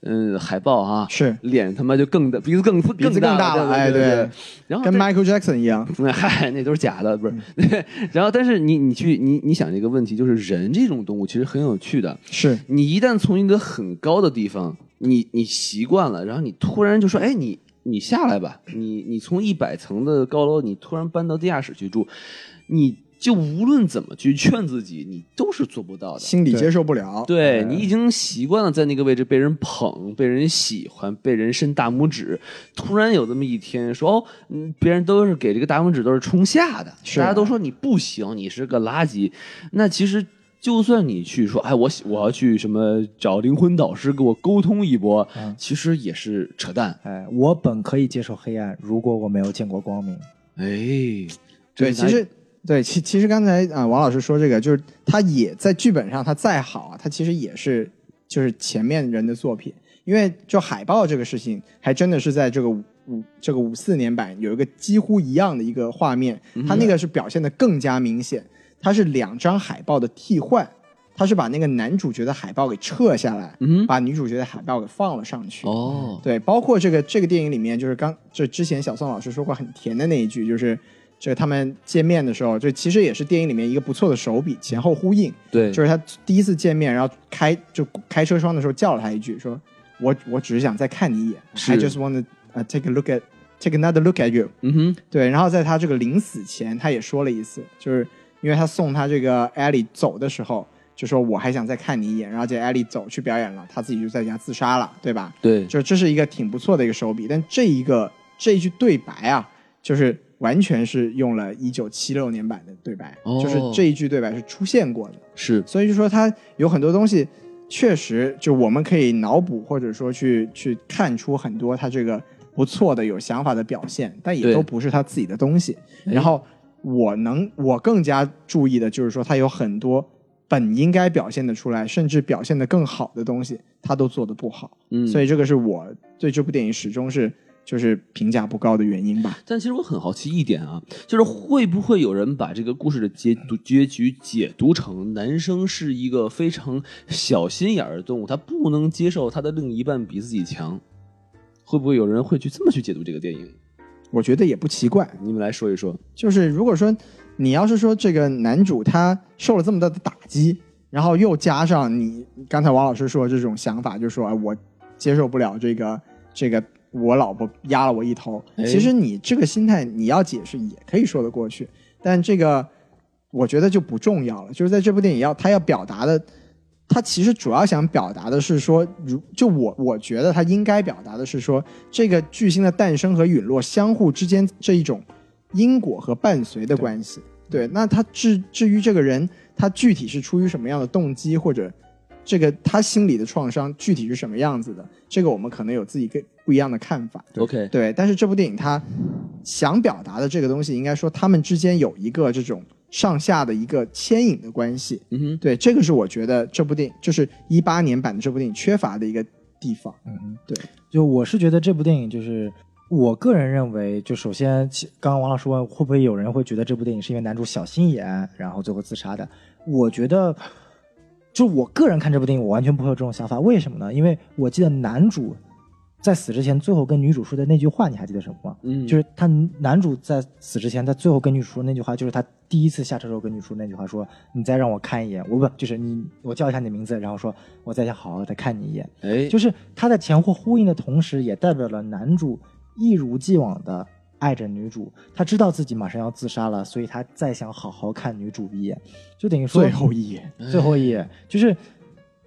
S3: 嗯，海报啊，
S2: 是
S3: 脸他妈就更大，鼻子更
S2: 鼻子更大
S3: 了，
S2: 了，哎，
S3: 对
S2: 对，
S3: 然后
S2: 跟
S3: 但
S2: Michael Jackson 一样。
S3: 那 [LAUGHS] 嗨，那都是假的，不是。 [LAUGHS] 然后，但是你你去你你想这个问题，就是人这种动物其实很有趣的。
S2: 是
S3: 你一旦从一个很高的地方，你你习惯了，然后你突然就说，哎，你你下来吧，你你从一百层的高楼，你突然搬到地下室去住，你就无论怎么去劝自己，你都是做不到的。
S2: 心理接受不了。
S3: 对你已经习惯了在那个位置被人捧、被人喜欢、被人伸大拇指，突然有这么一天说哦，嗯别人都是给这个大拇指都是冲下的，
S2: 是啊
S3: 大家都说你不行，你是个垃圾。那其实就算你去说，哎，我喜我要去什么找灵魂导师给我沟通一波，
S2: 嗯
S3: 其实也是扯淡。
S4: 哎，我本可以接受黑暗，如果我没有见过光明。
S3: 哎，
S2: 对，
S3: 这
S2: 其实对，其其实刚才啊、呃王老师说这个，就是他也在剧本上，他再好啊，他其实也是就是前面人的作品，因为就海报这个事情，还真的是在这个五五这个五四年版有一个几乎一样的一个画面，
S3: 嗯
S2: 他那个是表现的更加明显，它是两张海报的替换。他是把那个男主角的海报给撤下来，
S3: 嗯
S2: 把女主角的海报给放了上去。
S3: 哦，
S2: 对，包括这个这个电影里面，就是刚这之前小宋老师说过很甜的那一句，就是这他们见面的时候，这其实也是电影里面一个不错的手笔，前后呼应。
S3: 对，
S2: 就是他第一次见面，然后开就开车窗的时候叫了他一句，说我我只是想再看你一眼
S3: 是
S2: ，I just want to、take a look at 呃 take another look at you。
S3: 嗯哼，
S2: 对，然后在他这个临死前，他也说了一次，就是因为他送他这个艾莉走的时候，就说我还想再看你一眼，然后这艾莉走去表演了，他自己就在家自杀了，对吧？
S3: 对，
S2: 就这是一个挺不错的一个手笔，但这一个这一句对白啊，就是完全是用了一九七六年版的对白，
S3: 哦
S2: 就是这一句对白是出现过的，
S3: 是
S2: 所以就说它有很多东西确实就我们可以脑补或者说去去看出很多他这个不错的有想法的表现，但也
S3: 对
S2: 都不是他自己的东西。然后我能我更加注意的就是说他有很多。本应该表现的出来，甚至表现的更好的东西，他都做的不好。
S3: 嗯，
S2: 所以这个是我对这部电影始终是就是评价不高的原因吧。
S3: 但其实我很好奇一点啊，就是会不会有人把这个故事的结读结局解读成男生是一个非常小心眼儿的动物，他不能接受他的另一半比自己强？会不会有人会去这么去解读这个电影？
S2: 我觉得也不奇怪，
S3: 你们来说一说。
S2: 就是如果说你要是说这个男主他受了这么大的打击，然后又加上你刚才王老师说的这种想法，就是说哎我接受不了这个这个我老婆压了我一头，
S3: 哎
S2: 其实你这个心态你要解释也可以说得过去，但这个我觉得就不重要了。就是在这部电影要他要表达的。他其实主要想表达的是说，如就我我觉得他应该表达的是说，这个巨星的诞生和陨落相互之间这一种因果和伴随的关系。对，那他至至于这个人，他具体是出于什么样的动机，或者这个他心理的创伤具体是什么样子的，这个我们可能有自己个不一样的看法。
S3: OK，
S2: 对，但是这部电影它想表达的这个东西，应该说他们之间有一个这种上下的一个牵引的关系。
S3: 嗯哼，
S2: 对，这个是我觉得这部电影就是一八年版的这部电影缺乏的一个地方。
S4: 就我是觉得这部电影就是。我个人认为，就首先，其刚刚王老师问会不会有人会觉得这部电影是因为男主小心眼，然后最后自杀的？我觉得，就我个人看这部电影，我完全不会有这种想法。为什么呢？因为我记得男主在死之前最后跟女主说的那句话，你还记得什么吗？
S3: 嗯，
S4: 就是他男主在死之前，他最后跟女主说那句话，就是他第一次下车时候跟女主说那句话，说你再让我看一眼，我不就是你，我叫一下你的名字，然后说我再想好好的看你一眼。
S3: 哎，
S4: 就是他在前后呼应的同时，也代表了男主一如既往的爱着女主。他知道自己马上要自杀了，所以他再想好好看女主一眼，就等于说
S2: 最后一眼，
S4: [LAUGHS] 最后一眼就是。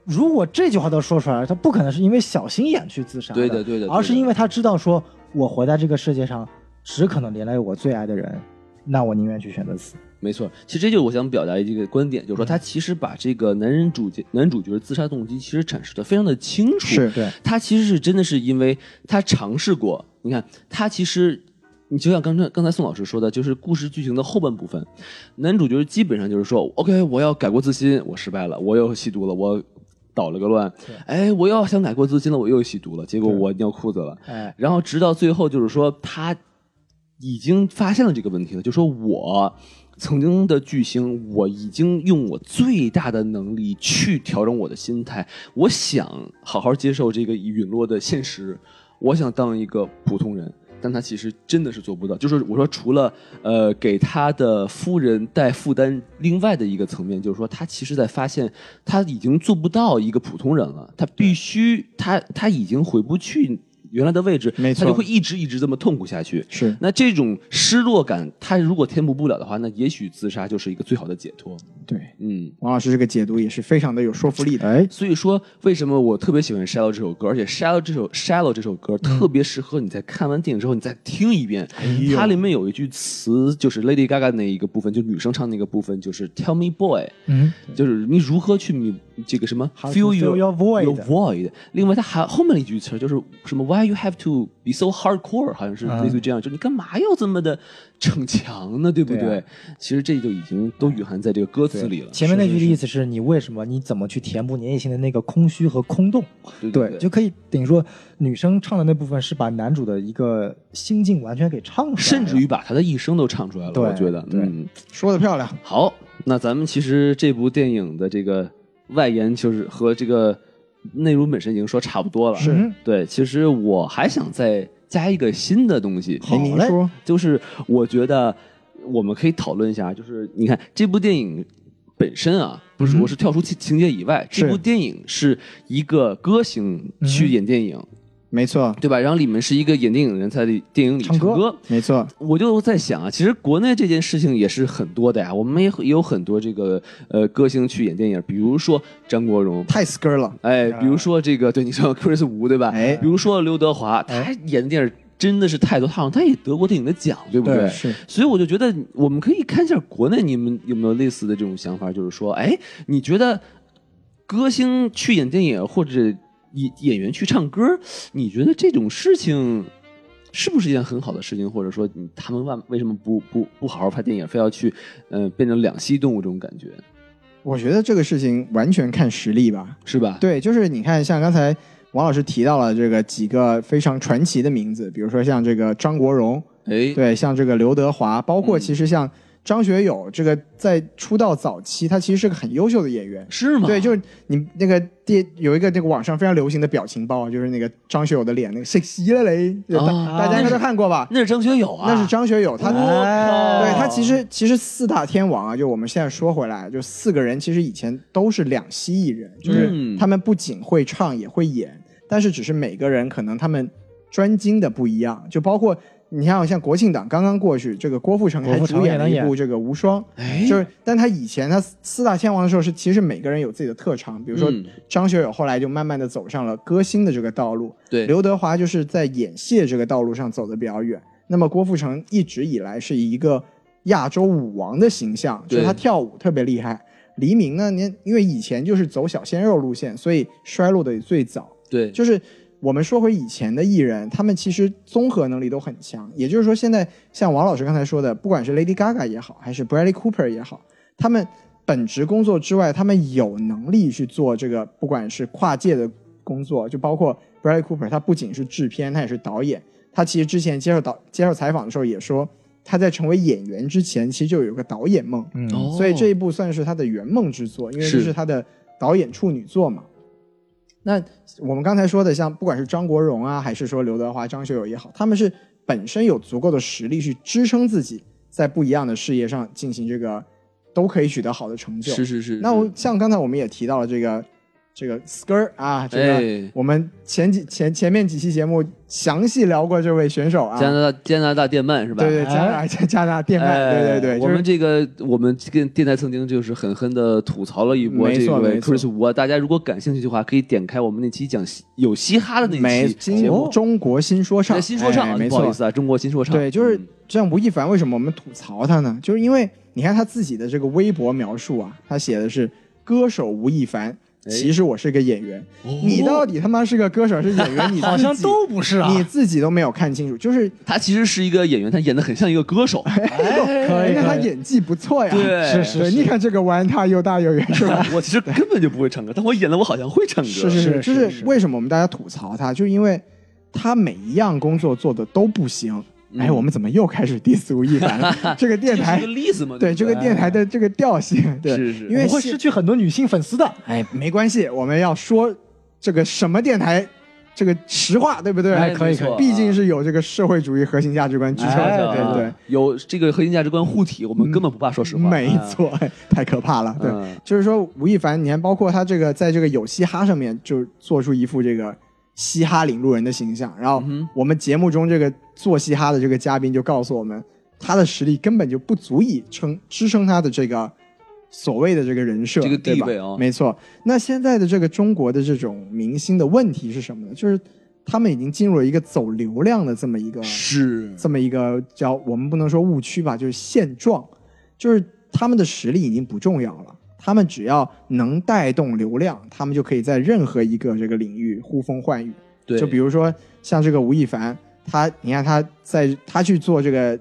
S4: 如果这句话都说出来了，他不可能是因为小心眼去自杀
S3: 对的对的对的
S4: 而是因为他知道说，我活在这个世界上，只可能连累我最爱的人，那我宁愿去选择死。
S3: 没错，其实这就是我想表达的一个观点，就是说
S4: 嗯
S3: 他其实把这个男人主角男主角的自杀动机其实阐释的非常的清楚。
S2: 是
S4: 对，
S3: 他其实是真的是因为他尝试过。你看，他其实，你就像刚才刚才宋老师说的，就是故事剧情的后半部分，男主角基本上就是说，OK，我要改过自新，我失败了，我又吸毒了，我捣了个乱，哎，我要想改过自新了，我又吸毒了，结果我尿裤子了，
S4: 哎，
S3: 然后直到最后，就是说他已经发现了这个问题了，就说我曾经的巨星，我已经用我最大的能力去调整我的心态，我想好好接受这个陨落的现实，我想当一个普通人。但他其实真的是做不到，就是我说，除了呃给他的夫人带负担，另外的一个层面就是说，他其实在发现他已经做不到一个普通人了，他必须他他已经回不去原来的位置，
S2: 没错
S3: 他就会一直一直这么痛苦下去。
S2: 是
S3: 那这种失落感，他如果填补不了的话，那也许自杀就是一个最好的解脱。
S2: 对。
S3: 嗯，
S2: 王老师这个解读也是非常的有说服力的。
S4: 哎，
S3: 所以说为什么我特别喜欢《Shallow》这首歌，而且《Shallow》这首《Shallow》这首歌特别适合你在看完电影之后你再听一遍。
S2: 哎
S3: 它里面有一句词，就是 Lady Gaga 那一个部分，就女生唱那个部分，就是 Tell me boy，
S4: 嗯，
S3: 就是你如何去弥这个什么
S4: How to fill your void
S3: your void。另外，它还后面一句词儿就是什么 Why you have to be so hardcore，好像是
S4: 嗯
S3: 类似于这样，就你干嘛要这么的逞强呢？对不对？
S4: 对啊
S3: 其实这就已经都蕴含在这个歌词里了。
S4: 前面那句的意思是你为什么，你怎么去填补你内心的那个空虚和空洞？
S3: 对
S4: 对，
S3: 对，
S4: 就可以等于说，女生唱的那部分是把男主的一个心境完全给唱出来了，
S3: 甚至于把他的一生都唱出来了。
S4: 对
S3: 我觉得，
S4: 对
S3: 嗯，
S2: 说的漂亮，
S3: 好，那咱们其实这部电影的这个外延，就是和这个内容本身已经说差不多了。
S4: 嗯
S3: 对，其实我还想再加一个新的东西。
S2: 您您说，
S3: 就是我觉得我们可以讨论一下，就是你看这部电影本身啊，不是我是跳出情情节以外，这部电影是一个歌星去演电影。
S2: 没错，
S3: 对吧？然后李玟是一个演电影人，在电影里
S4: 唱
S3: 唱
S4: 歌
S3: 歌
S2: 没错，
S3: 我就在想啊，其实国内这件事情也是很多的呀，我们也也有很多这个呃歌星去演电影，比如说张国荣。
S2: 太 skr 了。
S3: 哎，比如说这个，对你说 Chris Wu 对吧？
S2: 啊哎
S3: 比如说刘德华，他演的电影真的是太多，他好像他也得过电影的奖，对不对？
S2: 是，
S3: 所以我就觉得我们可以看一下国内你们有没有类似的这种想法，就是说，哎，你觉得歌星去演电影或者演演员去唱歌，你觉得这种事情是不是一件很好的事情？或者说，你他们为为什么不不不好好拍电影，非要去嗯、呃变成两栖动物这种感觉，
S2: 我觉得这个事情完全看实力吧。
S3: 是吧？
S2: 对，就是你看，像刚才王老师提到了这个几个非常传奇的名字，比如说像这个张国荣，
S3: 对哎，
S2: 对，像这个刘德华，包括
S3: 嗯
S2: 其实像张学友，这个在出道早期，他其实是个很优秀的演员。
S3: 是吗？
S2: 对，就是你那个电有一个那个网上非常流行的表情包，就是那个张学友的脸，那个 [LAUGHS] 谁吸了嘞，就大
S3: 啊
S2: 大家应该都看过吧？
S3: 那是张学友啊，
S2: 那是张学友，他
S3: 我靠
S2: 对他其实其实四大天王啊，就我们现在说回来，就四个人其实以前都是两栖艺人，就是
S3: 嗯
S2: 他们不仅会唱也会演，但是只是每个人可能他们专精的不一样，就包括。你像像国庆档刚刚过去，这个郭富城
S4: 郭
S2: 还
S4: 富城
S2: 主演了
S4: 也
S2: 一
S4: 能
S2: 部这个《无双》，
S3: 哎
S2: 就是，但他以前他四大天王的时候是，其实每个人有自己的特长，比如说
S3: 嗯
S2: 张学友后来就慢慢的走上了歌星的这个道路，
S3: 对
S2: 刘德华就是在演戏这个道路上走的比较远。那么郭富城一直以来是一个亚洲舞王的形象，
S3: 对
S2: 就是他跳舞特别厉害。黎明呢，您因为以前就是走小鲜肉路线，所以衰落的也最早。
S3: 对，
S2: 就是我们说回以前的艺人，他们其实综合能力都很强。也就是说，现在像王老师刚才说的，不管是 Lady Gaga 也好，还是 Bradley Cooper 也好，他们本职工作之外，他们有能力去做这个，不管是跨界的工作，就包括 Bradley Cooper，他不仅是制片，他也是导演。他其实之前接受导接受采访的时候也说，他在成为演员之前，其实就有个导演梦。
S4: 嗯
S3: 哦
S2: 所以这一部算是他的圆梦之作，因为这
S3: 是
S2: 是他的导演处女作嘛。那我们刚才说的，像不管是张国荣啊，还是说刘德华、张学友也好，他们是本身有足够的实力去支撑自己，在不一样的事业上进行这个，都可以取得好的成就。
S3: 是是是，
S2: 那我
S3: 是
S2: 像刚才我们也提到了这个这个 skr 啊，这个
S3: 哎。
S2: 我们前几前前面几期节目详细聊过这位选手啊，
S3: 加拿大加拿大电鳗是吧？哎
S2: 对对加拿大 [LAUGHS] 加拿大电鳗，对对对，
S3: 我
S2: 就是
S3: 们这个我们这个电台曾经就是狠狠的吐槽了一波
S2: 没
S3: 这
S2: 错
S3: 个
S2: 没错
S3: Chris 吴啊，大家如果感兴趣的话，可以点开我们那期讲嘻有嘻哈的那
S2: 美
S3: 一期节目，
S2: 中国新说唱，
S3: 在新说唱
S2: 哎
S3: 啊，
S2: 没
S3: 不好
S2: 错
S3: 意，思啊，中国新说唱，
S2: 对，就是
S3: 嗯
S2: 像吴亦凡，为什么我们吐槽他呢？就是因为你看他自己的这个微博描述啊，他写的是歌手吴亦凡，
S3: 哎哦
S2: 其实我是个演员，你到底他妈是个歌手是演员，你
S4: 好像
S2: 自己
S4: 都
S2: [LAUGHS]
S4: 不是啊。
S2: 你自己都没有看清楚，就是
S3: 他其实是一个演员，他演的很像一个歌手，
S2: 哎
S4: 哎可以
S2: 人家他
S4: 可以
S2: 演技不错呀，
S3: [LAUGHS] 对
S4: 是是
S2: 对，你看这个弯他又大又圆是吧？
S3: [LAUGHS] 我其实根本就不会唱歌，但我演的我好像会唱歌，
S2: 是是
S4: 是
S2: 是，就是是为什么我们大家吐槽他，就是因为他每一样工作做的都不行。
S4: 嗯
S2: 哎，我们怎么又开始 diss 吴亦凡了？
S4: [LAUGHS]
S2: 这个电
S3: 这是一
S2: 台
S3: 个例子嘛，
S2: 对
S3: 不哎
S2: 这个电台的这个调
S4: [LAUGHS]
S2: 性，对，
S3: 是是
S2: 因为
S4: 我会
S2: 现
S4: 失去很多女性粉丝的。
S2: 哎没关系，我们要说这个什么电台，这个实话，对不对？
S4: 哎可以可以
S2: 毕竟是有这个社会主义核心价值观支撑
S4: 哎
S2: 的，
S4: 对
S2: 对
S3: 对，有这个核心价值观护体，我们根本不怕，说实
S2: 对，
S3: 话，
S2: 没
S3: 啊
S2: 错， [LAUGHS] 哎太可怕了，对。
S3: 嗯
S2: 就是说吴亦凡，你看，包括他这个在这个有嘻哈上面，就做出一副这个嘻哈领路人的形象。然后
S3: 嗯
S2: 我们节目中这个做嘻哈的这个嘉宾就告诉我们，他的实力根本就不足以撑支撑他的这个所谓的这个人设，
S3: 这个地
S2: 对吧
S3: 位啊
S2: 没错。那现在的这个中国的这种明星的问题是什么呢？就是他们已经进入了一个走流量的这么一个
S3: 是
S2: 这么一个叫我们不能说误区吧，就是现状，就是他们的实力已经不重要了，他们只要能带动流量，他们就可以在任何一个这个领域呼风唤雨。
S3: 对，
S2: 就比如说像这个吴亦凡，他你看他在他去做这个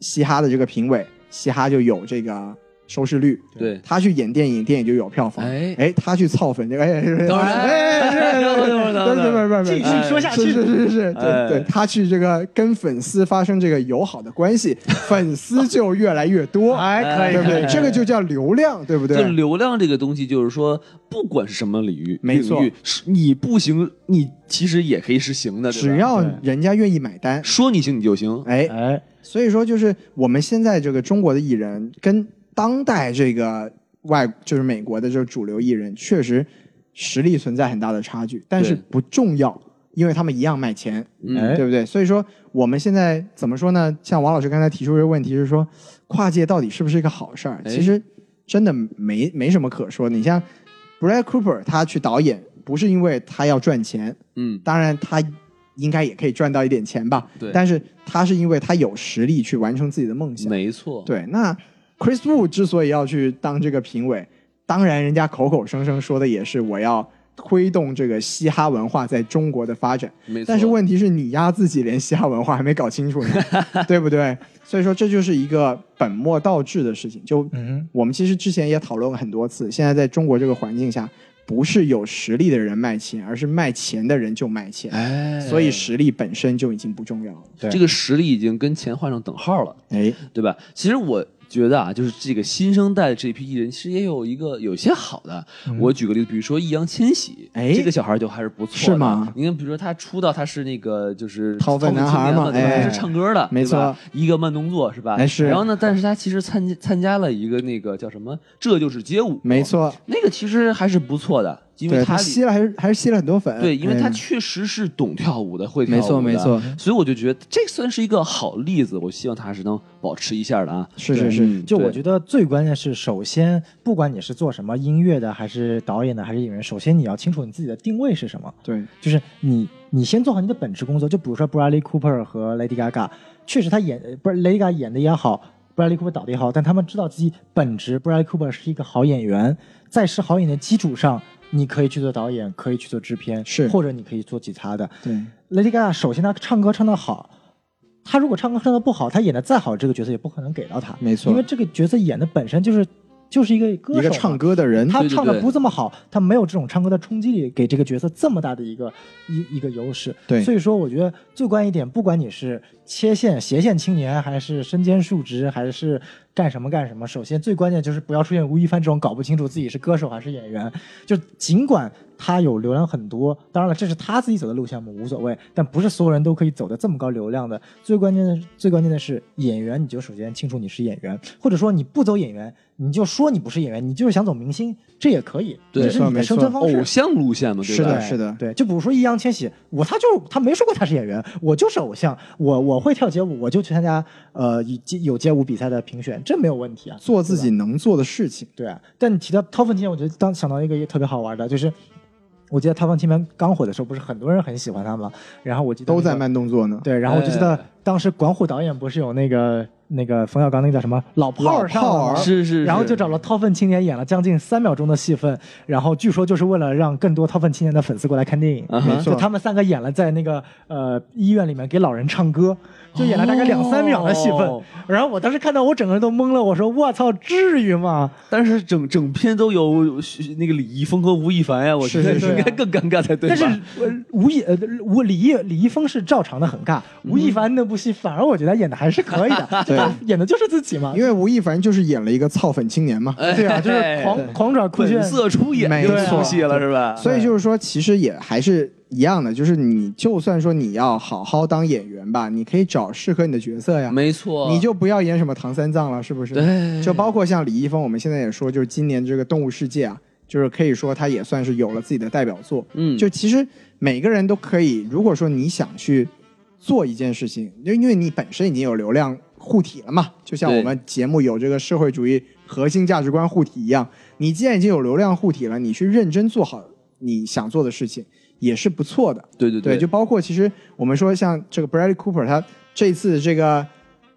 S2: 嘻哈的这个评委，嘻哈就有这个收视率，
S3: 对，
S2: 他去演电影，电影就有票房，
S3: 哎
S2: 哎，他去操粉这个，哎，
S3: 等会儿
S2: 哎，
S3: 哎等会儿等会儿等会儿
S2: 对对对对
S4: 继
S2: 对，
S4: 续说下去
S2: 是是是是，
S3: 哎
S2: 对对，他去这个跟粉丝发生这个友好的关系，粉丝就越来越多，
S4: [LAUGHS] 哎，可以
S2: 对不
S4: 可以
S2: 对？，这个就叫流量，对不
S3: 就
S2: 对？
S3: 流量这个东西，就是说，不管是什么领域，
S2: 没错
S3: 领域，是你不行，你其实也可以是行的，对吧
S2: 只要人家愿意买单，
S3: 说你行你就行。
S2: 哎，
S4: 哎，
S2: 所以说，就是我们现在这个中国的艺人跟当代这个外，就是美国的这个主流艺人，确实实力存在很大的差距，但是不重要。因为他们一样卖钱，
S3: 嗯
S2: 对不对？所以说我们现在怎么说呢？像王老师刚才提出这个问题是说，跨界到底是不是一个好事儿？
S3: 哎
S2: 其实真的没没什么可说的。你像 Brad Cooper 他去导演，不是因为他要赚钱，
S3: 嗯，
S2: 当然他应该也可以赚到一点钱吧，
S3: 对
S2: 但是他是因为他有实力去完成自己的梦想。
S3: 没错，
S2: 对，那 Chris Wu 之所以要去当这个评委，当然人家口口声声说的也是我要推动这个嘻哈文化在中国的发展。
S3: 没错。
S2: 但是问题是你丫自己连嘻哈文化还没搞清
S3: [LAUGHS]
S2: 楚呢，对不对？所以说这就是一个本末倒置的事情。就
S7: 嗯
S2: 我们其实之前也讨论了很多次，现在在中国这个环境下，不是有实力的人卖钱，而是卖钱的人就卖钱。
S3: 哎，
S2: 所以实力本身就已经不重要了。
S3: 这个实力已经跟钱画上等号了。
S2: 哎，
S3: 对吧？其实我觉得啊，就是这个新生代的这批艺人，其实也有一个有些好的。我举个例子，比如说易烊千玺，
S2: 嗯哎
S3: 这个小孩就还是不错的，
S2: 是吗
S3: 你看，比如说他出道，他是那个就是
S2: 掏粪男孩嘛
S3: 掏粪青年
S2: 哎
S3: 他是唱歌的，
S2: 没错
S3: 对吧，一个慢动作是吧？
S2: 哎是
S3: 然后呢，但是他其实参加参加了一个那个叫什么，这就是街舞，
S2: 没，错，
S3: 那个其实还是不错的，因为
S2: 对
S3: 他
S2: 他吸了还是还是吸了很多粉。
S3: 对，因为他
S2: 嗯
S3: 确实是懂跳舞的，会跳舞
S2: 没错
S3: 的
S2: 没错，
S3: 所以我就觉得这算是一个好例子，我希望他是能保持一下的啊。
S2: 是是
S3: 嗯
S2: 是，
S4: 就我
S3: 对
S4: 觉得最关键是，首先不管你是做什么音乐的，还是导演的，还是演员，首先你要清楚你自己的定位是什么。
S2: 对
S4: 就是你你先做好你的本职工作。就比如说 Bradley Cooper 和 Lady Gaga，确实他演呃不是 Lady Gaga 演的也好，Bradley Cooper 导的也好，但他们知道自己本职 Bradley Cooper 是一个好演员，在是好演员的基础上，你可以去做导演，可以去做制片，
S2: 是
S4: 或者你可以做其他的。
S2: 对
S4: Lady Gaga 首先她唱歌唱得好，她如果唱歌唱得不好，她演的再好，这个角色也不可能给到她。
S2: 没错
S4: 因为这个角色演的本身就是就是一个歌手嘛，
S2: 一个唱歌的人，
S4: 他
S3: 对对
S4: 唱的
S3: 对
S4: 不这么好，他没有这种唱歌的冲击力，给这个角色这么大的一个一一个优势。
S2: 对
S4: 所以说我觉得最关一点，不管你是切线、斜线青年，还是身兼数职，还是干什么干什么，首先最关键就是不要出现吴亦凡这种搞不清楚自己是歌手还是演员。就尽管他有流量很多，当然了，这是他自己走的路线，我们无所谓，但不是所有人都可以走的这么高流量的。最关键的是，最关键的是演员，你就首先清楚你是演员，或者说你不走演员，你就说你不是演员，你就是想走明星，这也可以，
S3: 对
S4: [LAUGHS] 这是你的
S2: 没错
S4: 生存方式
S3: 偶。像路线嘛，对
S2: 是
S3: 吧？
S2: 的
S4: 对
S2: 是的
S4: 对，就比如说易烊千玺，我他就是他没说过他是演员，我就是偶像，我我会跳街舞，我就去参加呃有街有街舞比赛的评选，这没有问题啊。
S2: 做自己能做的事情。
S4: 对啊，但你提到掏粪青年，我觉得当想到一个也特别好玩的，就是我记得掏粪青年刚火的时候，不是很多人很喜欢他吗？然后我记得那
S2: 都
S4: 个
S2: 在慢动作呢。
S4: 对，然后我就记得
S3: 哎
S4: 当时管虎导演不是有那个那个冯小刚那个叫什么老炮儿上
S2: 老炮
S4: 了
S2: 儿
S4: 吗
S2: 是
S3: 是是，
S4: 然后就找了掏粪青年演了将近三秒钟的戏份，然后据说就是为了让更多掏粪青年的粉丝过来看电影，
S3: 嗯哼
S2: 没错
S4: 就他们三个演了在那个呃医院里面给老人唱歌，就演了大概两三秒的戏份，
S3: 哦
S4: 然后我当时看到我整个人都懵了，我说我操，至于吗？
S3: 但是整整篇都有那个李易峰和吴亦凡呀，我觉得
S4: 是是
S3: 应该更尴尬才对吧？
S4: 但是呃吴亦呃吴李易李易峰是照常的很尬，
S3: 嗯
S4: 吴亦凡那部戏反而我觉得他演的还是可
S3: [LAUGHS]
S4: 以的，
S2: 对
S4: 他演的就是自己嘛
S2: 因，为吴亦凡就是演了一个操粉青年嘛，
S4: 对啊，就是
S3: 哎
S4: 狂狂拽酷炫
S3: 本，色出演
S2: 没
S3: 又
S4: 错
S3: 出戏了是吧？
S2: 所以就是说，其实也还是一样的，就是你就算说你要好好当演员吧，你可以找适合你的角色呀，
S3: 没错，
S2: 你就不要演什么唐三藏了，是不是？
S3: 对
S2: 就包括像李易峰，我们现在也说，就是今年这个《动物世界》啊，就是可以说他也算是有了自己的代表作。
S3: 嗯
S2: 就其实每个人都可以，如果说你想去做一件事情，就因为你本身已经有流量护体了嘛，就像
S3: 对
S2: 我们节目有这个社会主义核心价值观护体一样，你既然已经有流量护体了，你去认真做好你想做的事情也是不错的。
S3: 对对
S2: 对，就包括其实我们说像这个 Bradley Cooper，他这次这个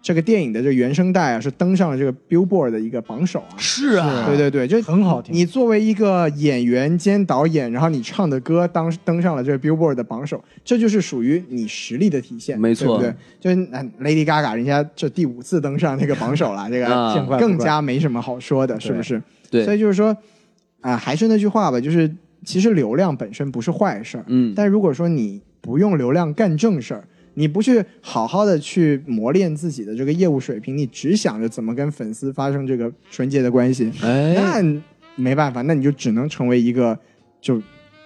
S2: 这个电影的这个原声带啊，是登上了这个 Billboard 的一个榜首啊。
S3: 是啊，
S2: 对对对，就
S4: 很好听
S2: 你作为一个演员兼导演，然后你唱的歌当登上了这个 Billboard 的榜首，这就是属于你实力的体现，
S3: 没错
S2: 对不对？就是嗯 Lady Gaga 人家这第五次登上那个榜首了，这个
S3: 啊
S4: 见怪不怪
S2: 更加没什么好说的，是不是？
S3: 对
S2: 所以就是说，啊、还是那句话吧，就是其实流量本身不是坏事儿，
S3: 嗯
S2: 但如果说你不用流量干正事儿，你不去好好的去磨练自己的这个业务水平，你只想着怎么跟粉丝发生这个纯洁的关系，
S3: 哎，
S2: 那没办法，那你就只能成为一个就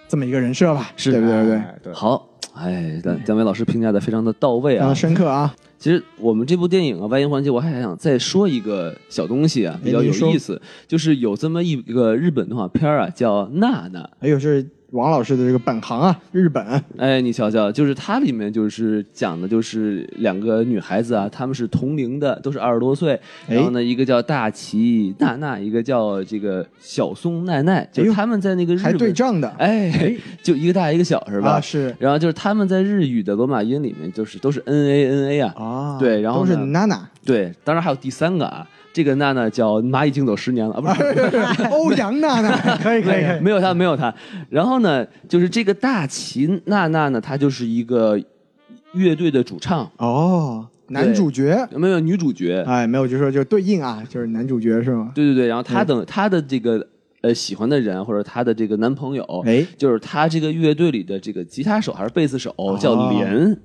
S2: 这么一个人设吧，
S3: 是
S2: 对不对？对不对，
S4: 哎对
S3: 好。哎，蒋蒋伟老师评价的非常的到位
S2: 让
S3: 啊
S2: 他！深刻啊，
S3: 其实我们这部电影啊，外延环节我还想再说一个小东西啊，比较有
S2: 哎您说
S3: 意思，就是有这么一个日本动画片啊，叫《娜娜》。
S2: 哎还有是王老师的这个本行啊，日本。
S3: 哎，你瞧瞧，就是它里面就是讲的就是两个女孩子啊，她们是同龄的，都是二十多岁。
S2: 哎
S3: 然后呢，一个叫大崎娜娜，一个叫这个小松奈奈，就
S2: 哎呦
S3: 他们在那个日
S2: 还
S3: 本
S2: 对仗的，
S3: 哎， [LAUGHS] 就一个大一个小是吧？
S2: 啊是
S3: 然后就是他们在日语的罗马音里面就是都是 N A N A 啊，
S2: 啊
S3: 对然后
S2: 都是
S3: 呢
S2: 娜
S3: [LAUGHS]
S2: 娜，
S3: 对，当然还有第三个啊，这个娜娜叫蚂蚁竞走十年了啊， [LAUGHS] 不是。
S2: 哎欧阳娜
S3: [LAUGHS]
S2: 娜，可以
S3: 没有没有他，没有他。然后呢，就是这个大齐娜娜呢，她就是一个乐队的主唱，
S2: 哦，男
S3: 对
S2: 主角，
S3: 没有女主角。
S2: 哎，没有，就说就对应啊，就是男主角是吗？
S3: 对对对，然后她
S2: 哎
S3: 等她的这个呃喜欢的人或者她的这个男朋友，
S2: 哎，
S3: 就是她这个乐队里的这个吉他手还是贝斯手
S2: 哦
S3: 叫莲。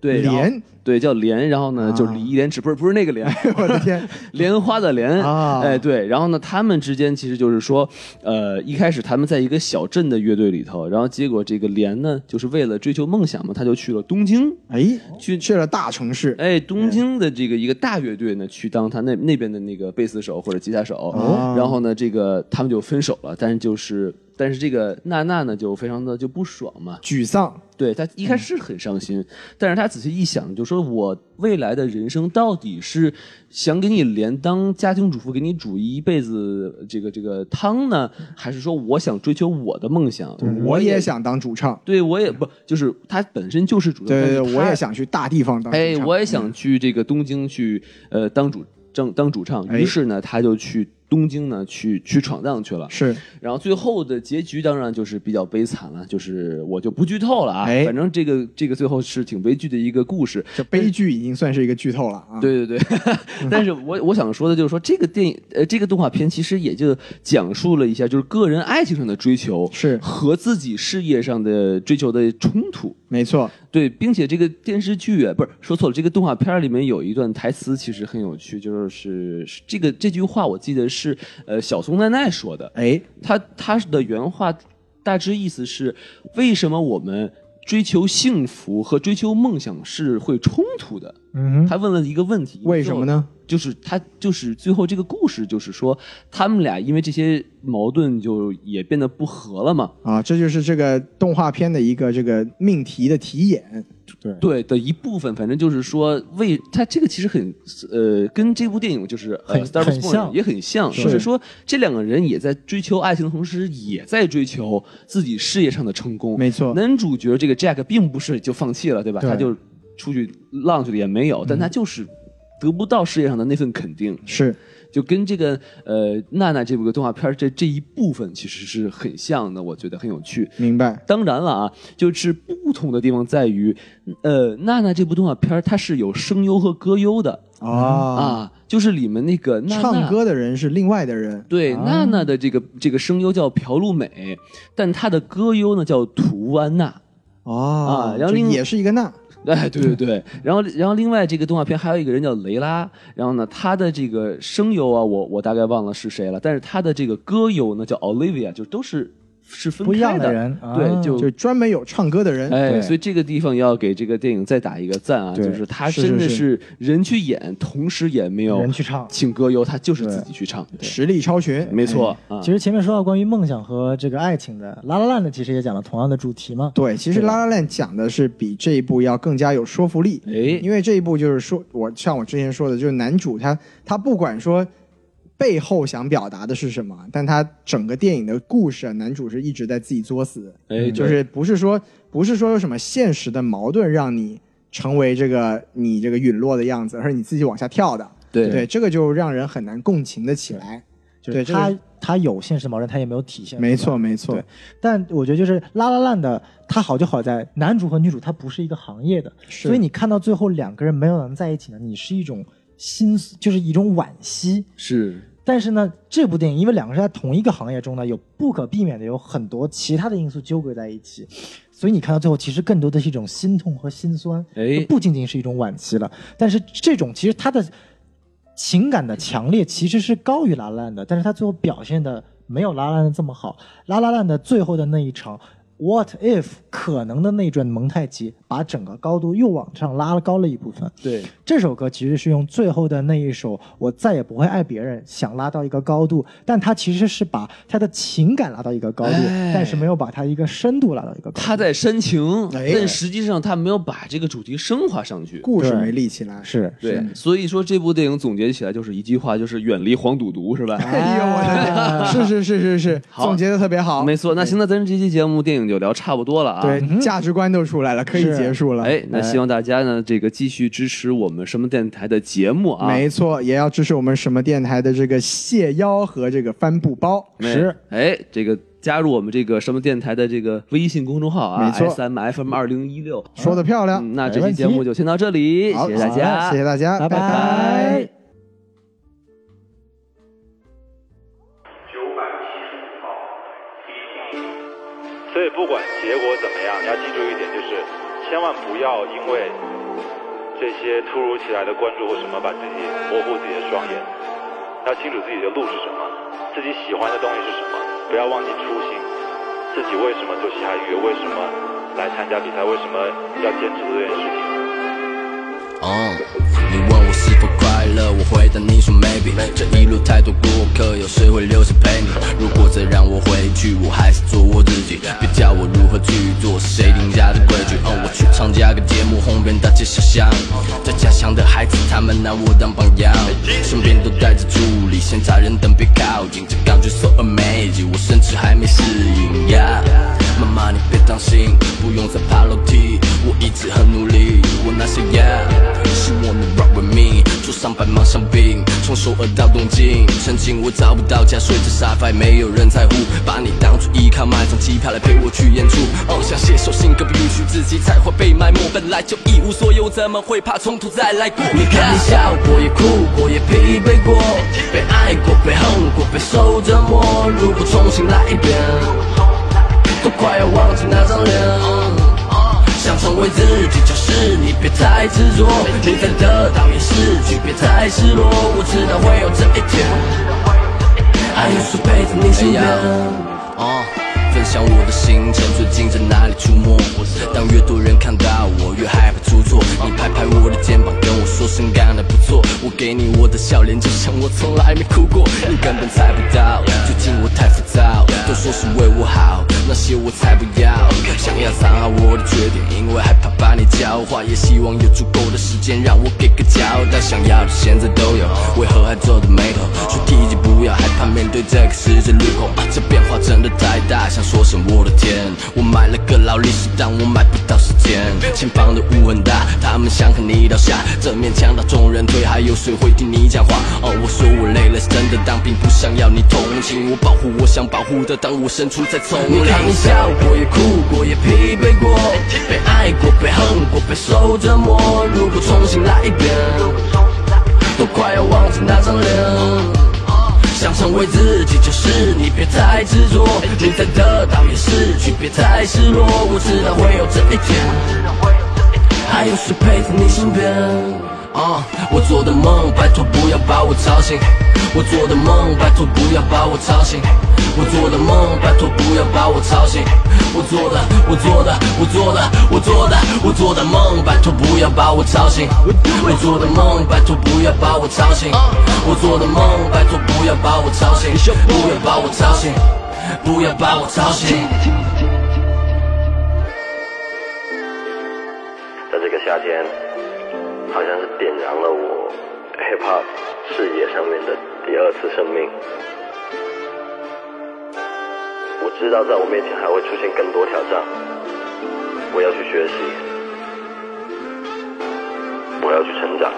S3: 对，然后
S2: 莲
S3: 对叫莲，然后呢、
S2: 啊
S3: 就是礼义廉耻，不是不是那个莲，
S2: 我的
S3: [LAUGHS]
S2: 天，
S3: 莲花的莲
S2: 啊
S3: 哎对，然后呢，他们之间其实就是说，呃，一开始他们在一个小镇的乐队里头，然后结果这个莲呢，就是为了追求梦想嘛，他就去了东京，
S2: 哎，
S3: 去
S2: 去了大城市，
S3: 哎，东京的这个一个大乐队呢，去当他那那边的那个贝斯手或者吉他手，
S2: 哦
S3: 然后呢，这个他们就分手了，但是就是。但是这个娜娜呢，就非常的就不爽嘛，
S2: 沮丧，
S3: 对她一开始是很伤心，但是她仔细一想，就说我未来的人生到底是想给你连当家庭主妇，给你煮一辈子这个这个汤呢，还是说我想追求我的梦想？
S2: 我也，想当主唱，
S3: 对我也不就是她本身就是主
S2: 对对
S3: 但
S2: 对，
S3: 是
S2: 我
S3: 她
S2: 也想去大地方当主
S3: 哎，
S2: 唱，嗯
S3: 我也想去这个东京去，呃，当主正当主唱。
S2: 哎
S3: 于是呢，他就去东京呢，去去闯荡去了。
S2: 是
S3: 然后最后的结局当然就是比较悲惨了，就是我就不剧透了啊。
S2: 哎
S3: 反正这个这个最后是挺悲剧的一个故事。
S2: 这悲剧已经算是一个剧透了啊，，
S3: 对对对， [LAUGHS] 但是我我想说的就是说，这个电影呃，这个动画片其实也就讲述了一下，就是个人爱情上的追求
S2: 是
S3: 和自己事业上的追求的冲突。
S2: 没错，
S3: 对，并且这个电视剧啊，不是说错了，这个动画片儿里面有一段台词其实很有趣，就是是这个这句话我记得是呃小松奈奈说的，
S2: 哎，
S3: 她她的原话大致意思是为什么我们追求幸福和追求梦想是会冲突的？
S4: 嗯
S3: 她问了一个问题，
S2: 为什么？呢？
S3: 就是他就是最后这个故事就是说他们俩因为这些矛盾就也变得不和了嘛，
S2: 啊，这就是这个动画片的一个这个命题的题眼，
S3: 对的一部分，反正就是说为它这个其实很呃，跟这部电影就是呃
S4: 很
S3: Star Wars
S4: 很像
S3: Born 也很像，就是说这两个人也在追求爱情的同时，也在追求自己事业上的成功。
S2: 没错，
S3: 男主角这个 Jack 并不是就放弃了，对吧？
S4: 对嗯
S3: 他就出去浪去了也没有，但他就是得不到事业上的那份肯定，
S2: 是
S3: 就跟这个呃娜娜这部动画片儿这这一部分其实是很像的，我觉得很有趣。
S2: 明白，
S3: 当然了啊，就是不同的地方在于，呃，娜娜这部动画片儿它是有声优和歌优的
S2: 啊，
S3: 啊，就是里面那个娜娜
S2: 唱。歌的人是另外的人，
S4: 啊
S3: 对，娜娜的这个这个声优叫朴路美，但她的歌优呢叫涂安娜。 [LAUGHS]
S2: 哦
S3: 啊然后
S2: 这
S3: 另
S2: 也是一个那
S3: 哎，对对
S4: [LAUGHS]
S3: 对，然后然后另外这个动画片还有一个人叫雷拉，然后呢，她的这个声优啊，我我大概忘了是谁了，但是她的这个歌优呢叫 Olivia，就都是是分开
S4: 不一样的人
S3: 对，
S4: 啊
S3: 就
S2: 就专门有唱歌的人，
S3: 哎，
S4: 对
S3: 所以这个地方要给这个电影再打一个赞啊！
S4: 对
S3: 就是他
S2: 是
S3: 真的
S2: 是
S3: 是人去演，同时也没有
S4: 人去唱
S3: 请歌优，他就是自己去唱，
S2: 实力超群，哎
S3: 没错
S2: 嗯
S3: 啊。
S4: 其实前面说到关于梦想和这个爱情的，《拉拉烂》的其实也讲了同样的主题嘛。
S2: 对，其实《
S4: 对吧
S2: 拉拉链》讲的是比这一部要更加有说服力，
S3: 哎
S2: 因为这一部就是说，我像我之前说的，就是男主他他不管说背后想表达的是什么，但他整个电影的故事，男主是一直在自己作死，
S3: 哎，
S2: 嗯就
S3: 对
S2: 是不是说不是说有什么现实的矛盾让你成为这个你这个陨落的样子，而是你自己往下跳的，
S3: 对
S2: 对，这个就让人很难共情的起来，
S4: 就是
S2: 对这个
S4: 他他有现实矛盾，他也没有体现。
S2: 没错没错
S4: 对，但我觉得就是《拉拉烂》的，它好就好在男主和女主他不是一个行业的，
S2: 是
S4: 所以你看到最后两个人没有能在一起呢，你是一种心，就是一种惋惜。
S3: 是
S4: 但是呢，这部电影因为两个是在同一个行业中呢，有不可避免的有很多其他的因素纠葛在一起，所以你看到最后，其实更多的是一种心痛和心酸，
S3: 哎
S4: 就不仅仅是一种惋惜了。但是这种其实它的情感的强烈其实是高于拉拉烂的，但是它最后表现的没有拉拉烂的这么好。拉拉烂的最后的那一场，
S5: What if 可能的那转蒙太奇，把整个高度又往上拉了高了一部分。
S3: 对，
S5: 这首歌其实是用最后的那一首“我再也不会爱别人”想拉到一个高度，但他其实是把他的情感拉到一个高度，
S3: 哎
S5: 但是没有把他一个深度拉到一个高度。
S3: 他在煽情，
S2: 哎
S3: 但实际上他没有把这个主题升华上去。
S2: 故事
S5: 对
S2: 没立起来。嗯
S5: 是
S3: 对，所以说这部电影总结起来就是一句话，就是远离黄赌毒，是吧？
S2: 哎呦我的天，是是是是是，
S3: 好
S2: 总结的特别好，
S3: [LAUGHS]
S2: 哎
S3: 没错。那行，那咱这期节目电影就聊差不多了啊。
S2: 对，价值观都出来了，可以
S5: 是
S2: 结束了。
S3: 哎，那希望大家呢，这个继续支持我们什么电台的节目啊。
S2: 没错，也要支持我们什么电台的这个蟹腰和这个帆布包。
S3: 没，哎，这个加入我们这个什么电台的这个微信公众号啊
S2: 没错
S3: ，S M F M 二零一六。
S2: 说的漂亮，
S3: 嗯，那这期节目就先到这里，
S2: 好
S3: 谢谢大家，
S2: 好谢谢大家，
S5: 拜
S2: 拜
S5: 拜
S8: 九百七十五号，所以不管结果怎么样，你要记住一点，就是千万不要因为这些突如其来的关注或什么，把自己模糊自己的双眼。要清楚自己的路是什么，自己喜欢的东西是什么，不要忘记初心。自己为什么做嘻哈音乐？为什么来参加比赛？为什么要坚持做这件事情？
S9: 嗯，你问我是否快乐，我回答你说 maybe。这一路太多过客，有谁会留下陪你？如果再让我回去，我还是做我自己。别叫我如何去做，是谁定下的规矩？嗯，我去参加个节目，红遍大街小巷。在家乡的孩子，他们拿我当榜样，身边都带着助理，先砸人但别靠近。这感觉 so amazing，我甚至还没适应。Yeah，妈妈你别担心，不用再爬楼梯，我一直很努力。我拿下 Yeah。希望你 rock with me，住上百忙上病，从首尔到东京，曾经我找不到家，睡在沙发，没有人在乎，把你当作依靠，买张机票来陪我去演出。哦，想写首新歌，不允许自己才会被埋没，本来就一无所有，怎么会怕从头再来过？你看你笑过，也哭过，也疲惫过，被爱过，被恨过，被受折磨。如果重新来一遍。都快要忘记那张脸。想成为自己就是你，别太执着。你在得到也失去，别太失落。我知道会有这一天，还有谁陪着你身边？哎啊，分享我的行程，最近在哪里出没？当越多人看到我，越害怕出错。你拍拍我的肩膀，跟我说声干得不错。我给你我的笑脸，就像我从来没哭过。你根本猜不到，最近我太浮躁，都说是为我好，那些我才不要。想要藏好我的缺点，因为害怕把你教坏，也希望有足够的时间让我给个交代。想要的现在都有，为何还做的没有？说第一句不要害怕面对这个十字路口，啊，这变化真的太大，想说声我的天！我买了个劳力士，但我买不到时间。前方的雾很大，他们想看你倒下，这面墙打众人推，还有谁会听你讲话？哦，我说我累了，是真的，但并不想要你同情，我保护我想保护的，当我身处在丛林。你看你笑过，也哭过，也疲惫过，被爱过，被恨过，被受折磨。如果重新来一遍。都快要忘记那张脸。想成为自己就是你，别太执着。你在得到也失去，别太失落。我知道会有这一天。还有谁陪在你身边？啊、我做的梦，拜托不要把我吵醒。我做的梦，拜托不要把我吵醒。我做的梦，拜托不要把我吵醒。我做的，我做的，我做的，我做的，我做的梦，拜托不要把我吵醒。我做的梦，拜托不要把我吵醒。我做的梦，拜托不要把我吵醒。不要把我吵醒，不要把我吵醒。
S10: 在这个夏天，好像是点燃了我 hip hop 视野上面的第二次生命。我知道在我面前还会出现更多挑战，我要去学习，我要去成长。